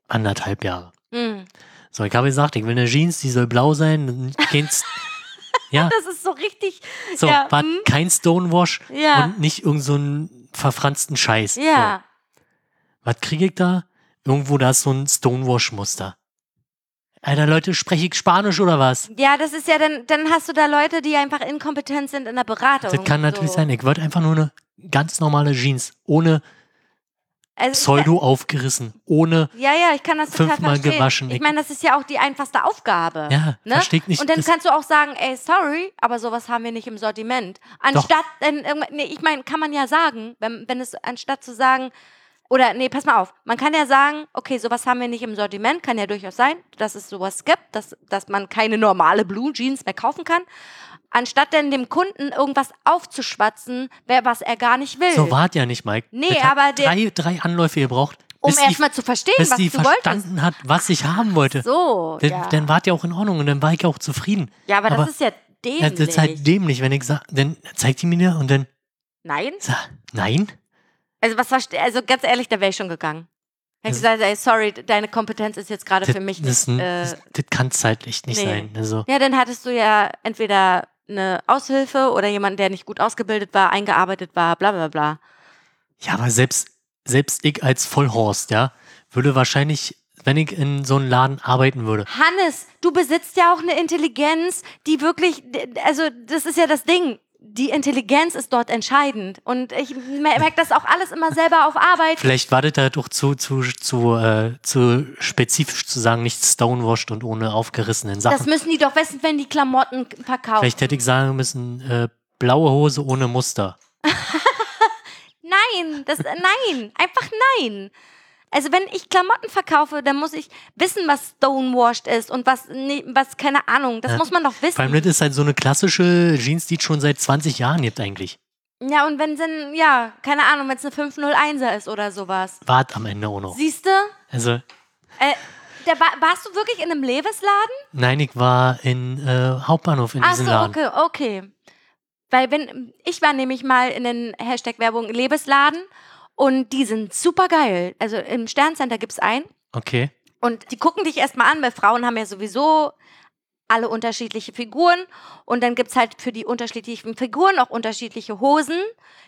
B: anderthalb Jahre.
A: hm. [LAUGHS]
B: So, ich habe gesagt, ich will eine Jeans, die soll blau sein. Dann gehen's- Ja.
A: Das ist so richtig.
B: So,
A: ja,
B: war
A: hm?
B: kein Stonewash
A: Ja.
B: und nicht irgend so einen verfransten Scheiß. So.
A: ja.
B: Was kriege ich da? Irgendwo da ist so ein Stonewash-Muster. Alter, Leute, spreche ich Spanisch oder was?
A: Ja, das ist ja dann, dann hast du da Leute, die einfach inkompetent sind in der Beratung.
B: Das kann natürlich
A: so.
B: sein. Ich wollte einfach nur eine ganz normale Jeans. Ohne
A: Also, [LAUGHS]
B: Pseudo aufgerissen. Ohne.
A: Ja, ja, ich kann das total
B: Fünfmal
A: verstehen.
B: gewaschen.
A: Ich meine, das ist ja auch die einfachste Aufgabe.
B: Ja,
A: ne?
B: versteh ich nicht.
A: Und dann
B: Das-
A: kannst du auch sagen, ey, sorry, aber sowas haben wir nicht im Sortiment. Anstatt, dann irgendwann- nee, ich meine, kann man ja sagen, wenn, wenn es, anstatt zu sagen, oder nee, pass mal auf, man kann ja sagen, okay, sowas haben wir nicht im Sortiment, kann ja durchaus sein, dass es sowas gibt, dass, dass man keine normale Blue Jeans mehr kaufen kann. Anstatt dann dem Kunden irgendwas aufzuschwatzen, wer- was er gar nicht will.
B: So war es ja nicht, Mike.
A: Nee,
B: Das hat
A: aber der-
B: drei, drei Anläufe gebraucht.
A: um
B: bis die-
A: erstmal zu verstehen,
B: bis
A: was
B: die
A: du wolltest.
B: verstanden hat, was ich haben wollte.
A: So,
B: dann,
A: ja.
B: dann war es ja auch in Ordnung und dann war ich auch zufrieden.
A: Ja, aber,
B: Aber-
A: das ist ja
B: Ja,
A: dämlich.
B: das ist halt dämlich, wenn ich sage, dann zeigt die mir ja und dann,
A: Nein?
B: sa- nein,
A: Also was verste- also ganz ehrlich, da wäre ich schon gegangen. Hätte ich gesagt, ey, sorry, deine Kompetenz ist jetzt gerade
B: das,
A: für mich
B: das,
A: nicht.
B: das,
A: Äh,
B: das kann es halt echt nicht
A: nee.
B: sein. Also,
A: ja, dann hattest du ja entweder eine Aushilfe oder jemanden, der nicht gut ausgebildet war, eingearbeitet war, bla bla bla.
B: ja, aber selbst, selbst ich als Vollhorst, ja, würde wahrscheinlich, wenn ich in so einem Laden arbeiten würde,
A: Hannes, du besitzt ja auch eine Intelligenz, die wirklich, also das ist ja das Ding. Die Intelligenz ist dort entscheidend. Und ich merke das auch alles immer selber auf Arbeit.
B: vielleicht war das halt auch zu, zu, zu, äh, zu spezifisch zu sagen, nicht stonewashed und ohne aufgerissenen
A: Das
B: Sachen.
A: müssen die doch wissen, wenn die Klamotten verkaufen.
B: Vielleicht hätte ich sagen müssen, äh, blaue Hose ohne Muster.
A: Nein, das äh, nein, einfach nein. Also wenn ich Klamotten verkaufe, dann muss ich wissen, was stonewashed ist und was ne, was keine Ahnung, das
B: Ja.
A: muss man doch
B: Vor allem,
A: wissen.
B: das ist halt so eine klassische Jeans, die es schon seit 20 Jahren gibt eigentlich.
A: Ja, und wenn dann ja, keine Ahnung, wenn es eine 501er ist oder sowas.
B: Wart am Ende auch noch.
A: Siehste?
B: Also,
A: Äh, da war, warst du wirklich in einem Levesladen?
B: Nein, ich war in äh, Hauptbahnhof in
A: Ach
B: diesem
A: so,
B: Laden.
A: okay, okay. Weil wenn ich war nämlich mal in den Hashtag Werbung Levesladen und die sind super geil. Also im Sterncenter gibt's einen
B: Okay.
A: Und die gucken dich erstmal an, weil Frauen haben ja sowieso alle unterschiedliche Figuren. Und dann gibt's halt für die unterschiedlichen Figuren auch unterschiedliche Hosen.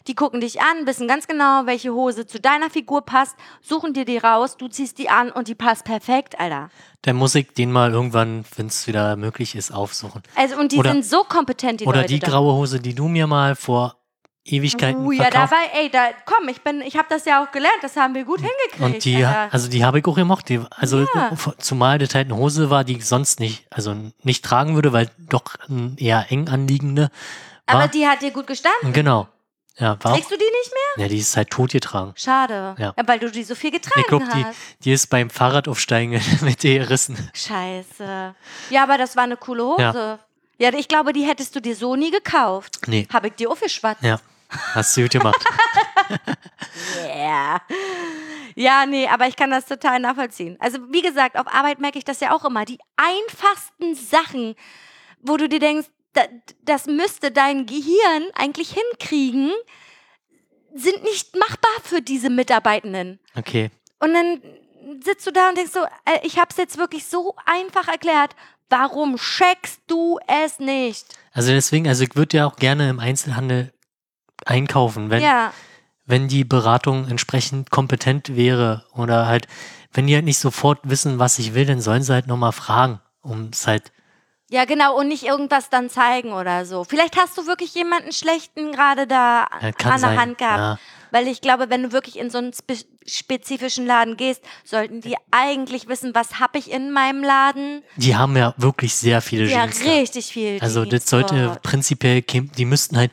A: Die gucken dich an, wissen ganz genau, welche Hose zu deiner Figur passt, suchen dir die raus, du ziehst die an und die passt perfekt, Alter.
B: Dann muss ich den mal irgendwann, wenn es wieder möglich ist, aufsuchen.
A: Also, und die
B: Oder-
A: sind so kompetent, die
B: Oder
A: Leute.
B: die
A: da.
B: graue Hose, die du mir mal vor Ewigkeiten
A: Uh, ja,
B: verkauft
A: dabei, ey, da, komm, ich bin, ich habe das ja auch gelernt, das haben wir gut hingekriegt.
B: und die,
A: Alter.
B: also die habe ich auch gemocht. Die, also
A: Ja.
B: zumal das halt eine Hose war, die ich sonst nicht, also nicht tragen würde, weil doch ein eher eng anliegende war.
A: Aber die hat dir gut gestanden.
B: Und genau. Ja, war auch,
A: Trägst du die nicht mehr?
B: ja, die ist halt tot getragen.
A: Schade.
B: Ja.
A: Weil du die so viel getragen
B: Ich glaube,
A: hast.
B: die, die ist beim Fahrradaufsteigen [LAUGHS] mit dir gerissen.
A: Scheiße. Ja, aber das war eine coole Hose. Ja. ich glaube, die hättest du dir so nie gekauft.
B: Nee.
A: Hab ich dir aufgeschwatzt.
B: Ja. Hast du gut gemacht.
A: [LAUGHS] Yeah. Ja, nee, aber ich kann das total nachvollziehen. Also, wie gesagt, auf Arbeit merke ich das ja auch immer. Die einfachsten Sachen, wo du dir denkst, da, das müsste dein Gehirn eigentlich hinkriegen, sind nicht machbar für diese Mitarbeitenden.
B: Okay.
A: Und dann sitzt du da und denkst so, äh, ich hab's jetzt wirklich so einfach erklärt. Warum checkst du es nicht?
B: Also deswegen, also ich würde ja auch gerne im Einzelhandel einkaufen, wenn,
A: ja,
B: wenn die Beratung entsprechend kompetent wäre oder halt, wenn die halt nicht sofort wissen, was ich will, dann sollen sie halt nochmal fragen, um es halt,
A: ja, genau. Und nicht irgendwas dann zeigen oder so. Vielleicht hast du wirklich jemanden schlechten gerade da
B: ja,
A: an
B: kann
A: der
B: sein.
A: Hand gehabt.
B: Ja,
A: Weil ich glaube, wenn du wirklich in so einen spe spezifischen Laden gehst, sollten die eigentlich wissen, was hab ich in meinem Laden.
B: die haben ja wirklich sehr viele
A: Ja,
B: Jeans. da.
A: richtig viel.
B: Also das
A: Jeans
B: sollte
A: dort.
B: prinzipiell, käm- die müssten halt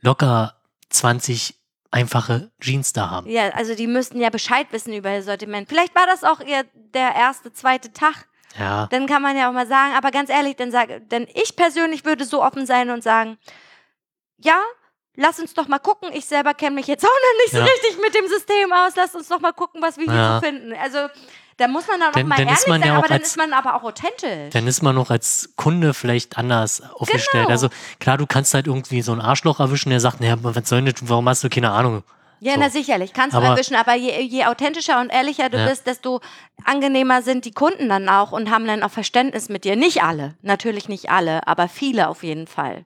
B: locker 20 einfache Jeans da haben.
A: Ja, also die müssten ja Bescheid wissen über ihr Sortiment. Vielleicht war das auch ihr der erste, zweite Tag.
B: Ja,
A: dann kann man ja auch mal sagen, aber ganz ehrlich, dann sage, denn ich persönlich würde so offen sein und sagen, ja, lass uns doch mal gucken, ich selber kenne mich jetzt [LAUGHS] auch noch nicht so
B: Ja.
A: richtig mit dem System aus, lass uns doch mal gucken, was wir hier
B: Ja.
A: so finden. Also, da muss man dann auch
B: Dann-
A: mal
B: dann ist
A: ehrlich
B: man
A: sein,
B: ja auch
A: aber dann
B: als-
A: ist man aber auch authentisch.
B: dann ist man noch als Kunde vielleicht anders
A: Genau.
B: aufgestellt. Also klar, du kannst halt irgendwie so einen Arschloch erwischen, der sagt, naja, was soll denn das, warum hast du keine Ahnung?
A: Ja,
B: So.
A: na sicherlich, kannst du
B: Aber-
A: erwischen, aber je, je authentischer und ehrlicher du
B: Ja.
A: bist, desto angenehmer sind die Kunden dann auch und haben dann auch Verständnis mit dir. Nicht alle, natürlich nicht alle, aber viele auf jeden Fall.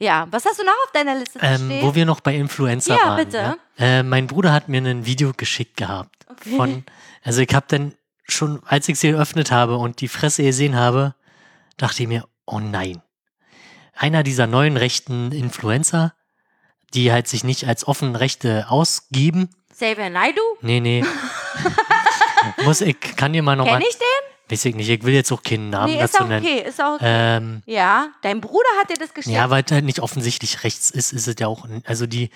A: Ja, was hast du noch auf deiner Liste
B: Ähm,
A: stehen?
B: wo wir noch bei Influencer
A: Ja,
B: waren.
A: bitte.
B: Ja? Äh, mein Bruder hat mir ein Video geschickt gehabt.
A: Okay.
B: Von, also ich habe dann schon, als ich sie geöffnet habe und die Fresse gesehen habe, dachte ich mir, oh nein. Einer dieser neuen rechten Influencer, die halt sich nicht als offen Rechte ausgeben.
A: Xavier Naidu?
B: Nee,
A: [LAUGHS]
B: nee. Muss ich, kann dir mal nochmal.
A: Kenn ich den?
B: Weiß ich nicht, ich will jetzt auch keinen Namen
A: Nee, ist
B: dazu
A: auch
B: nennen.
A: okay, ist auch okay.
B: Ähm,
A: ja, dein Bruder hat dir das geschickt.
B: Ja, weil es halt nicht offensichtlich rechts ist, ist es ja auch. n- Also die,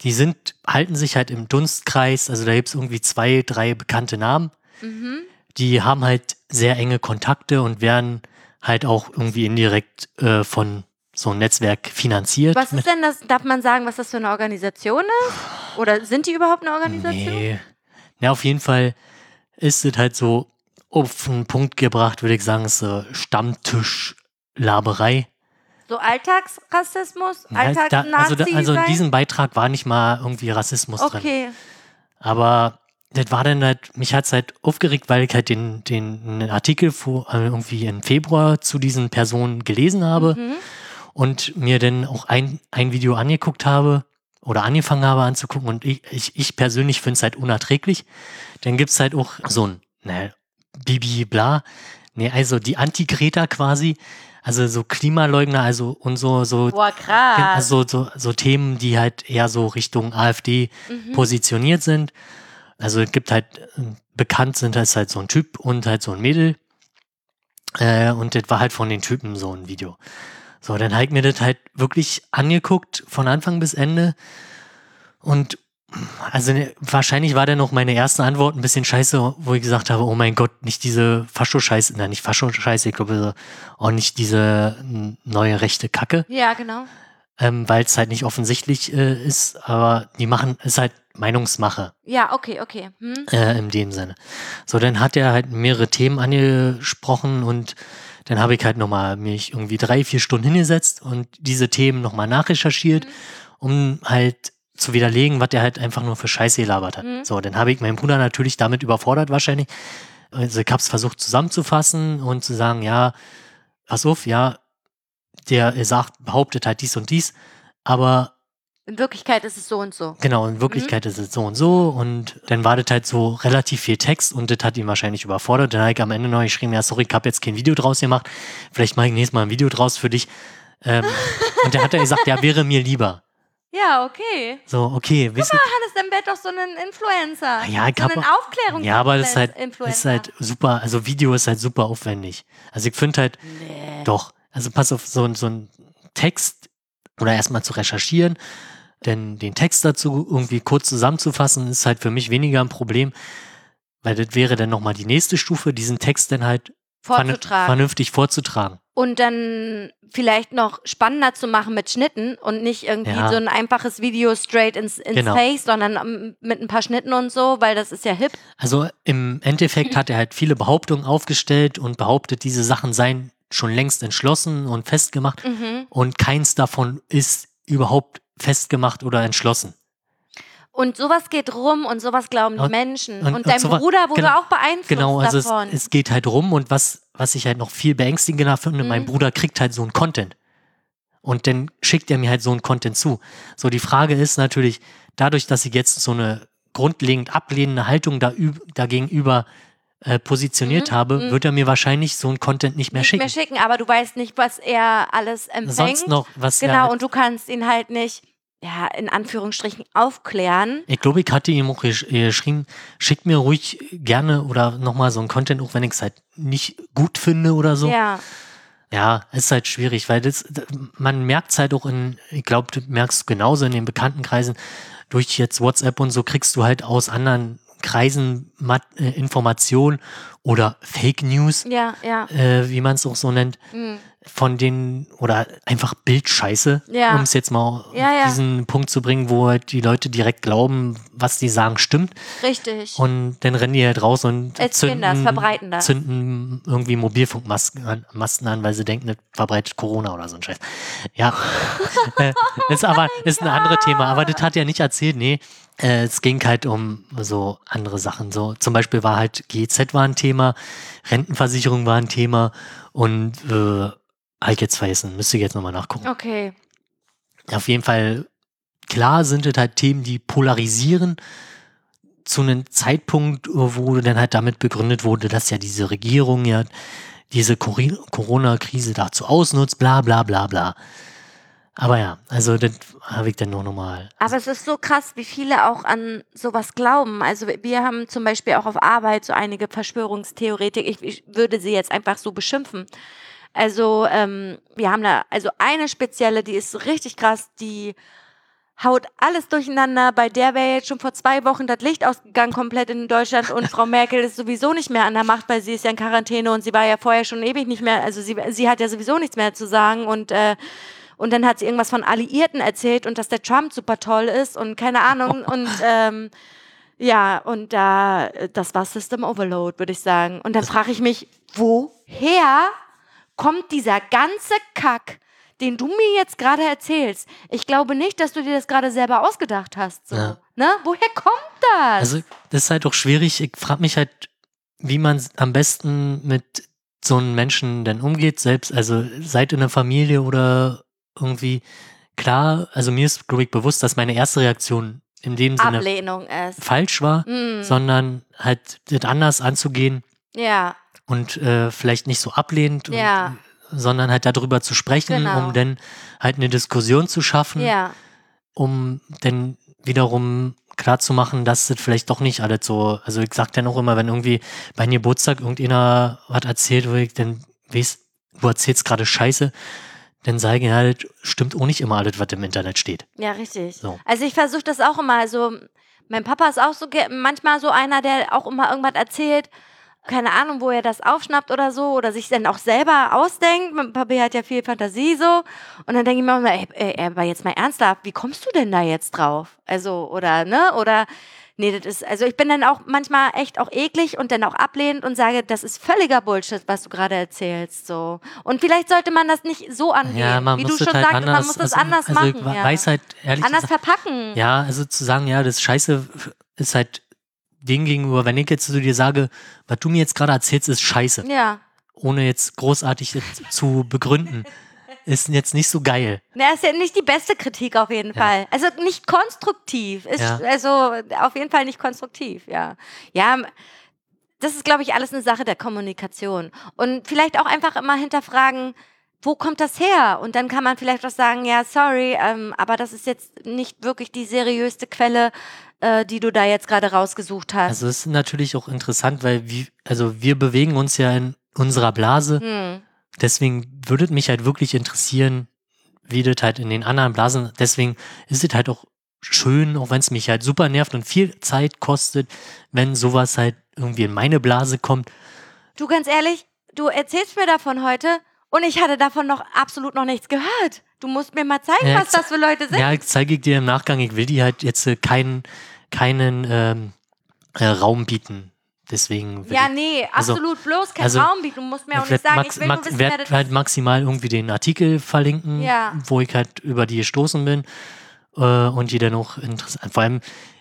B: die sind, halten sich halt im Dunstkreis, also da gibt es irgendwie zwei, drei bekannte Namen.
A: mhm.
B: Die haben halt sehr enge Kontakte und werden halt auch irgendwie indirekt äh, von so einem Netzwerk finanziert.
A: Was
B: Mit-
A: ist denn das, darf man sagen, was das für eine Organisation ist? Oder sind die überhaupt eine Organisation?
B: Nee. Na, auf jeden Fall ist es halt so auf den Punkt gebracht, würde ich sagen, ist äh, Stammtischlaberei.
A: So Alltagsrassismus,
B: Ja, da- also, da-
A: Alltagsnazi
B: also in
A: sein?
B: diesem Beitrag war nicht mal irgendwie Rassismus drin.
A: Okay,
B: Aber das war dann halt, mich hat es halt aufgeregt, weil ich halt den, den einen Artikel vor, äh, irgendwie im Februar zu diesen Personen gelesen habe und mir dann auch ein, ein Video angeguckt habe oder angefangen habe anzugucken und ich, ich, ich persönlich finde es halt unerträglich. Dann gibt es halt auch so ein, ne, Bibi bla. Nee, also die Anti-Greta quasi, also so Klimaleugner, also und so, so
A: boah, krass.
B: also so, so Themen, die halt eher so Richtung AfD positioniert sind. Also es gibt halt, äh, bekannt sind als halt so ein Typ und halt so ein Mädel. Äh, und das war halt von den Typen so ein Video. So, dann habe ich mir das halt wirklich angeguckt, von Anfang bis Ende. Und also ne, wahrscheinlich war dann noch meine erste Antwort ein bisschen scheiße, wo ich gesagt habe, oh mein Gott, nicht diese Fascho-Scheiße, nein, nicht Fascho-Scheiße, ich glaube, auch nicht diese mm, neue rechte Kacke
A: ja, genau.
B: ähm, weil es halt nicht offensichtlich äh, ist, aber die machen, ist halt Meinungsmache
A: Ja, okay, okay. Hm?
B: äh, in dem Sinne. So, dann hat er halt mehrere Themen angesprochen und dann habe ich halt nochmal mich irgendwie drei, vier Stunden hingesetzt und diese Themen nochmal nachrecherchiert, um halt zu widerlegen, was er halt einfach nur für Scheiße gelabert hat. So, dann habe ich meinen Bruder natürlich damit überfordert wahrscheinlich. Also ich habe es versucht zusammenzufassen und zu sagen, ja, pass auf, ja, der sagt, behauptet halt dies und dies, aber
A: In Wirklichkeit ist es so und so.
B: Genau, in Wirklichkeit ist es so und so und dann war das halt so relativ viel Text und das hat ihn wahrscheinlich überfordert. Dann habe ich am Ende noch geschrieben, ja sorry, ich habe jetzt kein Video draus gemacht, vielleicht mache ich nächstes Mal ein Video draus für dich. Ähm, und dann hat er gesagt, ja, wäre mir lieber.
A: Ja, okay.
B: So, okay, wissen,
A: Hannes, dann wäre doch so ein Influencer.
B: Ja, ich
A: so
B: hab
A: einen
B: auch-
A: Aufklärungs-
B: ja, aber das ist halt, ist
A: Influencer.
B: halt super, also Video ist halt super aufwendig. Also ich finde halt, doch, also pass auf, so, ein- so ein Text oder erstmal zu recherchieren, denn den Text dazu irgendwie kurz zusammenzufassen, ist halt für mich weniger ein Problem, weil das wäre dann nochmal die nächste Stufe, diesen Text dann halt vernün-
A: vorzutragen.
B: vernünftig vorzutragen.
A: Und dann vielleicht noch spannender zu machen mit Schnitten und nicht irgendwie
B: Ja.
A: so ein einfaches Video straight ins, ins
B: Genau.
A: Face, sondern ähm, mit ein paar Schnitten und so, weil das ist ja hip.
B: Also im
A: [LAUGHS]
B: Endeffekt hat er halt viele Behauptungen aufgestellt und behauptet, diese Sachen seien schon längst entschlossen und festgemacht.
A: Mhm.
B: und keins davon ist überhaupt festgemacht oder entschlossen.
A: Und sowas geht rum und sowas glauben die
B: Und-
A: Menschen. Und,
B: und- und
A: dein
B: sowas-
A: Bruder wurde
B: genau.
A: auch beeinflusst
B: Genau, also es,
A: davon.
B: es geht halt rum und was, was ich halt noch viel beängstigender finde, mein
A: Mhm.
B: Bruder kriegt halt so einen Content. Und dann schickt er mir halt so einen Content zu. So, die Frage ist natürlich, dadurch, dass ich jetzt so eine grundlegend ablehnende Haltung da, üb- dagegenüber äh, positioniert habe, wird er mir wahrscheinlich so einen Content nicht
A: Mhm,
B: mehr
A: nicht
B: schicken.
A: mehr schicken, aber du weißt nicht, was er alles empfängt.
B: Sonst noch, was er
A: genau,
B: halt-
A: und du kannst ihn halt nicht, ja, in Anführungsstrichen aufklären.
B: Ich glaube, ich hatte ihm auch gesch- äh, geschrieben, schickt mir ruhig gerne oder nochmal so ein Content, auch wenn ich es halt nicht gut finde oder so. Ja,
A: Ja,
B: ist halt schwierig, weil das, d- man merkt es halt auch in, ich glaube, du merkst genauso in den Bekanntenkreisen, durch jetzt WhatsApp und so kriegst du halt aus anderen Kreisen Mat äh, Informationen oder Fake News,
A: ja, Mhm. ja.
B: äh, wie man es auch so nennt, von den oder einfach Bildscheiße,
A: Ja.
B: um es jetzt mal auf
A: Ja, ja.
B: diesen Punkt zu bringen, wo halt die Leute direkt glauben, was die sagen, stimmt.
A: Richtig.
B: Äh, Und dann rennen die halt raus und
A: Erzählen
B: zünden,
A: das, verbreiten das.
B: zünden irgendwie Mobilfunkmasken an, Masten an, weil sie denken, das verbreitet Corona oder so ein Scheiß.
A: [LAUGHS]
B: Ja. [LAUGHS] Äh, ist aber ist ein anderes Thema. Aber das hat er nicht erzählt, nee. Äh, Es ging halt um so andere Sachen. So zum Beispiel war halt GZ war ein Thema, Rentenversicherung war ein Thema und äh, hab ich jetzt vergessen, müsste ich jetzt nochmal nachgucken.
A: Okay.
B: Auf jeden Fall, klar sind es halt Themen, die polarisieren zu einem Zeitpunkt, wo dann halt damit begründet wurde, dass ja diese Regierung ja diese Cori- Corona-Krise dazu ausnutzt, bla bla bla bla. Aber ja, also das habe ich dann nur nochmal.
A: Aber es ist so krass, wie viele auch an sowas glauben. Also wir haben zum Beispiel auch auf Arbeit so einige Verschwörungstheoretik. Ich, ich würde sie jetzt einfach so beschimpfen. Also ähm, wir haben da also eine spezielle, die ist so richtig krass, die haut alles durcheinander. Bei der wäre jetzt schon vor zwei Wochen das Licht ausgegangen komplett in Deutschland und Frau Merkel ist sowieso nicht mehr an der Macht, weil sie ist ja in Quarantäne und sie war ja vorher schon ewig nicht mehr. Also sie, sie hat ja sowieso nichts mehr zu sagen und äh, und dann hat sie irgendwas von Alliierten erzählt und dass der Trump super toll ist und keine
B: [LAUGHS]
A: Ahnung und ähm, ja, und da, äh, das war System Overload, würde ich sagen. Und dann frage ich mich, woher kommt dieser ganze Kack, den du mir jetzt gerade erzählst? Ich glaube nicht, dass du dir das gerade selber ausgedacht hast. So.
B: Ja.
A: Ne? Woher kommt das?
B: Also das ist halt auch schwierig. Ich frage mich halt, wie man am besten mit so einem Menschen dann umgeht, selbst, also seid in der Familie oder irgendwie. Klar, also mir ist, glaube ich, bewusst, dass meine erste Reaktion in dem Sinne
A: Ablehnung ist.
B: falsch war,
A: Mm,
B: sondern halt das anders anzugehen
A: ja,
B: und äh, vielleicht nicht so ablehnend,
A: Ja.
B: und, sondern halt darüber zu sprechen,
A: Genau.
B: um dann halt eine Diskussion zu schaffen,
A: ja,
B: um dann wiederum klarzumachen, dass das vielleicht doch nicht alles so, also ich sag dann auch immer, wenn irgendwie bei einem Geburtstag irgendeiner was erzählt, wo ich dann weiß, du erzählst gerade Scheiße, dann sage ich, ja, das stimmt auch nicht immer alles, was im Internet steht.
A: ja, richtig.
B: So.
A: Also ich versuche das auch immer. Also mein Papa ist auch so ge- manchmal so einer, der auch immer irgendwas erzählt. Keine Ahnung, wo er das aufschnappt oder so oder sich dann auch selber ausdenkt. Mein Papi hat ja viel Fantasie so. Und dann denke ich mir immer, ey, ey, aber jetzt mal ernsthaft, wie kommst du denn da jetzt drauf? Also, oder, ne? Oder, nee, das ist, also ich bin dann auch manchmal echt auch eklig und dann auch ablehnend und sage, das ist völliger Bullshit, was du gerade erzählst, so. Und vielleicht sollte man das nicht so angehen,
B: Ja, man
A: wie du
B: muss
A: schon
B: das halt
A: sagtest,
B: anders,
A: man muss das
B: also,
A: anders
B: also ich
A: machen.
B: wa-
A: ja.
B: Weiß halt ehrlich
A: anders
B: gesagt-
A: verpacken.
B: Ja, also zu sagen, ja, das Scheiße ist halt dem gegenüber, wenn ich jetzt zu dir sage, was du mir jetzt gerade erzählst, ist Scheiße,
A: Ja.
B: ohne jetzt großartig jetzt zu
A: [LAUGHS]
B: begründen, ist jetzt nicht so geil.
A: Na, ist ja nicht die beste Kritik auf jeden Fall. Also nicht konstruktiv. Ist
B: Ja.
A: Also auf jeden Fall nicht konstruktiv, ja. Ja, m- das ist, glaube ich, alles eine Sache der Kommunikation. Und vielleicht auch einfach immer hinterfragen, wo kommt das her? Und dann kann man vielleicht auch sagen, ja, sorry, ähm, aber das ist jetzt nicht wirklich die seriöste Quelle, äh, die du da jetzt gerade rausgesucht hast.
B: Also es ist natürlich auch interessant, weil wir, also wir bewegen uns ja in unserer Blase,
A: hm.
B: deswegen würde mich halt wirklich interessieren, wie das halt in den anderen Blasen, deswegen ist es halt auch schön, auch wenn es mich halt super nervt und viel Zeit kostet, wenn sowas halt irgendwie in meine Blase kommt,
A: Du, ganz ehrlich, du erzählst mir davon heute und ich hatte davon noch absolut noch nichts gehört. Du musst mir mal zeigen,
B: Ja,
A: was das für Leute sind.
B: Ja, zeige ich dir im Nachgang. Ich will die halt jetzt äh, keinen, keinen ähm, äh, Raum bieten. Deswegen will
A: Ja,
B: ich,
A: nee,
B: Also-
A: absolut bloß kein
B: also,
A: Raum bieten. Du musst mir auch nicht
B: ich werd
A: sagen,
B: max,
A: ich will
B: max,
A: nur wissen, wer
B: werd
A: das
B: halt maximal irgendwie den Artikel verlinken,
A: Ja.
B: wo ich halt über die gestoßen bin. Äh, und die dann auch interessant. Vor allem,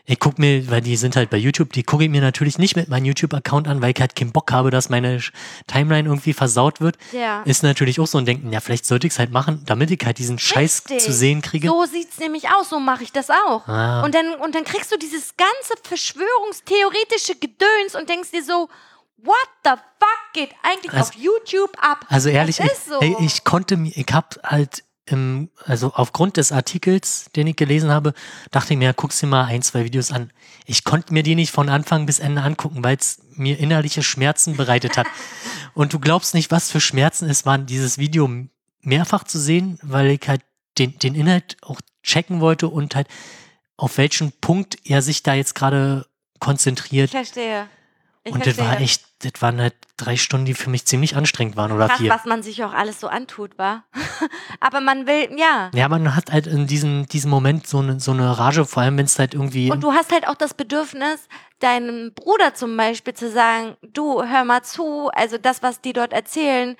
B: ich guck mir, weil die sind halt bei YouTube, die gucke ich mir natürlich nicht mit meinem YouTube-Account an, weil ich halt keinen Bock habe, dass meine Sch- Timeline irgendwie versaut wird.
A: Ja.
B: Ist natürlich auch so ein Denken, ja, vielleicht sollte ich es halt machen, damit ich halt diesen Scheiß
A: Richtig.
B: zu sehen kriege.
A: So sieht's nämlich aus, so mache ich das auch.
B: Ah.
A: Und, dann, und dann kriegst du dieses ganze verschwörungstheoretische Gedöns und denkst dir so, what the fuck geht eigentlich
B: Also-
A: auf YouTube ab?
B: Also ehrlich,
A: das
B: ich,
A: ist so.
B: ey, ich konnte mir, ich hab halt, im, also aufgrund des Artikels, den ich gelesen habe, dachte ich mir, guck's dir mal ein, zwei Videos an. Ich konnte mir die nicht von Anfang bis Ende angucken, weil es mir innerliche Schmerzen
A: [LAUGHS]
B: bereitet hat. Und du glaubst nicht, was für Schmerzen es waren, dieses Video mehrfach zu sehen, weil ich halt den, den Inhalt auch checken wollte und halt auf welchen Punkt er sich da jetzt gerade konzentriert.
A: ich verstehe. Ich
B: und das war
A: verstehe.
B: echt, das waren halt drei Stunden, die für mich ziemlich anstrengend waren oder
A: Krass,
B: vier.
A: was man sich auch alles so antut, war. [LAUGHS] Aber man will, ja.
B: Ja, man hat halt in diesem, diesem Moment so eine, so eine Rage, vor allem wenn es halt irgendwie.
A: Und du hast halt auch das Bedürfnis, deinem Bruder zum Beispiel zu sagen, du, hör mal zu, also das, was die dort erzählen,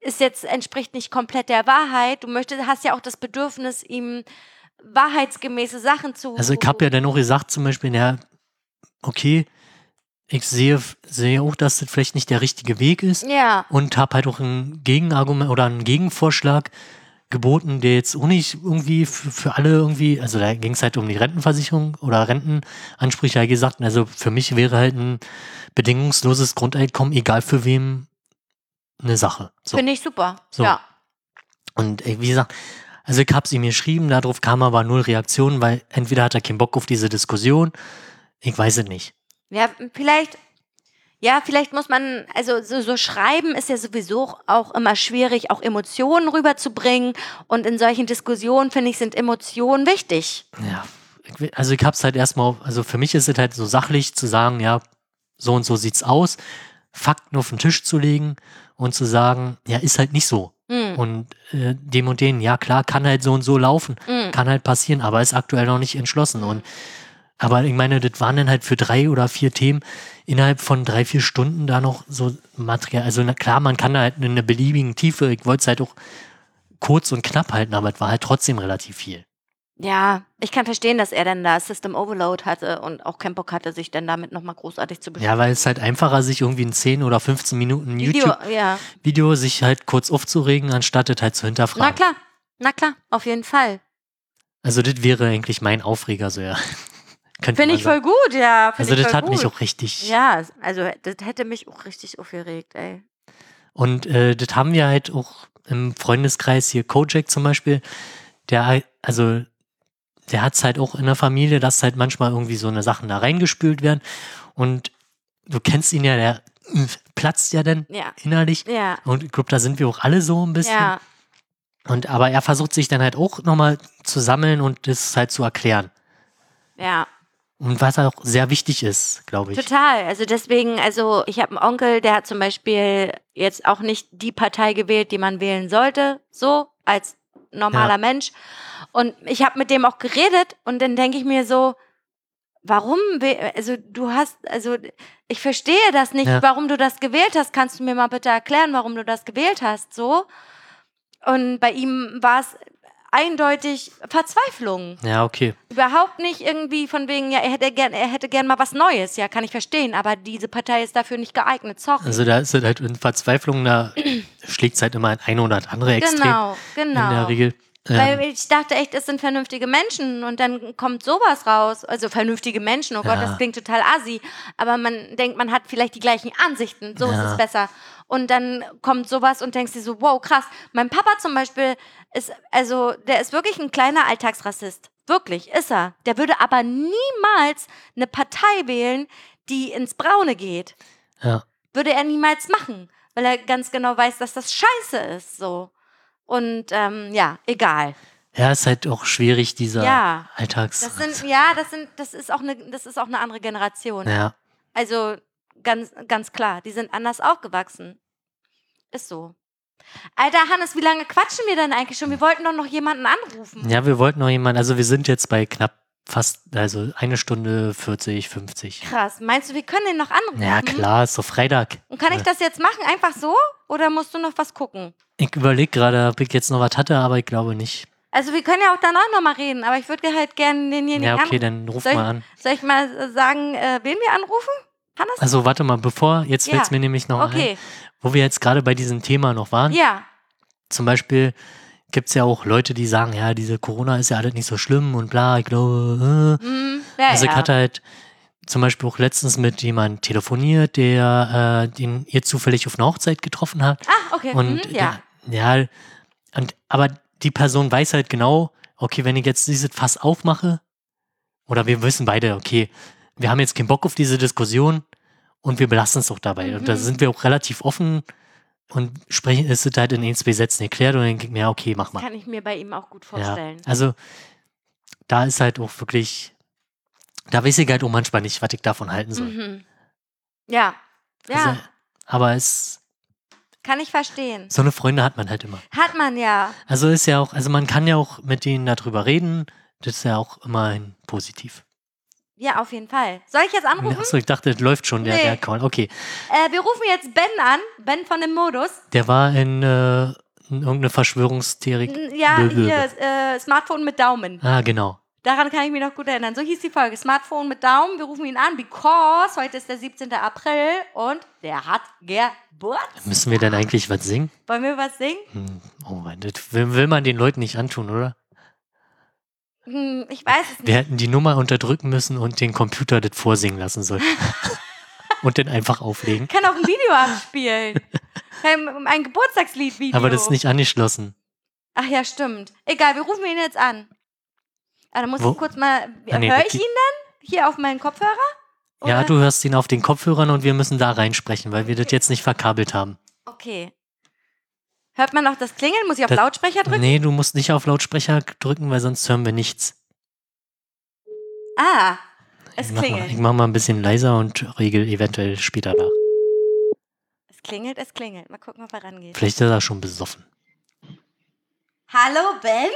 A: ist jetzt, entspricht nicht komplett der Wahrheit. Du möchtest, hast ja auch das Bedürfnis, ihm wahrheitsgemäße Sachen zu.
B: also ich habe ja dann auch gesagt, zum Beispiel, ja, okay, ich sehe, sehe auch, dass das vielleicht nicht der richtige Weg ist.
A: Ja,
B: und habe halt auch ein Gegenargument oder einen Gegenvorschlag geboten, der jetzt auch nicht irgendwie für, für alle irgendwie, also da ging es halt um die Rentenversicherung oder Rentenansprüche, halt gesagt, also für mich wäre halt ein bedingungsloses Grundeinkommen, egal für wem, eine Sache. So.
A: finde ich super.
B: So.
A: Ja.
B: Und äh, wie gesagt, also ich hab's ihm geschrieben, darauf kam aber null Reaktion, weil entweder hat er keinen Bock auf diese Diskussion, ich weiß es nicht.
A: Ja, vielleicht, ja, vielleicht muss man, also so, so schreiben ist ja sowieso auch immer schwierig, auch Emotionen rüberzubringen. Und in solchen Diskussionen, finde ich, sind Emotionen wichtig.
B: Ja, ich will- also ich hab's halt erstmal, auf- also für mich ist es halt so sachlich zu sagen, ja, so und so sieht's aus, Fakten auf den Tisch zu legen und zu sagen, ja, ist halt nicht so.
A: Hm.
B: Und äh, dem und denen, ja klar, kann halt so und so laufen,
A: Mhm.
B: kann halt passieren, aber ist aktuell noch nicht entschlossen. Und aber ich meine, das waren dann halt für drei oder vier Themen innerhalb von drei, vier Stunden da noch so Material. Also na, klar, man kann da halt in einer beliebigen Tiefe, ich wollte es halt auch kurz und knapp halten, aber es war halt trotzdem relativ viel.
A: Ja, ich kann verstehen, dass er dann da System Overload hatte und auch keinen Bock hatte, sich dann damit nochmal großartig zu beschäftigen.
B: Ja, weil es halt einfacher, sich irgendwie in 10 oder 15 Minuten YouTube-Video
A: Video, ja.
B: sich halt kurz aufzuregen, anstatt es halt zu
A: Na
B: hinterfragen.
A: klar, na klar, auf jeden Fall.
B: Also das wäre eigentlich mein Aufreger so, ja. [LAUGHS] Könnte
A: Finde
B: man
A: ich
B: sagen.
A: voll gut, ja. find
B: Also
A: ich
B: das
A: voll
B: hat
A: gut.
B: mich auch richtig.
A: Ja, also das hätte mich auch richtig aufgeregt, ey.
B: Und äh, das haben wir halt auch im Freundeskreis hier, Kojak zum Beispiel, der halt- also der hat's halt auch in der Familie, dass halt manchmal irgendwie so eine Sachen da reingespült werden. Und du kennst ihn ja, der [LAUGHS] äh, platzt ja dann
A: Ja,
B: innerlich.
A: ja,
B: Und ich glaube, da sind wir auch alle so ein bisschen.
A: ja.
B: Und aber er versucht sich dann halt auch nochmal zu sammeln und das halt zu erklären.
A: Ja,
B: Und was auch sehr wichtig ist, glaube ich.
A: total. Also deswegen, also ich habe einen Onkel, der hat zum Beispiel jetzt auch nicht die Partei gewählt, die man wählen sollte, so als normaler
B: Ja.
A: Mensch. Und ich habe mit dem auch geredet und dann denke ich mir so, warum, wäh- also du hast, also ich verstehe das nicht,
B: Ja.
A: warum du das gewählt hast. Kannst du mir mal bitte erklären, warum du das gewählt hast, so? Und bei ihm war es eindeutig Verzweiflung
B: Ja, okay.
A: überhaupt nicht irgendwie von wegen, ja, er hätte gern, er hätte gern mal was Neues, ja, kann ich verstehen, aber diese Partei ist dafür nicht geeignet, sorry.
B: Also da ist es halt in Verzweiflung, da [CLEARS THROAT] schlägt es halt immer ein eine oder das andere Extrem
A: genau, genau.
B: in der Regel.
A: Weil
B: Ähm,
A: ich dachte echt, es sind vernünftige Menschen und dann kommt sowas raus. Also vernünftige Menschen, oh Gott,
B: Ja.
A: das klingt total assi. Aber man denkt, man hat vielleicht die gleichen Ansichten, so ist
B: Ja.
A: es besser. Und dann kommt sowas und denkst dir so, wow, krass. Mein Papa zum Beispiel ist, also der ist wirklich ein kleiner Alltagsrassist. Wirklich, ist er. Der würde aber niemals eine Partei wählen, die ins Braune geht.
B: ja.
A: Würde er niemals machen, weil er ganz genau weiß, dass das scheiße ist, so. Und ähm, ja, egal.
B: ja, ist halt auch schwierig, dieser
A: Ja.
B: Alltags.
A: Das sind, ja, das sind, das ist auch eine, das ist auch eine andere Generation.
B: ja.
A: Also ganz, ganz klar, die sind anders aufgewachsen. Ist so. Alter Hannes, wie lange quatschen wir denn eigentlich schon? Wir wollten doch noch jemanden anrufen.
B: ja, wir wollten noch jemanden, also wir sind jetzt bei knapp fast, also eine Stunde 40, 50.
A: Krass. Meinst du, wir können den noch anrufen?
B: Ja, klar, ist doch Freitag.
A: Und kann ich das jetzt machen, einfach so? Oder musst du noch was gucken?
B: Ich überlege gerade, ob ich jetzt noch was hatte, aber ich glaube nicht.
A: Also wir können ja auch danach nochmal reden, aber ich würde halt gerne denjenigen
B: Ja, okay,
A: anrufen.
B: dann ruf
A: Soll ich-
B: mal an.
A: Soll ich mal äh, sagen, äh, wen wir anrufen? Hannes?
B: Also warte mal, bevor, jetzt
A: Ja.
B: fällt es mir nämlich noch ein,
A: okay,
B: wo wir jetzt gerade bei diesem Thema noch waren.
A: ja.
B: Zum Beispiel gibt es ja auch Leute, die sagen, ja, diese Corona ist ja alles nicht so schlimm und bla, ich glaube. Äh.
A: Hm, ja,
B: also ich
A: ja.
B: hatte halt zum Beispiel auch letztens mit jemandem telefoniert, der äh, den ihr zufällig auf einer Hochzeit getroffen hat.
A: Ah, okay.
B: Und äh,
A: mhm, ja.
B: ja. ja, und aber die Person weiß halt genau, okay, wenn ich jetzt dieses Fass aufmache, oder wir wissen beide, okay, wir haben jetzt keinen Bock auf diese Diskussion und wir belassen es auch dabei. Und da
A: Mhm.
B: sind wir auch relativ offen und sprechen, es ist halt in ein, zwei Sätzen erklärt und dann denke ich mir, ja, okay, mach mal.
A: Kann ich mir bei ihm auch gut
B: Ja.
A: vorstellen.
B: Also da ist halt auch wirklich, da weiß ich halt auch manchmal nicht, was ich davon halten soll.
A: Mhm. Ja. Ja.
B: Also, aber es,
A: Kann ich verstehen.
B: so eine Freunde hat man halt immer.
A: Hat man ja.
B: Also ist ja auch, also man kann ja auch mit denen darüber reden. Das ist ja auch immerhin positiv.
A: Ja, auf jeden Fall. Soll ich jetzt anrufen?
B: Achso, ich dachte, das läuft schon der,
A: Mhm. Nee.
B: der Call. Okay.
A: Äh, wir rufen jetzt Ben an. Ben von dem Modus.
B: Der war in, äh, in irgendeine Verschwörungstheorie.
A: N- Ja,
B: Blablabla.
A: hier, äh, Smartphone mit Daumen.
B: Ah, genau.
A: Daran kann ich mich noch gut erinnern. So hieß die Folge. Smartphone mit Daumen. Wir rufen ihn an, because heute ist der 17. April und der hat Geburtstag.
B: Müssen wir denn eigentlich was singen?
A: Wollen wir was singen?
B: Hm, oh Mann, das will, will man den Leuten nicht antun, oder?
A: Hm, ich weiß es
B: Wir
A: nicht.
B: hätten die Nummer unterdrücken müssen und den Computer das vorsingen
A: [LAUGHS]
B: lassen sollen. und dann einfach auflegen.
A: Ich kann auch ein
B: [LAUGHS]
A: Video abspielen. Ein, ein Geburtstagslied-Video.
B: Aber das ist nicht angeschlossen.
A: Ach ja, stimmt. Egal, wir rufen ihn jetzt an. Ah, da muss
B: Wo-
A: ich kurz mal.
B: Ah, nee,
A: Hör
B: das
A: ich ihn
B: geht-
A: dann? Hier auf meinen Kopfhörer?
B: Ja,
A: Oder-
B: du hörst ihn auf den Kopfhörern und wir müssen da reinsprechen, weil wir das
A: Okay.
B: jetzt nicht verkabelt haben.
A: Okay. Hört man auch das Klingeln? Muss ich auf
B: Das-
A: Lautsprecher drücken?
B: Nee, du musst nicht auf Lautsprecher drücken, weil sonst hören wir nichts.
A: Ah, es
B: ich, mach mal, ich
A: klingelt.
B: mach mal ein bisschen leiser und regel eventuell später nach.
A: Es klingelt, es klingelt. Mal gucken, ob er rangeht.
B: Vielleicht ist er schon besoffen.
A: Hallo Ben?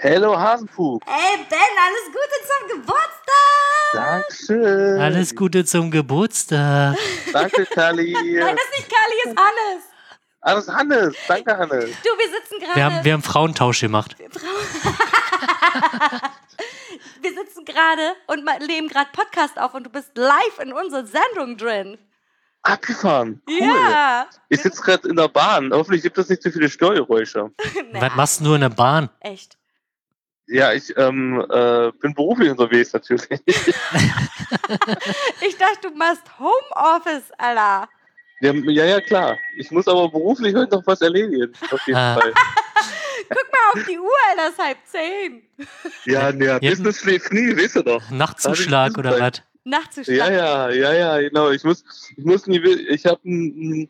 C: Hello Hasenpup.
A: Ey Ben, alles Gute zum Geburtstag!
C: Dankeschön.
B: Alles Gute zum Geburtstag.
C: Danke, Kali.
A: Nein, das ist nicht Kali, ist Hannes.
C: Alles Hannes. Danke, Hannes.
A: Du, wir sitzen gerade.
B: Wir haben, wir haben
A: [LAUGHS]
B: Frauentausch gemacht.
A: Wir sitzen gerade und ma- nehmen gerade Podcast auf und du bist live in unserer Sendung drin.
C: Abgefahren. Cool.
A: Ja.
C: Ich sitze gerade in der Bahn. Hoffentlich gibt es nicht zu viele Störgeräusche.
B: Was machst du in der Bahn?
A: Echt.
C: Ja, ich ähm, äh, bin beruflich unterwegs natürlich. [LAUGHS]
A: Ich dachte, du machst Homeoffice, Alter.
C: Ja, ja, ja, klar. Ich muss aber beruflich heute noch was erledigen. Auf jeden
B: Ah.
C: Fall.
A: Guck mal auf die Uhr, Alter, ist halb zehn.
C: Ja, ne,
B: Ja.
C: Business schläft nie, weißt du doch.
B: Nachtzuschlag
C: Darf ich
B: oder was?
A: Nachtzuschlag.
C: Ja, ja, ja, ja, genau. Ich muss, ich muss nie, ich habe ein,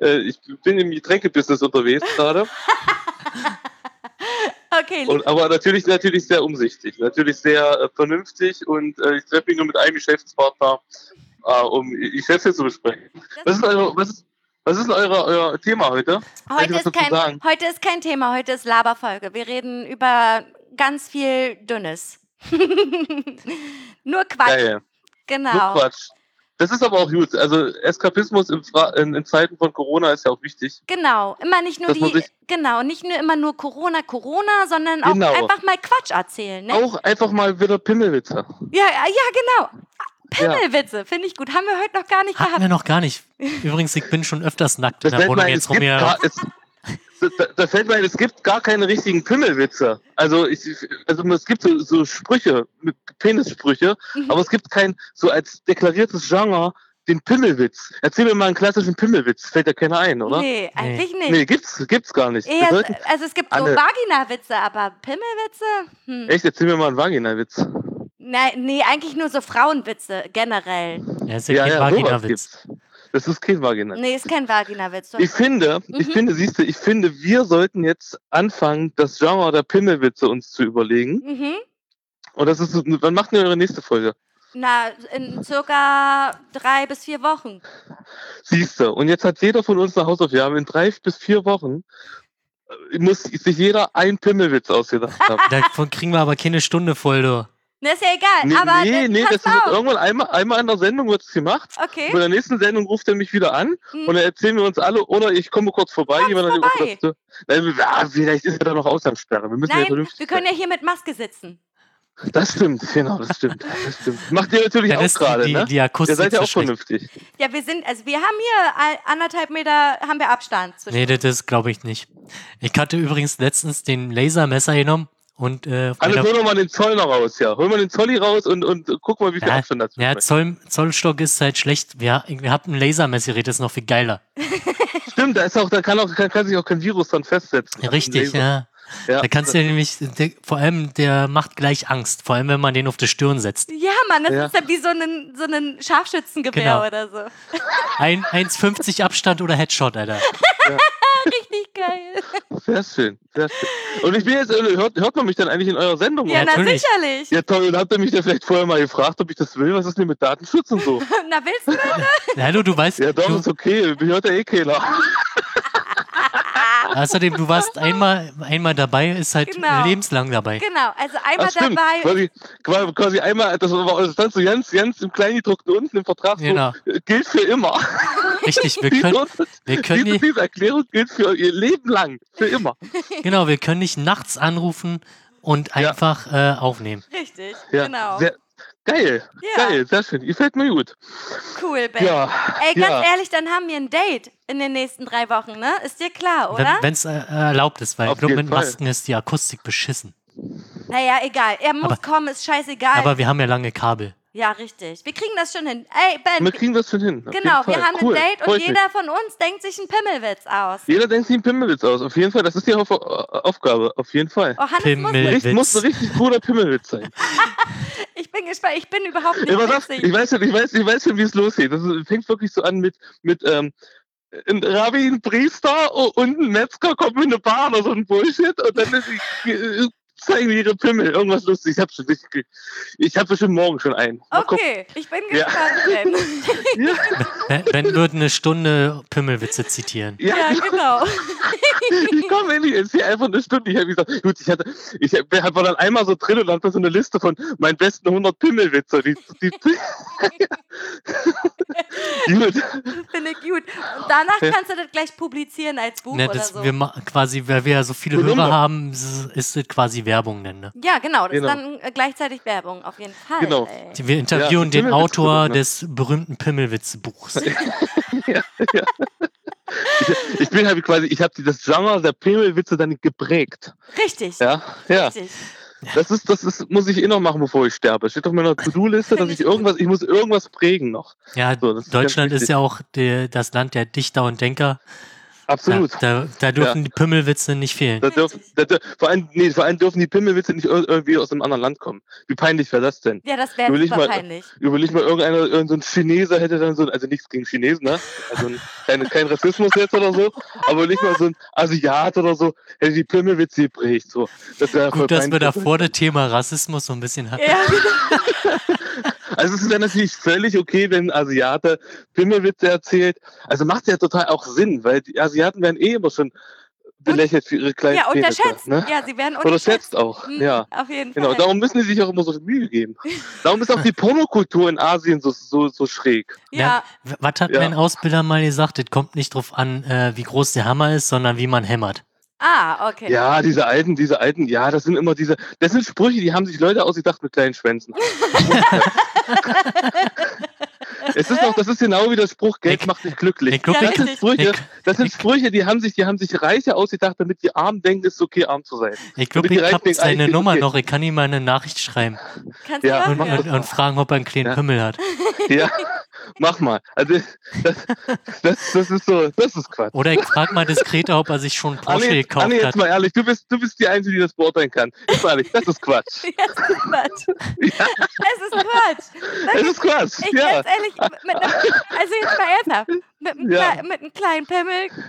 C: äh, ich bin im Getränkebusiness unterwegs gerade.
A: Okay,
C: Und, aber natürlich, natürlich sehr umsichtig, natürlich sehr äh, vernünftig und äh, ich treffe mich nur mit einem Geschäftspartner, äh, um die Geschäfte zu besprechen. Was ist, eure, was ist, was ist denn eure, euer Thema heute? Kann ich
A: heute ist,
C: was dazu sagen?
A: kein, heute ist kein Thema, heute ist Laberfolge. Wir reden über ganz viel Dünnes. [LAUGHS] Nur Quatsch.
C: Geil.
A: Genau.
C: Nur Quatsch. Das ist aber auch gut. Also Eskapismus in, Fra in, in Zeiten von Corona ist ja auch wichtig.
A: Genau, immer nicht nur
C: Das muss
A: die,
C: ich-
A: genau, nicht nur immer nur Corona, Corona, sondern auch
C: Genau.
A: einfach mal Quatsch erzählen, ne?
C: Auch einfach mal wieder Pimmelwitze.
A: Ja, ja, ja, genau. Pimmelwitze, finde ich gut. Haben wir heute noch gar nicht
B: Hatten
A: gehabt.
B: wir noch gar nicht. Übrigens, ich bin schon öfters nackt in
C: Das
B: der
C: fällt
B: Wohnung
C: mir ein,
B: jetzt
C: es
B: rum.
C: gibt
B: Ja,
C: gar, es, da, da fällt mir ein, es gibt gar keine richtigen Pimmelwitze. Also, ich, also es gibt so, so Sprüche, mit Penissprüche,
A: Mhm.
C: aber es gibt kein, so als deklariertes Genre, den Pimmelwitz. Erzähl mir mal einen klassischen Pimmelwitz. Fällt ja keiner ein, oder? Nee,
A: Nee, eigentlich nicht.
C: gibt's, gibt's gar nicht. Wir
A: Eher,
C: sollten,
A: also es gibt so
C: alle-
A: Vagina-Witze, aber Pimmelwitze? Hm.
C: echt, erzähl mir mal einen Vagina-Witz.
A: Nein, nee, eigentlich nur so Frauenwitze generell.
B: ja ist ja, kein Vagina-Witz.
C: gibt's. Das ist kein Vagina.
A: Nee, ist kein Vagina-Witz. Du
C: Ich
A: hast-
C: finde, ich
A: Mhm.
C: finde, siehst du, ich finde, wir sollten jetzt anfangen, das Genre der Pimmelwitze uns zu überlegen.
A: Mhm.
C: Und das ist, wann macht ihr eure nächste Folge?
A: Na, in circa drei bis vier Wochen.
C: Siehste. Und jetzt hat jeder von uns eine Hausaufgabe. In drei bis vier Wochen äh, muss sich jeder ein
A: [LAUGHS]
C: Pimmelwitz ausgedacht haben.
B: Davon kriegen wir aber keine Stunde voll, du.
A: Na, ist ja egal,
C: nee,
A: aber
C: nee,
A: das
C: nee, das
A: passt
C: wird
A: auf.
C: irgendwann einmal, einmal in der Sendung wird es gemacht. Und
A: Okay.
C: in der nächsten Sendung ruft er mich wieder an
A: Hm.
C: und dann erzählen wir uns alle, oder ich komme kurz vorbei.
A: Kommst
C: jemand hat die
A: vorbei.
C: Oberste- Nein, ja, vielleicht ist er da noch Ausgangssperre. Wir müssen ja
A: Nein,
C: vernünftig
A: wir können ja hier mit Maske sitzen.
C: sein. Das stimmt, genau, das stimmt. Das stimmt. Macht ihr natürlich
B: Dann
C: auch
B: ist die,
C: gerade,
B: die,
C: ne?
B: die
C: Ihr
B: Akustik
C: seid ja
B: so
C: auch
B: schlecht.
C: vernünftig.
A: Ja, wir sind, also wir haben hier ein- anderthalb Meter, haben wir Abstand zwischen.
B: Nee, das ist, glaube ich nicht. Ich hatte übrigens letztens den Lasermesser genommen und äh, auf
C: Alle,
B: meiner-
C: hol doch mal den Zoll noch raus, ja. Hol mal den Zolli raus und, und guck mal, wie viel
B: Ja,
C: Abstand dazu
B: ja,
C: ist.
B: Zoll, Zollstock ist halt schlecht. Wir, wir haben ein Lasermessgerät, das ist noch viel geiler.
C: Stimmt, da ist auch, da kann auch, kann, kann sich auch kein Virus dran festsetzen. Also,
B: Richtig, ja.
C: Ja.
B: Da kannst du nämlich, der, vor allem, der macht gleich Angst, vor allem wenn man den auf die Stirn setzt.
A: Ja, Mann, das
C: Ja.
A: ist ja wie so ein, so ein Scharfschützengewehr
B: Genau.
A: oder so.
B: Ein, 1,50 Abstand oder Headshot, Alter.
A: Richtig Geil.
C: Sehr schön, sehr schön. Und ich bin jetzt, äh, hört, hört man mich dann eigentlich in eurer Sendung?
A: Ja, na
B: Natürlich.
A: sicherlich.
C: Ja, toll, und habt ihr mich ja vielleicht vorher mal gefragt, ob ich das will? Was ist denn mit Datenschutz und so?
A: Na, willst du?
C: [LAUGHS]
B: Hallo, du weißt,
C: Ja, doch,
B: du,
C: ist okay, mich hört der eh keiner.
B: außerdem, du warst einmal, einmal dabei, ist halt
A: Genau.
B: lebenslang dabei.
A: Genau, also einmal
C: Das stimmt.
A: dabei.
C: Quasi, qua- quasi einmal, das war das stand so ganz, ganz im Kleingedruckten unten im Vertrag.
B: Genau.
C: So, äh, gilt für immer.
B: Richtig, wir
C: [LAUGHS]
B: können, wir können
C: diese,
B: die,
C: diese Erklärung gilt für ihr Leben lang. Für immer.
B: genau, wir können dich nachts anrufen und einfach äh, aufnehmen.
A: Richtig,
C: Ja,
A: genau.
C: Sehr, geil,
A: Ja.
C: geil, sehr schön. Gefällt mir gut.
A: Cool, Ben.
C: Ja.
A: Ey, ganz
C: ja.
A: ehrlich, dann haben wir ein Date in den nächsten drei Wochen, ne? Ist dir klar, oder?
B: Wenn es äh, erlaubt ist, weil
C: Auf
B: ich glaube,
C: jeden
B: mit
C: Fall.
B: Masken ist die Akustik beschissen.
A: naja, egal. Er muss
B: Aber-
A: kommen, ist scheißegal.
B: Aber wir haben ja lange Kabel.
A: ja, richtig. Wir kriegen das schon hin. Ey, Ben,
C: Wir kriegen das schon hin. auf
A: genau,
C: jeden
A: wir
C: Fall.
A: haben
C: Cool,
A: ein Date
C: freut
A: und
C: mich.
A: jeder von uns denkt sich einen Pimmelwitz aus.
C: Jeder denkt sich einen Pimmelwitz aus. Auf jeden Fall, das ist die Auf Aufgabe. Auf jeden Fall.
A: Oh, Hannes,
B: Pimmel.
A: muss,
C: Richt,
B: Witz.
C: muss ein richtig cooler
A: [LAUGHS]
C: Pimmelwitz sein.
A: ich bin gespannt. Ich bin überhaupt nicht
C: Immer das, ich
A: witzig.
C: weiß schon, ich weiß, ich weiß schon, wie es losgeht. Das ist- fängt wirklich so an mit, mit ähm, ein Rabbi, ein Priester o- und ein Metzger kommt mit einer Bar oder so ein Bullshit und dann ist die, äh, zeigen die ihre Pimmel. Irgendwas lustig. Ich habe schon, ich, ich hab bestimmt morgen schon einen. Mal
A: [LAUGHS]
C: gucken.
A: Okay, ich bin
C: Ja.
A: gespannt,
C: [LAUGHS]
A: Ben.
C: Ja,
B: Ben,
C: [LAUGHS]
B: ben würde eine Stunde Pimmelwitze zitieren.
A: ja,
C: ja,
A: genau.
C: ich komme endlich. Es ist hier einfach eine Stunde. Ich habe gesagt, gut, ich hatte, ich hab- war dann einmal so drin und hatte so eine Liste von meinen besten 100 Pimmelwitze. Die, die, gut.
A: Genau. Finde ich gut. Und danach
C: Ja.
A: kannst du das gleich publizieren als Buch
B: Ne,
A: oder
B: das,
A: so.
B: wir ma- quasi, weil wir ja so viele
C: Eine
B: Hörer
C: Nummer.
B: haben, s- ist das quasi Werbung denn, ne?
A: Ja, genau. Das
C: Genau.
A: ist dann äh, gleichzeitig Werbung, auf jeden Fall.
C: Genau.
A: ey.
B: Wir interviewen
C: Ja,
B: den
C: Pimmelwitz-
B: Autor
C: ne?
B: des berühmten Pimmelwitze-Buchs.
C: Ich bin halt quasi, ich habe das Genre der Pimmelwitze dann geprägt.
A: Richtig.
C: Ja, ja.
A: Richtig.
C: Das ist, das ist, muss ich eh noch machen, bevor ich sterbe. Steht auf meiner To-Do-Liste, dass
A: Finde
C: ich
A: ich gut.
C: irgendwas, ich muss irgendwas prägen noch.
B: Ja,
C: So, das ist ganz
B: Deutschland ist
C: wichtig.
B: ja auch der, das Land der Dichter und Denker. Da,
C: Absolut.
B: da, da dürfen die Pimmelwitze nicht fehlen.
C: Da dürfen, da, dür- vor, allem, nee, vor allem dürfen die Pimmelwitze nicht ir- irgendwie aus einem anderen Land kommen. Wie peinlich wäre das denn?
A: Ja, das wäre
C: Überleg
A: super
C: mal-
A: peinlich.
C: Überleg mal, irgendeiner, irgendein so ein Chineser hätte dann so ein, also nichts gegen Chinesen, ne? Also ein, kein, kein Rassismus jetzt oder so, aber nicht mal so ein Asiat oder so, hätte die Pimmelwitze geprägt. So. Das wäre voll
B: Gut, dass wir
C: peinlich.
B: davor das Thema Rassismus so ein bisschen
A: [LAUGHS]
B: hatten.
C: [LAUGHS]
A: Ja,
C: Also es ist ja natürlich völlig okay, wenn ein Asiate Pimmelwitze erzählt. Also macht ja total auch Sinn, weil die Asiaten werden eh immer schon belächelt für ihre kleinen
A: ja unterschätzt.
C: Penisse, ne?
A: Ja, sie werden
C: Oder
A: unterschätzt.
C: schätzt auch,
A: Mhm,
C: ja.
A: Auf jeden
C: Genau,
A: Fall.
C: darum müssen die sich auch immer so viel Mühe geben. Darum ist
A: [LAUGHS]
C: auch die Pornokultur in Asien so, so, so schräg.
A: ja,
B: W- Was hat
C: Ja.
B: mein Ausbilder mal gesagt? Das kommt nicht drauf an, äh, wie groß der Hammer ist, sondern wie man hämmert.
A: ah, okay.
C: [LAUGHS] Ja, diese alten, diese alten, ja, das sind immer diese, das sind Sprüche, die haben sich Leute ausgedacht mit
B: [LAUGHS]
C: kleinen Schwänzen. es ist doch, das ist genau wie der Spruch, Geld
B: Ich-
C: macht nicht glücklich.
B: ich glaub,
C: das
A: ich-
C: sind Sprüche,
B: ich-
C: das sind Sprüche, die haben sich, die haben sich Reiche ausgedacht, damit die Armen denken, es ist okay, arm zu sein.
B: Ich glaube,
C: Damit die
B: ich habe
C: Reichen denken,
B: seine
C: alles ist
B: Nummer
C: okay.
B: noch. Ich kann ihm mal eine Nachricht schreiben
A: Kannst du
C: Ja,
A: machen.
B: und,
C: mach
A: [LAUGHS]
B: und, und fragen, ob er einen kleinen
C: Ja.
B: Pimmel hat. [LAUGHS]
C: Ja, mach mal. Also das, das, das ist so, das ist Quatsch.
B: Oder ich frage mal diskreter, ob er sich schon einen Porsche
C: Anni,
B: gekauft
C: Anni,
B: hat.
C: jetzt mal ehrlich, du bist, du bist die Einzige, die das beurteilen kann. Jetzt mal ehrlich, das
B: [LAUGHS]
C: ist Quatsch.
A: Ja, das ist Quatsch. Es ist
C: [LAUGHS]
A: Quatsch.
C: Das ist Quatsch,
A: Ich
C: ja.
A: ganz ehrlich, mit einem, also jetzt mal ernsthaft, mit einem,
C: Ja.
A: Kle mit einem kleinen Pimmel,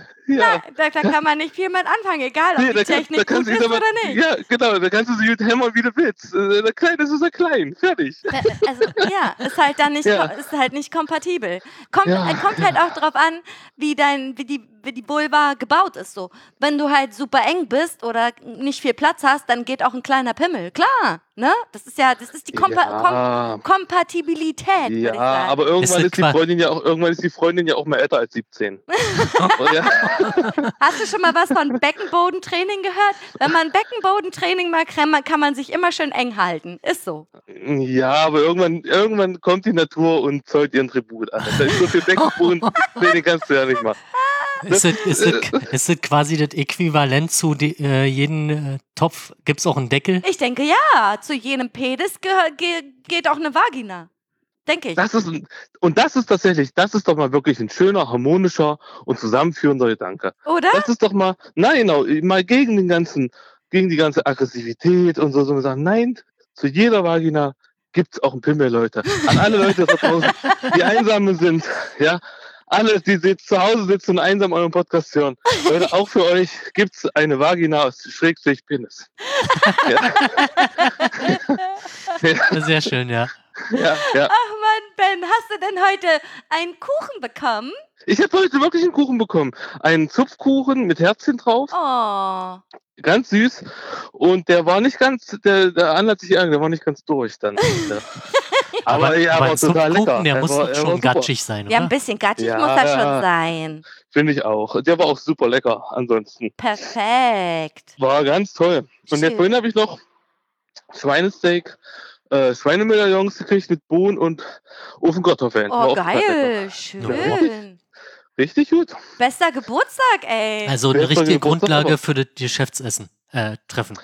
A: na,
C: ja.
A: da, da kann man nicht viel mit anfangen, egal ob
C: Nee,
A: die
C: da kannst- da
A: Technik
C: kannst
A: gut
C: du dich
A: ist
C: aber-
A: oder nicht.
C: Ja, genau, da kannst du sie mit hämmern, wie du willst. Äh, Der Kleine ist ja klein, fertig.
A: Äh, Also ja, ist halt dann nicht,
C: Ja.
A: ko- ist halt nicht kompatibel. Kommt,
C: Ja,
A: äh, kommt halt auch drauf an, wie dein, wie die, wie die Vulva gebaut ist so. Wenn du halt super eng bist oder nicht viel Platz hast, dann geht auch ein kleiner Pimmel. Klar, ne? Das ist ja, das ist die Kompa
C: Ja.
A: Kom Kompatibilität, würde
C: Ja,
A: ich sagen.
C: aber
B: Ist
C: irgendwann
B: das
C: ist, die
B: Quatsch?
C: Freundin ja auch irgendwann ist die Freundin ja auch mal älter
B: [LAUGHS]
C: als 17. ja,
A: Hast du schon mal was von Beckenbodentraining gehört? Wenn man Beckenbodentraining mal kann, kann man sich immer schön eng halten. Ist so.
C: ja, aber irgendwann, irgendwann kommt die Natur und zollt ihren Tribut an. Da ist so
B: [LAUGHS]
C: viel Beckenboden, den kannst du ja nicht machen. ne?
B: Ist das, ist, das, ist das quasi das Äquivalent zu die, äh, jeden äh, Topf? Gibt es auch einen Deckel?
A: Ich denke, ja, zu jenem Pedis gehör- ge geht auch eine Vagina. Denke ich.
C: Das ist, ein- und das ist tatsächlich, das ist doch mal wirklich ein schöner, harmonischer und zusammenführender Gedanke.
A: Oder?
C: Das ist doch mal, nein, genau, mal gegen den ganzen, gegen die ganze Aggressivität und so, so sagen, nein, zu jeder Vagina gibt's auch einen Pimmel, Leute. An alle Leute da draußen, die einsame sind, ja. alle, die sit- zu Hause sitzen und einsam euren Podcast hören. Leute, auch für euch gibt's eine Vagina aus Schrägstrich Penis. ja,
B: Sehr schön, ja.
C: ja, ja.
A: Ach Mann, Ben, hast du denn heute einen Kuchen bekommen?
C: Ich habe heute wirklich einen Kuchen bekommen. Einen Zupfkuchen mit Herzchen drauf.
A: Oh.
C: Ganz süß. Und der war nicht ganz, der, der Anne hat sich ärgert, der war nicht ganz
A: [LAUGHS]
C: durch dann. Ja. aber ja, aber
B: ein
C: total
B: Zupfkuchen,
C: lecker.
B: der muss
C: war-
B: doch
C: war
B: schon
C: super.
B: gatschig sein,
A: Ja, ein
B: oder?
A: bisschen gatschig
C: Ja,
A: muss das schon
C: ja.
A: sein.
C: Finde ich auch. Der war auch super lecker ansonsten.
A: Perfekt.
C: War ganz toll. Und
A: Schön.
C: jetzt vorhin habe ich noch Schweinesteak, äh, Schweinemedaillons gekriegt mit Bohnen und Ofenkartoffeln. War
A: Oh,
C: auch total lecker.
A: geil.
C: Ja.
A: Schön.
C: Richtig gut.
A: Bester Geburtstag, ey.
B: Also
C: Der
B: eine
C: ist bei
B: richtige
C: mir Geburtstag
B: Grundlage
C: aber-
B: für das Geschäftsessen, äh, Treffen.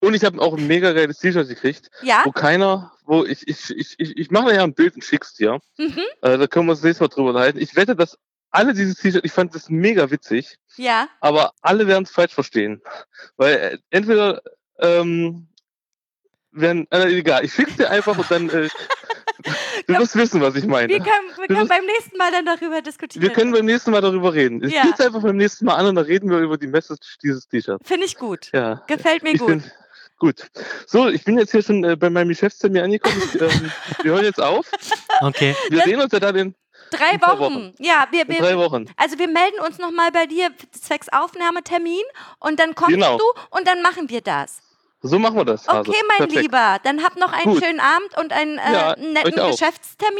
C: Und ich habe auch ein mega geiles T-Shirt gekriegt,
A: ja?
C: wo keiner, wo ich, ich, ich, ich, ich mache nachher ein Bild und schick's dir.
A: Mhm.
C: Äh, da können wir uns nächstes Mal drüber unterhalten. Ich wette, dass alle dieses T-Shirt, ich fand das mega witzig,
A: Ja.
C: aber alle werden es falsch verstehen. Weil äh, entweder, ähm, werden, äh, egal, ich schick's dir einfach und
A: [LAUGHS]
C: dann, äh, du wirst wissen, was ich meine.
A: Wir können, wir
C: Das
A: können
C: ist-
A: beim nächsten Mal dann darüber diskutieren.
C: Wir können beim nächsten Mal darüber reden. Ich
A: Ja.
C: gehe einfach beim nächsten Mal an und dann reden wir über die Message dieses T-Shirts.
A: Finde ich gut.
C: Ja.
A: Gefällt mir
C: Ich
A: gut.
C: bin, gut. So, ich bin jetzt hier schon äh, bei meinem Geschäftstermin angekommen. Ich, ähm, wir hören jetzt auf.
B: Okay,
C: Wir sehen uns ja dann in,
A: Drei
C: in drei
A: Wochen.
C: Wochen.
A: Ja, wir,
C: in drei
A: wir,
C: Wochen.
A: also wir melden uns nochmal bei dir zwecks Aufnahmetermin und dann kommst
C: Genau.
A: du und dann machen wir das.
C: So machen wir das. Hase.
A: Okay, mein
C: Perfekt.
A: Lieber, dann habt noch einen
C: Gut.
A: schönen Abend und einen äh,
C: Ja,
A: netten
C: euch auch.
A: Geschäftstermin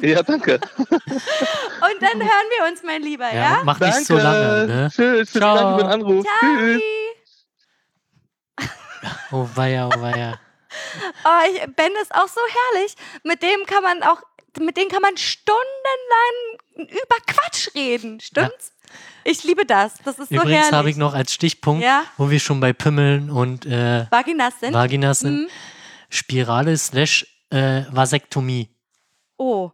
C: Ja, danke.
A: und dann hören wir uns, mein Lieber,
B: ja,
A: ja?
B: mach
C: danke.
B: nicht so lange, ne?
C: Tschüss. Tschüss.
B: Ciao.
C: Danke für den Anruf. Tschüss.
B: Oh weia, oh weia.
A: Oh, ich, Ben ist auch so herrlich. Mit dem kann man auch, mit dem kann man stundenlang über Quatsch reden, stimmt's? Ich liebe das. Das ist [LAUGHS] so
B: Übrigens
A: herrlich.
B: habe ich noch als Stichpunkt,
A: Ja.
B: wo wir schon bei Pimmeln und äh,
A: Vaginas sind.
B: Vaginas sind,
A: Mhm.
B: Spirale slash äh, Vasektomie.
A: Oh,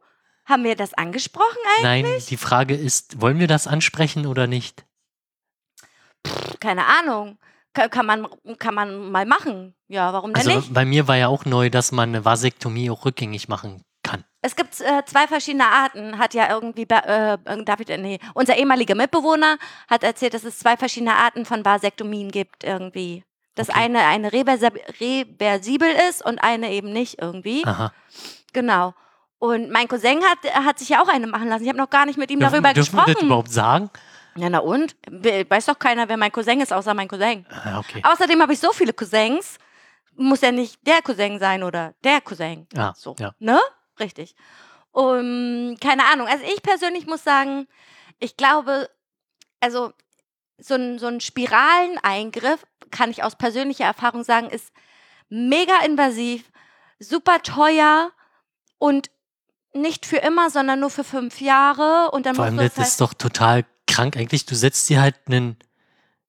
A: haben wir das angesprochen eigentlich?
B: Nein, die Frage ist, wollen wir das ansprechen oder nicht?
A: Keine Ahnung. Ka- Kann man, kann man mal machen. Ja, warum denn
B: Also
A: nicht?
B: bei mir war ja auch neu, dass man eine Vasektomie auch rückgängig machen kann.
A: Es gibt äh, zwei verschiedene Arten, hat ja irgendwie Ba- äh, David, äh, nee, unser ehemaliger Mitbewohner hat erzählt, dass es zwei verschiedene Arten von Vasektomien gibt irgendwie. Dass
B: Okay.
A: eine eine reversi- reversibel ist und eine eben nicht irgendwie.
B: Aha.
A: Genau. Und mein Cousin hat, hat sich ja auch eine machen lassen. Ich habe noch gar nicht mit ihm darüber
B: dürfen wir das
A: gesprochen.
B: überhaupt sagen?
A: Ja, na und? We- Weiß doch keiner, wer mein Cousin ist, außer mein Cousin.
B: Ah, okay.
A: Außerdem habe ich so viele Cousins. Muss ja nicht der Cousin sein oder der Cousin.
B: Ah,
A: so.
B: ja.
A: Ne? Richtig. Um, keine Ahnung. Also ich persönlich muss sagen, ich glaube, also so ein, so ein Spiraleneingriff, kann ich aus persönlicher Erfahrung sagen, ist mega invasiv, super teuer und nicht für immer, sondern nur für fünf Jahre. Und dann
B: Vor allem,
A: musst
B: das
A: du es
B: ist doch total krank eigentlich. Du setzt dir halt einen,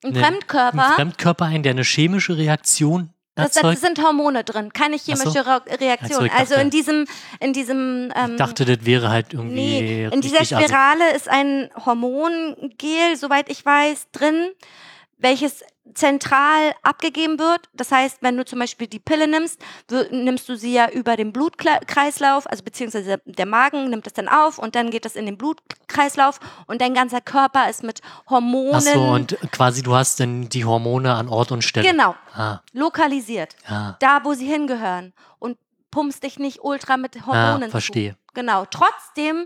A: halt, ein
B: ne-
A: Fremdkörper.
B: einen Fremdkörper ein, der eine chemische Reaktion
A: Das, das
B: erzeugt.
A: sind Hormone drin, keine
B: so.
A: chemische Re- Reaktion.
B: Ach so, ich
A: also
B: dachte-
A: in diesem, in diesem, ähm,
B: ich dachte, das wäre halt irgendwie
A: nee, in dieser
B: richtig also assi.
A: Spirale ist ein Hormongel, soweit ich weiß, drin, welches zentral abgegeben wird. Das heißt, wenn du zum Beispiel die Pille nimmst, wir- nimmst du sie ja über den Blutkreislauf, also beziehungsweise der Magen nimmt das dann auf und dann geht das in den Blutkreislauf und dein ganzer Körper ist mit Hormonen
B: Ach so, und quasi du hast dann die Hormone an Ort und Stelle.
A: genau
B: Ah,
A: lokalisiert.
B: ja.
A: da, wo sie hingehören und pumpst dich nicht ultra mit Hormonen
B: Ah, verstehe.
A: zu. Genau. Trotzdem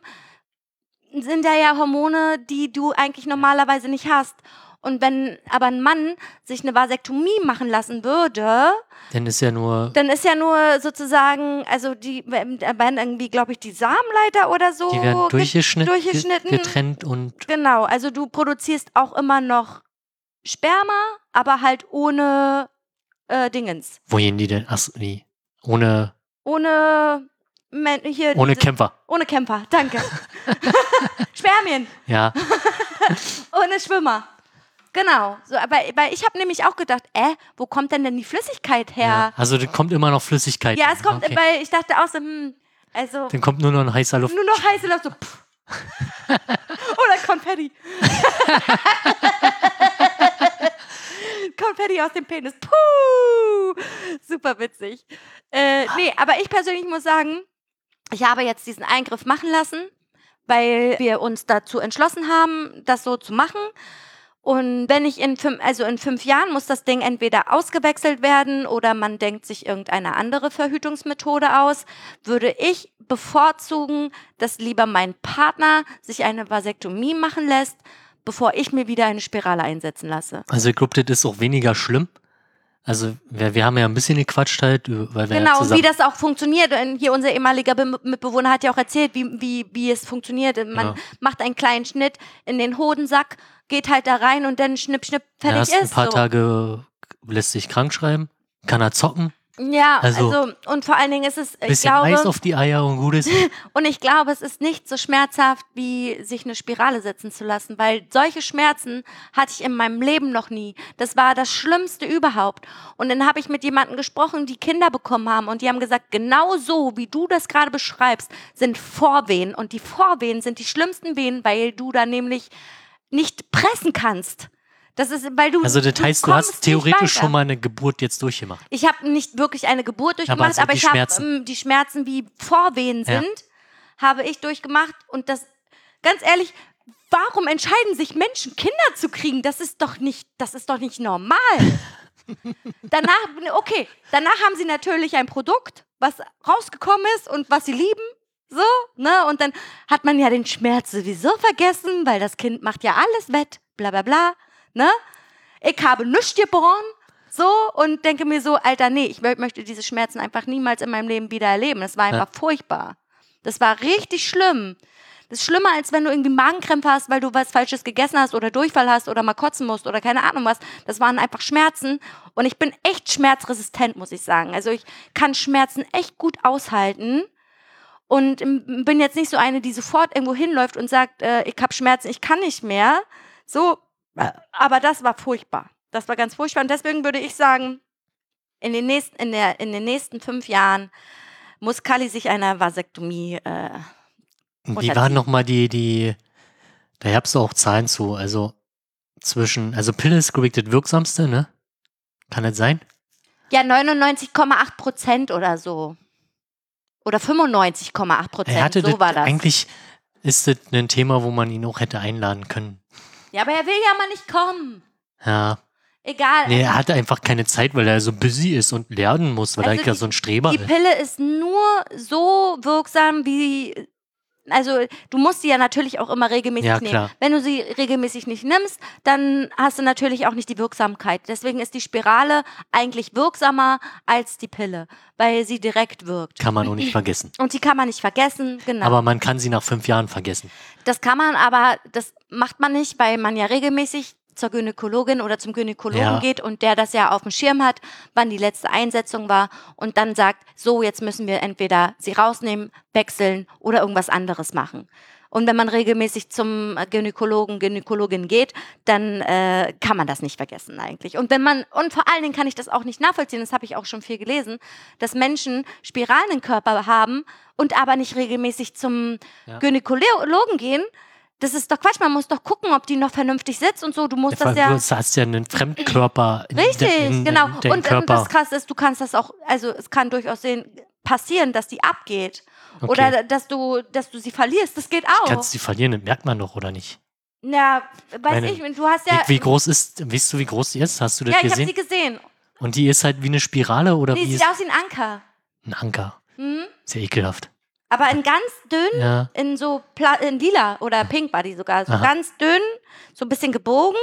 A: sind da ja Hormone, die du eigentlich normalerweise nicht hast. Und wenn aber ein Mann sich eine Vasektomie machen lassen würde,
B: Denn ist ja nur
A: dann ist ja nur sozusagen, also die da werden irgendwie, glaube ich, die Samenleiter oder so
B: Die werden
A: get-
B: durchgeschnitten, ge-
A: durchgeschnitten.
B: getrennt und
A: Genau, also du produzierst auch immer noch Sperma, aber halt ohne äh, Dingens.
B: wo gehen die denn? Ach, so, die, ohne,
A: Ohne Men hier
B: ohne
A: diese-
B: Kämpfer.
A: Ohne Camper,
B: [LAUGHS]
A: danke. [LAUGHS] Spermien,
B: Ja,
A: [LAUGHS] ohne Schwimmer. Genau. So, aber weil ich habe nämlich auch gedacht, äh, wo kommt denn denn die Flüssigkeit
B: ja.
A: her?
B: Also da kommt immer noch Flüssigkeit.
A: Ja,
B: rein,
A: es kommt,
B: okay.
A: weil ich dachte auch so, hm, also
B: Dann kommt nur noch ein heißer Luft.
A: nur noch heiße Luft, so pff. Oder Konfetti. Konfetti aus dem Penis. Puh! Super witzig. Äh, nee, aber ich persönlich muss sagen, ich habe jetzt diesen Eingriff machen lassen, weil wir uns dazu entschlossen haben, das so zu machen. Und wenn ich in fünf, also in fünf Jahren muss das Ding entweder ausgewechselt werden oder man denkt sich irgendeine andere Verhütungsmethode aus, würde ich bevorzugen, dass lieber mein Partner sich eine Vasektomie machen lässt, bevor ich mir wieder eine Spirale einsetzen lasse.
B: Also ich glaube, das ist auch weniger schlimm. Also wir, wir haben ja ein bisschen gequatscht halt, weil wir ja
A: Genau,
B: zusammen...
A: wie das auch funktioniert. Und Hier unser ehemaliger Be Mitbewohner hat ja auch erzählt, wie, wie, wie es funktioniert. Man
B: Ja.
A: macht einen kleinen Schnitt in den Hodensack, geht halt da rein und dann schnipp, schnipp, fertig
B: Erst
A: halt ist.
B: ein paar
A: so.
B: Tage äh, lässt sich krank schreiben, kann er zocken,
A: Ja, also,
B: Also-
A: und vor allen Dingen ist es, ich
B: bisschen
A: glaube,
B: Eis auf die Eier
A: [LAUGHS]
B: und gutes.
A: und ich glaube, es ist nicht so schmerzhaft, wie sich eine Spirale setzen zu lassen, weil solche Schmerzen hatte ich in meinem Leben noch nie. Das war das Schlimmste überhaupt. Und dann habe ich mit jemandem gesprochen, die Kinder bekommen haben und die haben gesagt, genau so, wie du das gerade beschreibst, sind Vorwehen und die Vorwehen sind die schlimmsten Wehen, weil du da nämlich nicht pressen kannst. Das ist, weil du
B: Also das heißt, du hast
A: kommst nicht
B: theoretisch
A: weiter.
B: schon mal eine Geburt jetzt durchgemacht.
A: Ich habe nicht wirklich eine Geburt durchgemacht, aber,
B: also die
A: ich habe
B: Schmerzen.
A: ähm, die Schmerzen, wie Vorwehen sind,
B: Ja.
A: habe ich durchgemacht. Und das, ganz ehrlich, warum entscheiden sich Menschen, Kinder zu kriegen? Das ist doch nicht, das ist doch nicht normal.
B: [LAUGHS]
A: danach, okay, danach haben sie natürlich ein Produkt, was rausgekommen ist und was sie lieben. So, ne? Und dann hat man ja den Schmerz sowieso vergessen, weil das Kind macht ja alles wett, bla bla bla, ne? Ich habe nichts geboren, so, und denke mir so, Alter, nee, ich mö- möchte diese Schmerzen einfach niemals in meinem Leben wieder erleben. Das war einfach furchtbar. Das war richtig schlimm. Das ist schlimmer, als wenn du irgendwie Magenkrämpfe hast, weil du was Falsches gegessen hast oder Durchfall hast oder mal kotzen musst oder keine Ahnung was. Das waren einfach Schmerzen. Und ich bin echt schmerzresistent, muss ich sagen. Also ich kann Schmerzen echt gut aushalten und m- bin jetzt nicht so eine, die sofort irgendwo hinläuft und sagt, äh, ich habe Schmerzen, ich kann nicht mehr. So, äh, aber das war furchtbar. Das war ganz furchtbar. Und deswegen würde ich sagen, in den nächsten, in der, in den nächsten fünf Jahren muss Kali sich einer Vasektomie. Äh,
B: Und
A: Und
B: Wie
A: hat
B: waren
A: sie-
B: nochmal die, die, da gab es auch Zahlen zu, also zwischen, also Pille ist, glaube ich, das wirksamste, ne? Kann das sein?
A: ja, 99,8 Prozent oder so. Oder 95,8
B: Er
A: Prozent.
B: hatte
A: Äh, So
B: das,
A: war das.
B: Eigentlich ist das ein Thema, wo man ihn auch hätte einladen können.
A: Ja, aber er will ja mal nicht kommen.
B: Ja.
A: Egal.
B: Nee, er hatte einfach keine Zeit, weil er so busy ist und lernen muss, weil
A: Also
B: er ja
A: die-
B: so ein Streber
A: Die
B: ist.
A: Pille ist nur so wirksam, wie. Also, du musst sie ja natürlich auch immer regelmäßig
B: Ja,
A: nehmen.
B: klar.
A: Wenn du sie regelmäßig nicht nimmst, dann hast du natürlich auch nicht die Wirksamkeit. Deswegen ist die Spirale eigentlich wirksamer als die Pille, weil sie direkt wirkt.
B: Kann man auch nicht vergessen.
A: Und die kann man nicht vergessen, genau.
B: Aber man kann sie nach fünf Jahren vergessen.
A: das kann man, aber das macht man nicht, weil man ja regelmäßig zur Gynäkologin oder zum Gynäkologen
B: Ja.
A: geht und der das ja auf dem Schirm hat, wann die letzte Einsetzung war und dann sagt, so jetzt müssen wir entweder sie rausnehmen, wechseln oder irgendwas anderes machen. Und wenn man regelmäßig zum äh, Gynäkologen, Gynäkologin geht, dann äh, kann man das nicht vergessen eigentlich. Und wenn man, und vor allen Dingen kann ich das auch nicht nachvollziehen, das habe ich auch schon viel gelesen, dass Menschen Spiralen im Körper haben und aber nicht regelmäßig zum
B: Ja.
A: Gynäkologen gehen. Das ist doch Quatsch, man muss doch gucken, ob die noch vernünftig sitzt und so. Du musst das ja.
B: du hast ja einen Fremdkörper in, de-
A: Richtig,
B: in, in
A: genau.
B: deinem
A: Und ähm,
B: Körper.
A: das Krasse ist, du kannst das auch, also es kann durchaus sehen, passieren, dass die abgeht.
B: Okay.
A: Oder oh. dass du, dass du sie verlierst. Das geht auch.
B: Kannst du die verlieren, das merkt man doch, oder nicht?
A: Na, weiß
B: Meine-
A: ich, du hast ja.
B: wie, wie groß ist, weißt du, wie groß die ist? Hast du das
A: ja, ich habe
B: gesehen?
A: sie gesehen.
B: Und die ist halt wie eine Spirale oder
A: Die
B: wie
A: sieht
B: ist
A: aus wie ein Anker.
B: ein Anker?
A: Mhm.
B: Sehr ekelhaft.
A: Aber in ganz dünn,
B: Ja.
A: in so Pla in lila oder pink war die sogar. So
B: Aha.
A: ganz dünn, so ein bisschen gebogen.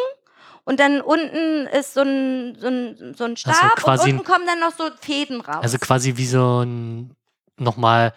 A: Und dann unten ist so ein, so ein, so ein
B: so,
A: Stab
B: Also quasi
A: und unten kommen dann noch so Fäden raus.
B: Also quasi wie so ein nochmal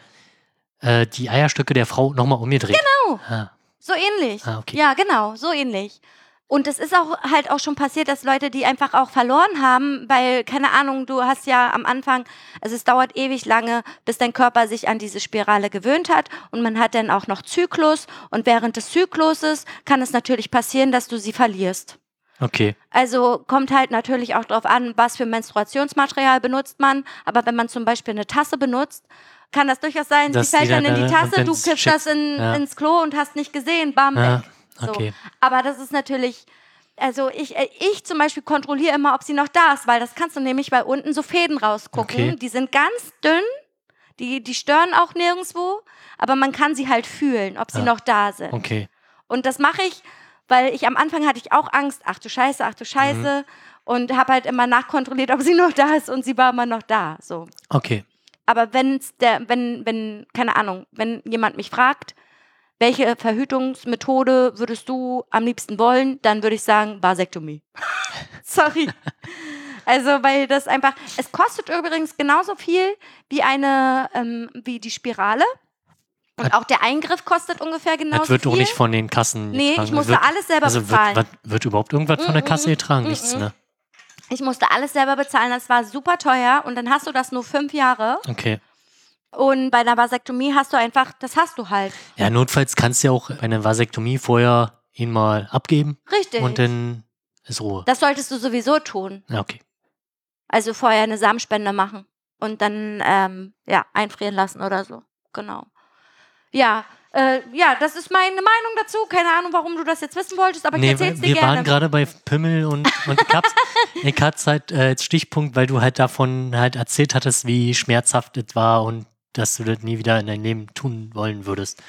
B: äh, die Eierstöcke der Frau nochmal umgedreht. Genau. Ah,
A: so ähnlich.
B: Ah, okay.
A: Ja, genau, so ähnlich. Und es ist auch halt auch schon passiert, dass Leute, die einfach auch verloren haben, weil, keine Ahnung, du hast ja am Anfang, also es dauert ewig lange, bis dein Körper sich an diese Spirale gewöhnt hat und man hat dann auch noch Zyklus und während des Zykluses kann es natürlich passieren, dass du sie verlierst.
B: okay.
A: Also kommt halt natürlich auch darauf an, was für Menstruationsmaterial benutzt man. Aber wenn man zum Beispiel eine Tasse benutzt, kann das durchaus sein,
B: Dass
A: sie fällt
B: die
A: dann
B: dann
A: in die
B: dann- und
A: Tasse,
B: dann
A: du kippst
B: schickt.
A: das in,
B: Ja.
A: ins Klo und hast nicht gesehen, bam,
B: Ja,
A: weg. So.
B: Ah, okay.
A: Aber das ist natürlich, also ich, äh, ich zum Beispiel kontrolliere immer, ob sie noch da ist, weil das kannst du nämlich bei unten so Fäden rausgucken.
B: Okay.
A: Die sind ganz dünn, Die, die stören auch nirgendwo, aber man kann sie halt fühlen, ob sie
B: Ja.
A: noch da sind.
B: Okay.
A: Und das mache ich, weil ich am Anfang hatte ich auch Angst, ach du Scheiße, ach du Scheiße. Und habe halt immer nachkontrolliert, [LAUGHS] ob sie noch da ist und sie war immer noch da. So.
B: Okay.
A: Aber wenn's der, wenn, wenn, keine Ahnung, wenn jemand mich fragt, welche Verhütungsmethode würdest du am liebsten wollen, dann würde ich sagen, Vasektomie. [LAUGHS] Sorry. Also, weil das einfach, es kostet übrigens genauso viel wie eine, ähm, wie die Spirale. Und
B: Hat-
A: auch der Eingriff kostet ungefähr genauso
B: das wird
A: Genau viel.
B: doch nicht von den Kassen.
A: Nee, ich
B: getragen.
A: musste
B: wird,
A: alles selber
B: also
A: bezahlen. Mm,
B: wird, wird, wird überhaupt irgendwas von der
A: Mm-mm,
B: Kasse getragen? Nichts,
A: mm-mm.
B: ne?
A: ich musste alles selber bezahlen, das war super teuer und dann hast du das nur fünf Jahre
B: Okay.
A: und bei einer Vasektomie hast du einfach, das hast du halt.
B: Ja, notfalls kannst du ja auch bei einer Vasektomie vorher ihn mal abgeben
A: Richtig.
B: und dann ist Ruhe.
A: das solltest du sowieso tun.
B: Ja, okay.
A: Also vorher eine Samenspende machen und dann ähm, ja, einfrieren lassen oder so. Genau. Ja, äh, ja, das ist meine Meinung dazu. Keine Ahnung, warum du das jetzt wissen wolltest, aber ich
B: Nee,
A: erzähl's
B: weil
A: dir
B: wir waren
A: gerne.
B: gerade bei Pimmel und, und Cups.
A: [LAUGHS]
B: ich hatte halt äh, als Stichpunkt, weil du halt davon halt erzählt hattest, wie schmerzhaft es war und dass du das nie wieder in deinem Leben tun wollen würdest.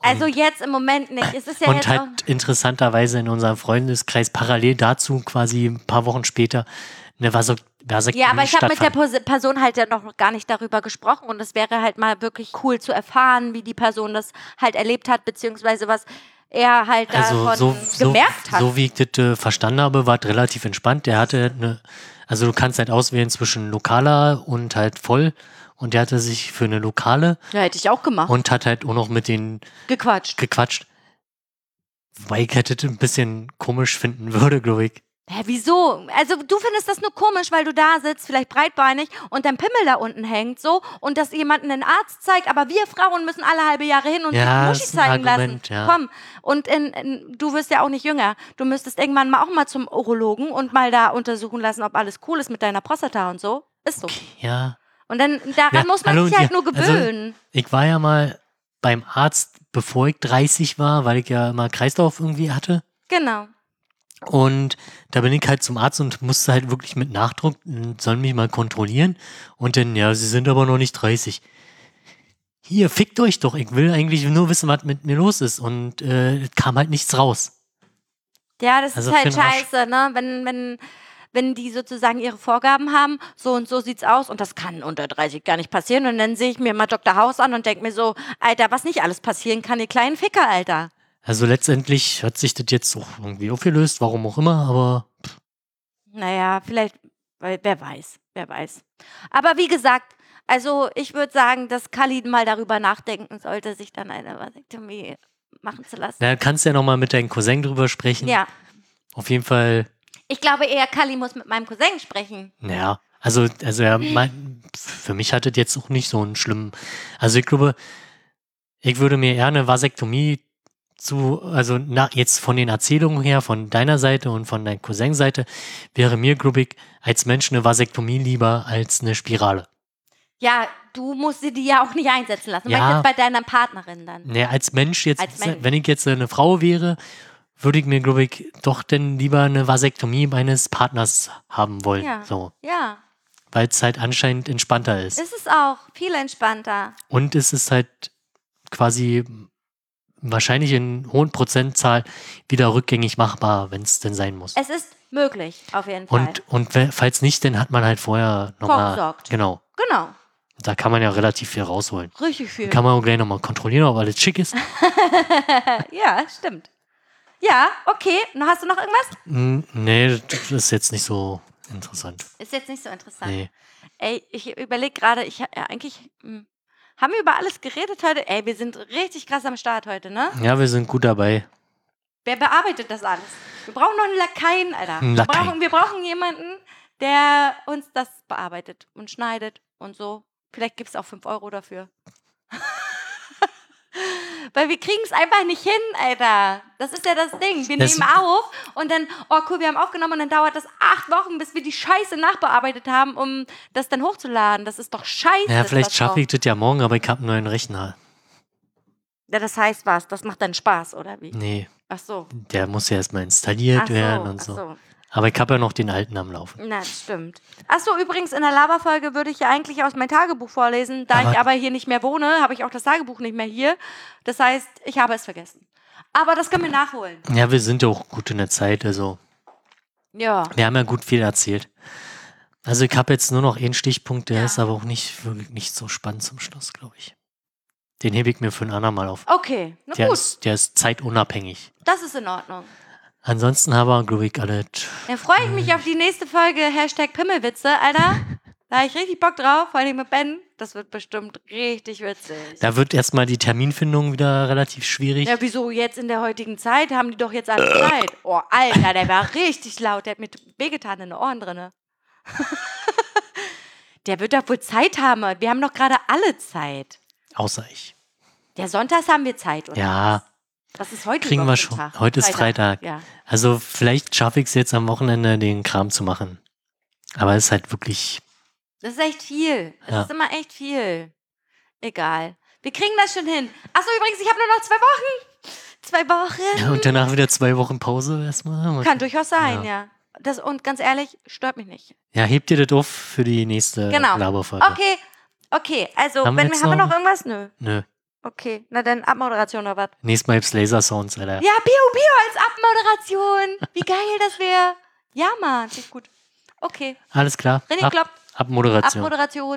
A: also jetzt im Moment nicht. Es ist ja
B: und
A: jetzt auch,
B: halt interessanterweise in unserem Freundeskreis parallel dazu quasi ein paar Wochen später ne, eine Vasek Vasektomie
A: Ja, aber ich habe mit der
B: stattfand.
A: Pos- Person halt ja noch gar nicht darüber gesprochen und es wäre halt mal wirklich cool zu erfahren, wie die Person das halt erlebt hat, beziehungsweise was er halt davon
B: also so, so,
A: gemerkt hat.
B: so wie ich das äh, verstanden habe, war es relativ entspannt. Der hatte eine, also du kannst halt auswählen zwischen lokaler und halt voll. Und der hatte sich für eine lokale
A: ja, hätte ich auch gemacht.
B: und hat halt auch noch mit den
A: Gequatscht.
B: gequatscht. Wobei ich hätte das ein bisschen komisch finden [LAUGHS] würde, glaube ich.
A: Hä, wieso? Also du findest das nur komisch, weil du da sitzt, vielleicht breitbeinig und dein Pimmel da unten hängt so und dass jemanden einen Arzt zeigt, aber wir Frauen müssen alle halbe Jahre hin und
B: Ja,
A: uns Muschi
B: ist ein
A: zeigen
B: Argument,
A: lassen.
B: ja.
A: Komm, und in, in, du wirst ja auch nicht jünger. Du müsstest irgendwann mal auch mal zum Urologen und mal da untersuchen lassen, ob alles cool ist mit deiner Prostata und so. Ist so.
B: Ja.
A: Und dann daran
B: Ja,
A: muss man
B: hallo,
A: sich halt
B: ja,
A: nur
B: also-
A: gewöhnen.
B: Ich war ja mal beim Arzt, bevor ich 30 war, weil ich ja immer Kreislauf irgendwie hatte.
A: genau.
B: Und da bin ich halt zum Arzt und musste halt wirklich mit Nachdruck, m, sollen mich mal kontrollieren. Und dann, ja, sie sind aber noch nicht 30. Hier, fickt euch doch. Ich will eigentlich nur wissen, was mit mir los ist. Und äh, es kam halt nichts raus.
A: Ja, das
B: Also
A: ist halt
B: für den Arsch.
A: scheiße, ne? Wenn, wenn, wenn die sozusagen ihre Vorgaben haben, so und so sieht's aus und das kann unter 30 gar nicht passieren. Und dann sehe ich mir mal Dr. House an und denke mir so, Alter, was nicht alles passieren kann, ihr kleinen Ficker, Alter.
B: Also letztendlich hat sich das jetzt auch irgendwie aufgelöst, warum auch immer, aber
A: Naja, vielleicht, weil- wer weiß, wer weiß. Aber wie gesagt, also ich würde sagen, dass Khalid mal darüber nachdenken sollte, sich dann eine Vasektomie machen zu lassen.
B: na, kannst ja nochmal mit deinem Cousin drüber sprechen.
A: Ja,
B: Auf jeden Fall
A: ich glaube eher, Kali muss mit meinem Cousin sprechen.
B: Naja, also, also ja, mein, für mich hat das jetzt auch nicht so einen schlimmen. Also ich glaube, ich würde mir eher eine Vasektomie zu, also na, jetzt von den Erzählungen her, von deiner Seite und von deiner Cousin-Seite, wäre mir, glaube ich, als Mensch eine Vasektomie lieber als eine Spirale.
A: Ja, du musst sie die ja auch nicht einsetzen lassen.
B: Ja.
A: Ja. Meinst du jetzt bei deiner Partnerin dann?
B: Naja, als Mensch jetzt,
A: Als Mensch.
B: wenn ich jetzt eine Frau wäre, würde ich mir, glaube ich, doch denn lieber eine Vasektomie meines Partners haben wollen.
A: Ja.
B: So,
A: Ja,
B: weil es halt anscheinend entspannter ist.
A: ist es auch. Viel entspannter.
B: Und es ist halt quasi wahrscheinlich in hohen Prozentzahl wieder rückgängig machbar, wenn es denn sein muss.
A: Es ist möglich, auf jeden Fall.
B: Und, und we- falls nicht, dann hat man halt vorher nochmal.
A: Vorgesorgt.
B: Genau.
A: Genau,
B: Da kann man ja relativ viel rausholen.
A: richtig viel.
B: Kann man auch gleich nochmal kontrollieren, ob alles
A: [LAUGHS]
B: schick ist.
A: ja, stimmt. Ja, okay. Nun, Hast du noch irgendwas?
B: Hm, nee, das ist jetzt nicht so interessant.
A: Ist jetzt nicht so interessant.
B: Nee.
A: Ey, ich überlege gerade, ich ja, eigentlich. Mh. Haben wir über alles geredet heute? Ey, wir sind richtig krass am Start heute, ne?
B: Ja, wir sind gut dabei.
A: Wer bearbeitet das alles? Wir brauchen noch einen Lakaien, Alter.
B: Einen
A: Wir,
B: Lakaien.
A: brauchen, wir brauchen jemanden, der uns das bearbeitet und schneidet und so. Vielleicht gibt es auch 5 Euro dafür. [LAUGHS] Weil wir kriegen es einfach nicht hin, Alter. Das ist ja das Ding. Wir
B: Das-
A: nehmen auf und dann, oh cool, wir haben aufgenommen und dann dauert das acht Wochen, bis wir die Scheiße nachbearbeitet haben, um das dann hochzuladen. Das ist doch scheiße.
B: Ja,
A: ist
B: vielleicht
A: das
B: schaffe
A: doch.
B: ich das ja morgen, aber ich habe einen neuen Rechner.
A: Ja, das heißt was. Das macht dann Spaß, oder wie?
B: Nee,
A: Ach so.
B: der muss ja erstmal
A: Ach
B: installiert
A: so.
B: werden und
A: Ach
B: so.
A: so.
B: Aber ich habe ja noch den alten am Laufen.
A: Na, das stimmt. Achso, übrigens, in der Lava-Folge würde ich ja eigentlich aus meinem Tagebuch vorlesen. Da
B: Aber-
A: ich aber hier nicht mehr wohne, habe ich auch das Tagebuch nicht mehr hier. Das heißt, ich habe es vergessen. Aber das können wir nachholen.
B: Ja, wir sind ja auch gut in der Zeit, also
A: Ja.
B: wir haben ja gut viel erzählt. Also ich habe jetzt nur noch einen Stichpunkt, der
A: Ja.
B: ist aber auch nicht wirklich nicht so spannend zum Schluss, glaube ich. Den hebe ich mir für ein andermal auf.
A: Okay, na
B: Der
A: gut.
B: ist, der ist zeitunabhängig.
A: Das ist in Ordnung.
B: Ansonsten haben wir, glaube ich, alle.
A: Dann freue ich mich auf die nächste Folge Hashtag Pimmelwitze, Alter. Da habe ich richtig Bock drauf, vor allem mit Ben. Das wird bestimmt richtig witzig.
B: Da wird erstmal die Terminfindung wieder relativ schwierig.
A: Ja, wieso jetzt in der heutigen Zeit haben die doch jetzt alle
B: Äh.
A: Zeit? Oh, Alter, der war richtig laut. Der hat mir wehgetan in den Ohren drinne. [LAUGHS] der wird doch wohl Zeit haben. Wir haben doch gerade alle Zeit.
B: Außer ich.
A: Ja, sonntags haben wir Zeit, oder?
B: Ja,
A: Was ist heute?
B: kriegen wir
A: überhaupt für
B: schon.
A: ein Tag?
B: Heute ist Freitag.
A: Ja.
B: Also vielleicht schaffe ich es jetzt am Wochenende, den Kram zu machen. Aber es ist halt wirklich.
A: Das ist echt viel. Das
B: Ja.
A: ist immer echt viel. Egal. Wir kriegen das schon hin. Achso, übrigens, ich habe nur noch zwei Wochen. Zwei Wochen.
B: Ja, und danach wieder zwei Wochen Pause erstmal.
A: Kann durchaus sein,
B: Ja.
A: ja. Das, und ganz ehrlich, stört mich nicht.
B: Ja, hebt ihr das auf für die nächste
A: Genau.
B: Laberfolge.
A: Okay, okay. Also,
B: Haben wir
A: wenn,
B: jetzt
A: haben wir
B: noch-
A: noch irgendwas? Nö.
B: Nö.
A: Okay, na dann Abmoderation oder was?
B: Nächstes Mal gibt's Laser Sounds, Alter.
A: Ja, Bio Bio als Abmoderation. Wie geil das wäre. Ja, Mann, ist gut. Okay,
B: Alles klar.
A: René
B: Ab,
A: Klopp,
B: Abmoderation.
A: Abmoderation.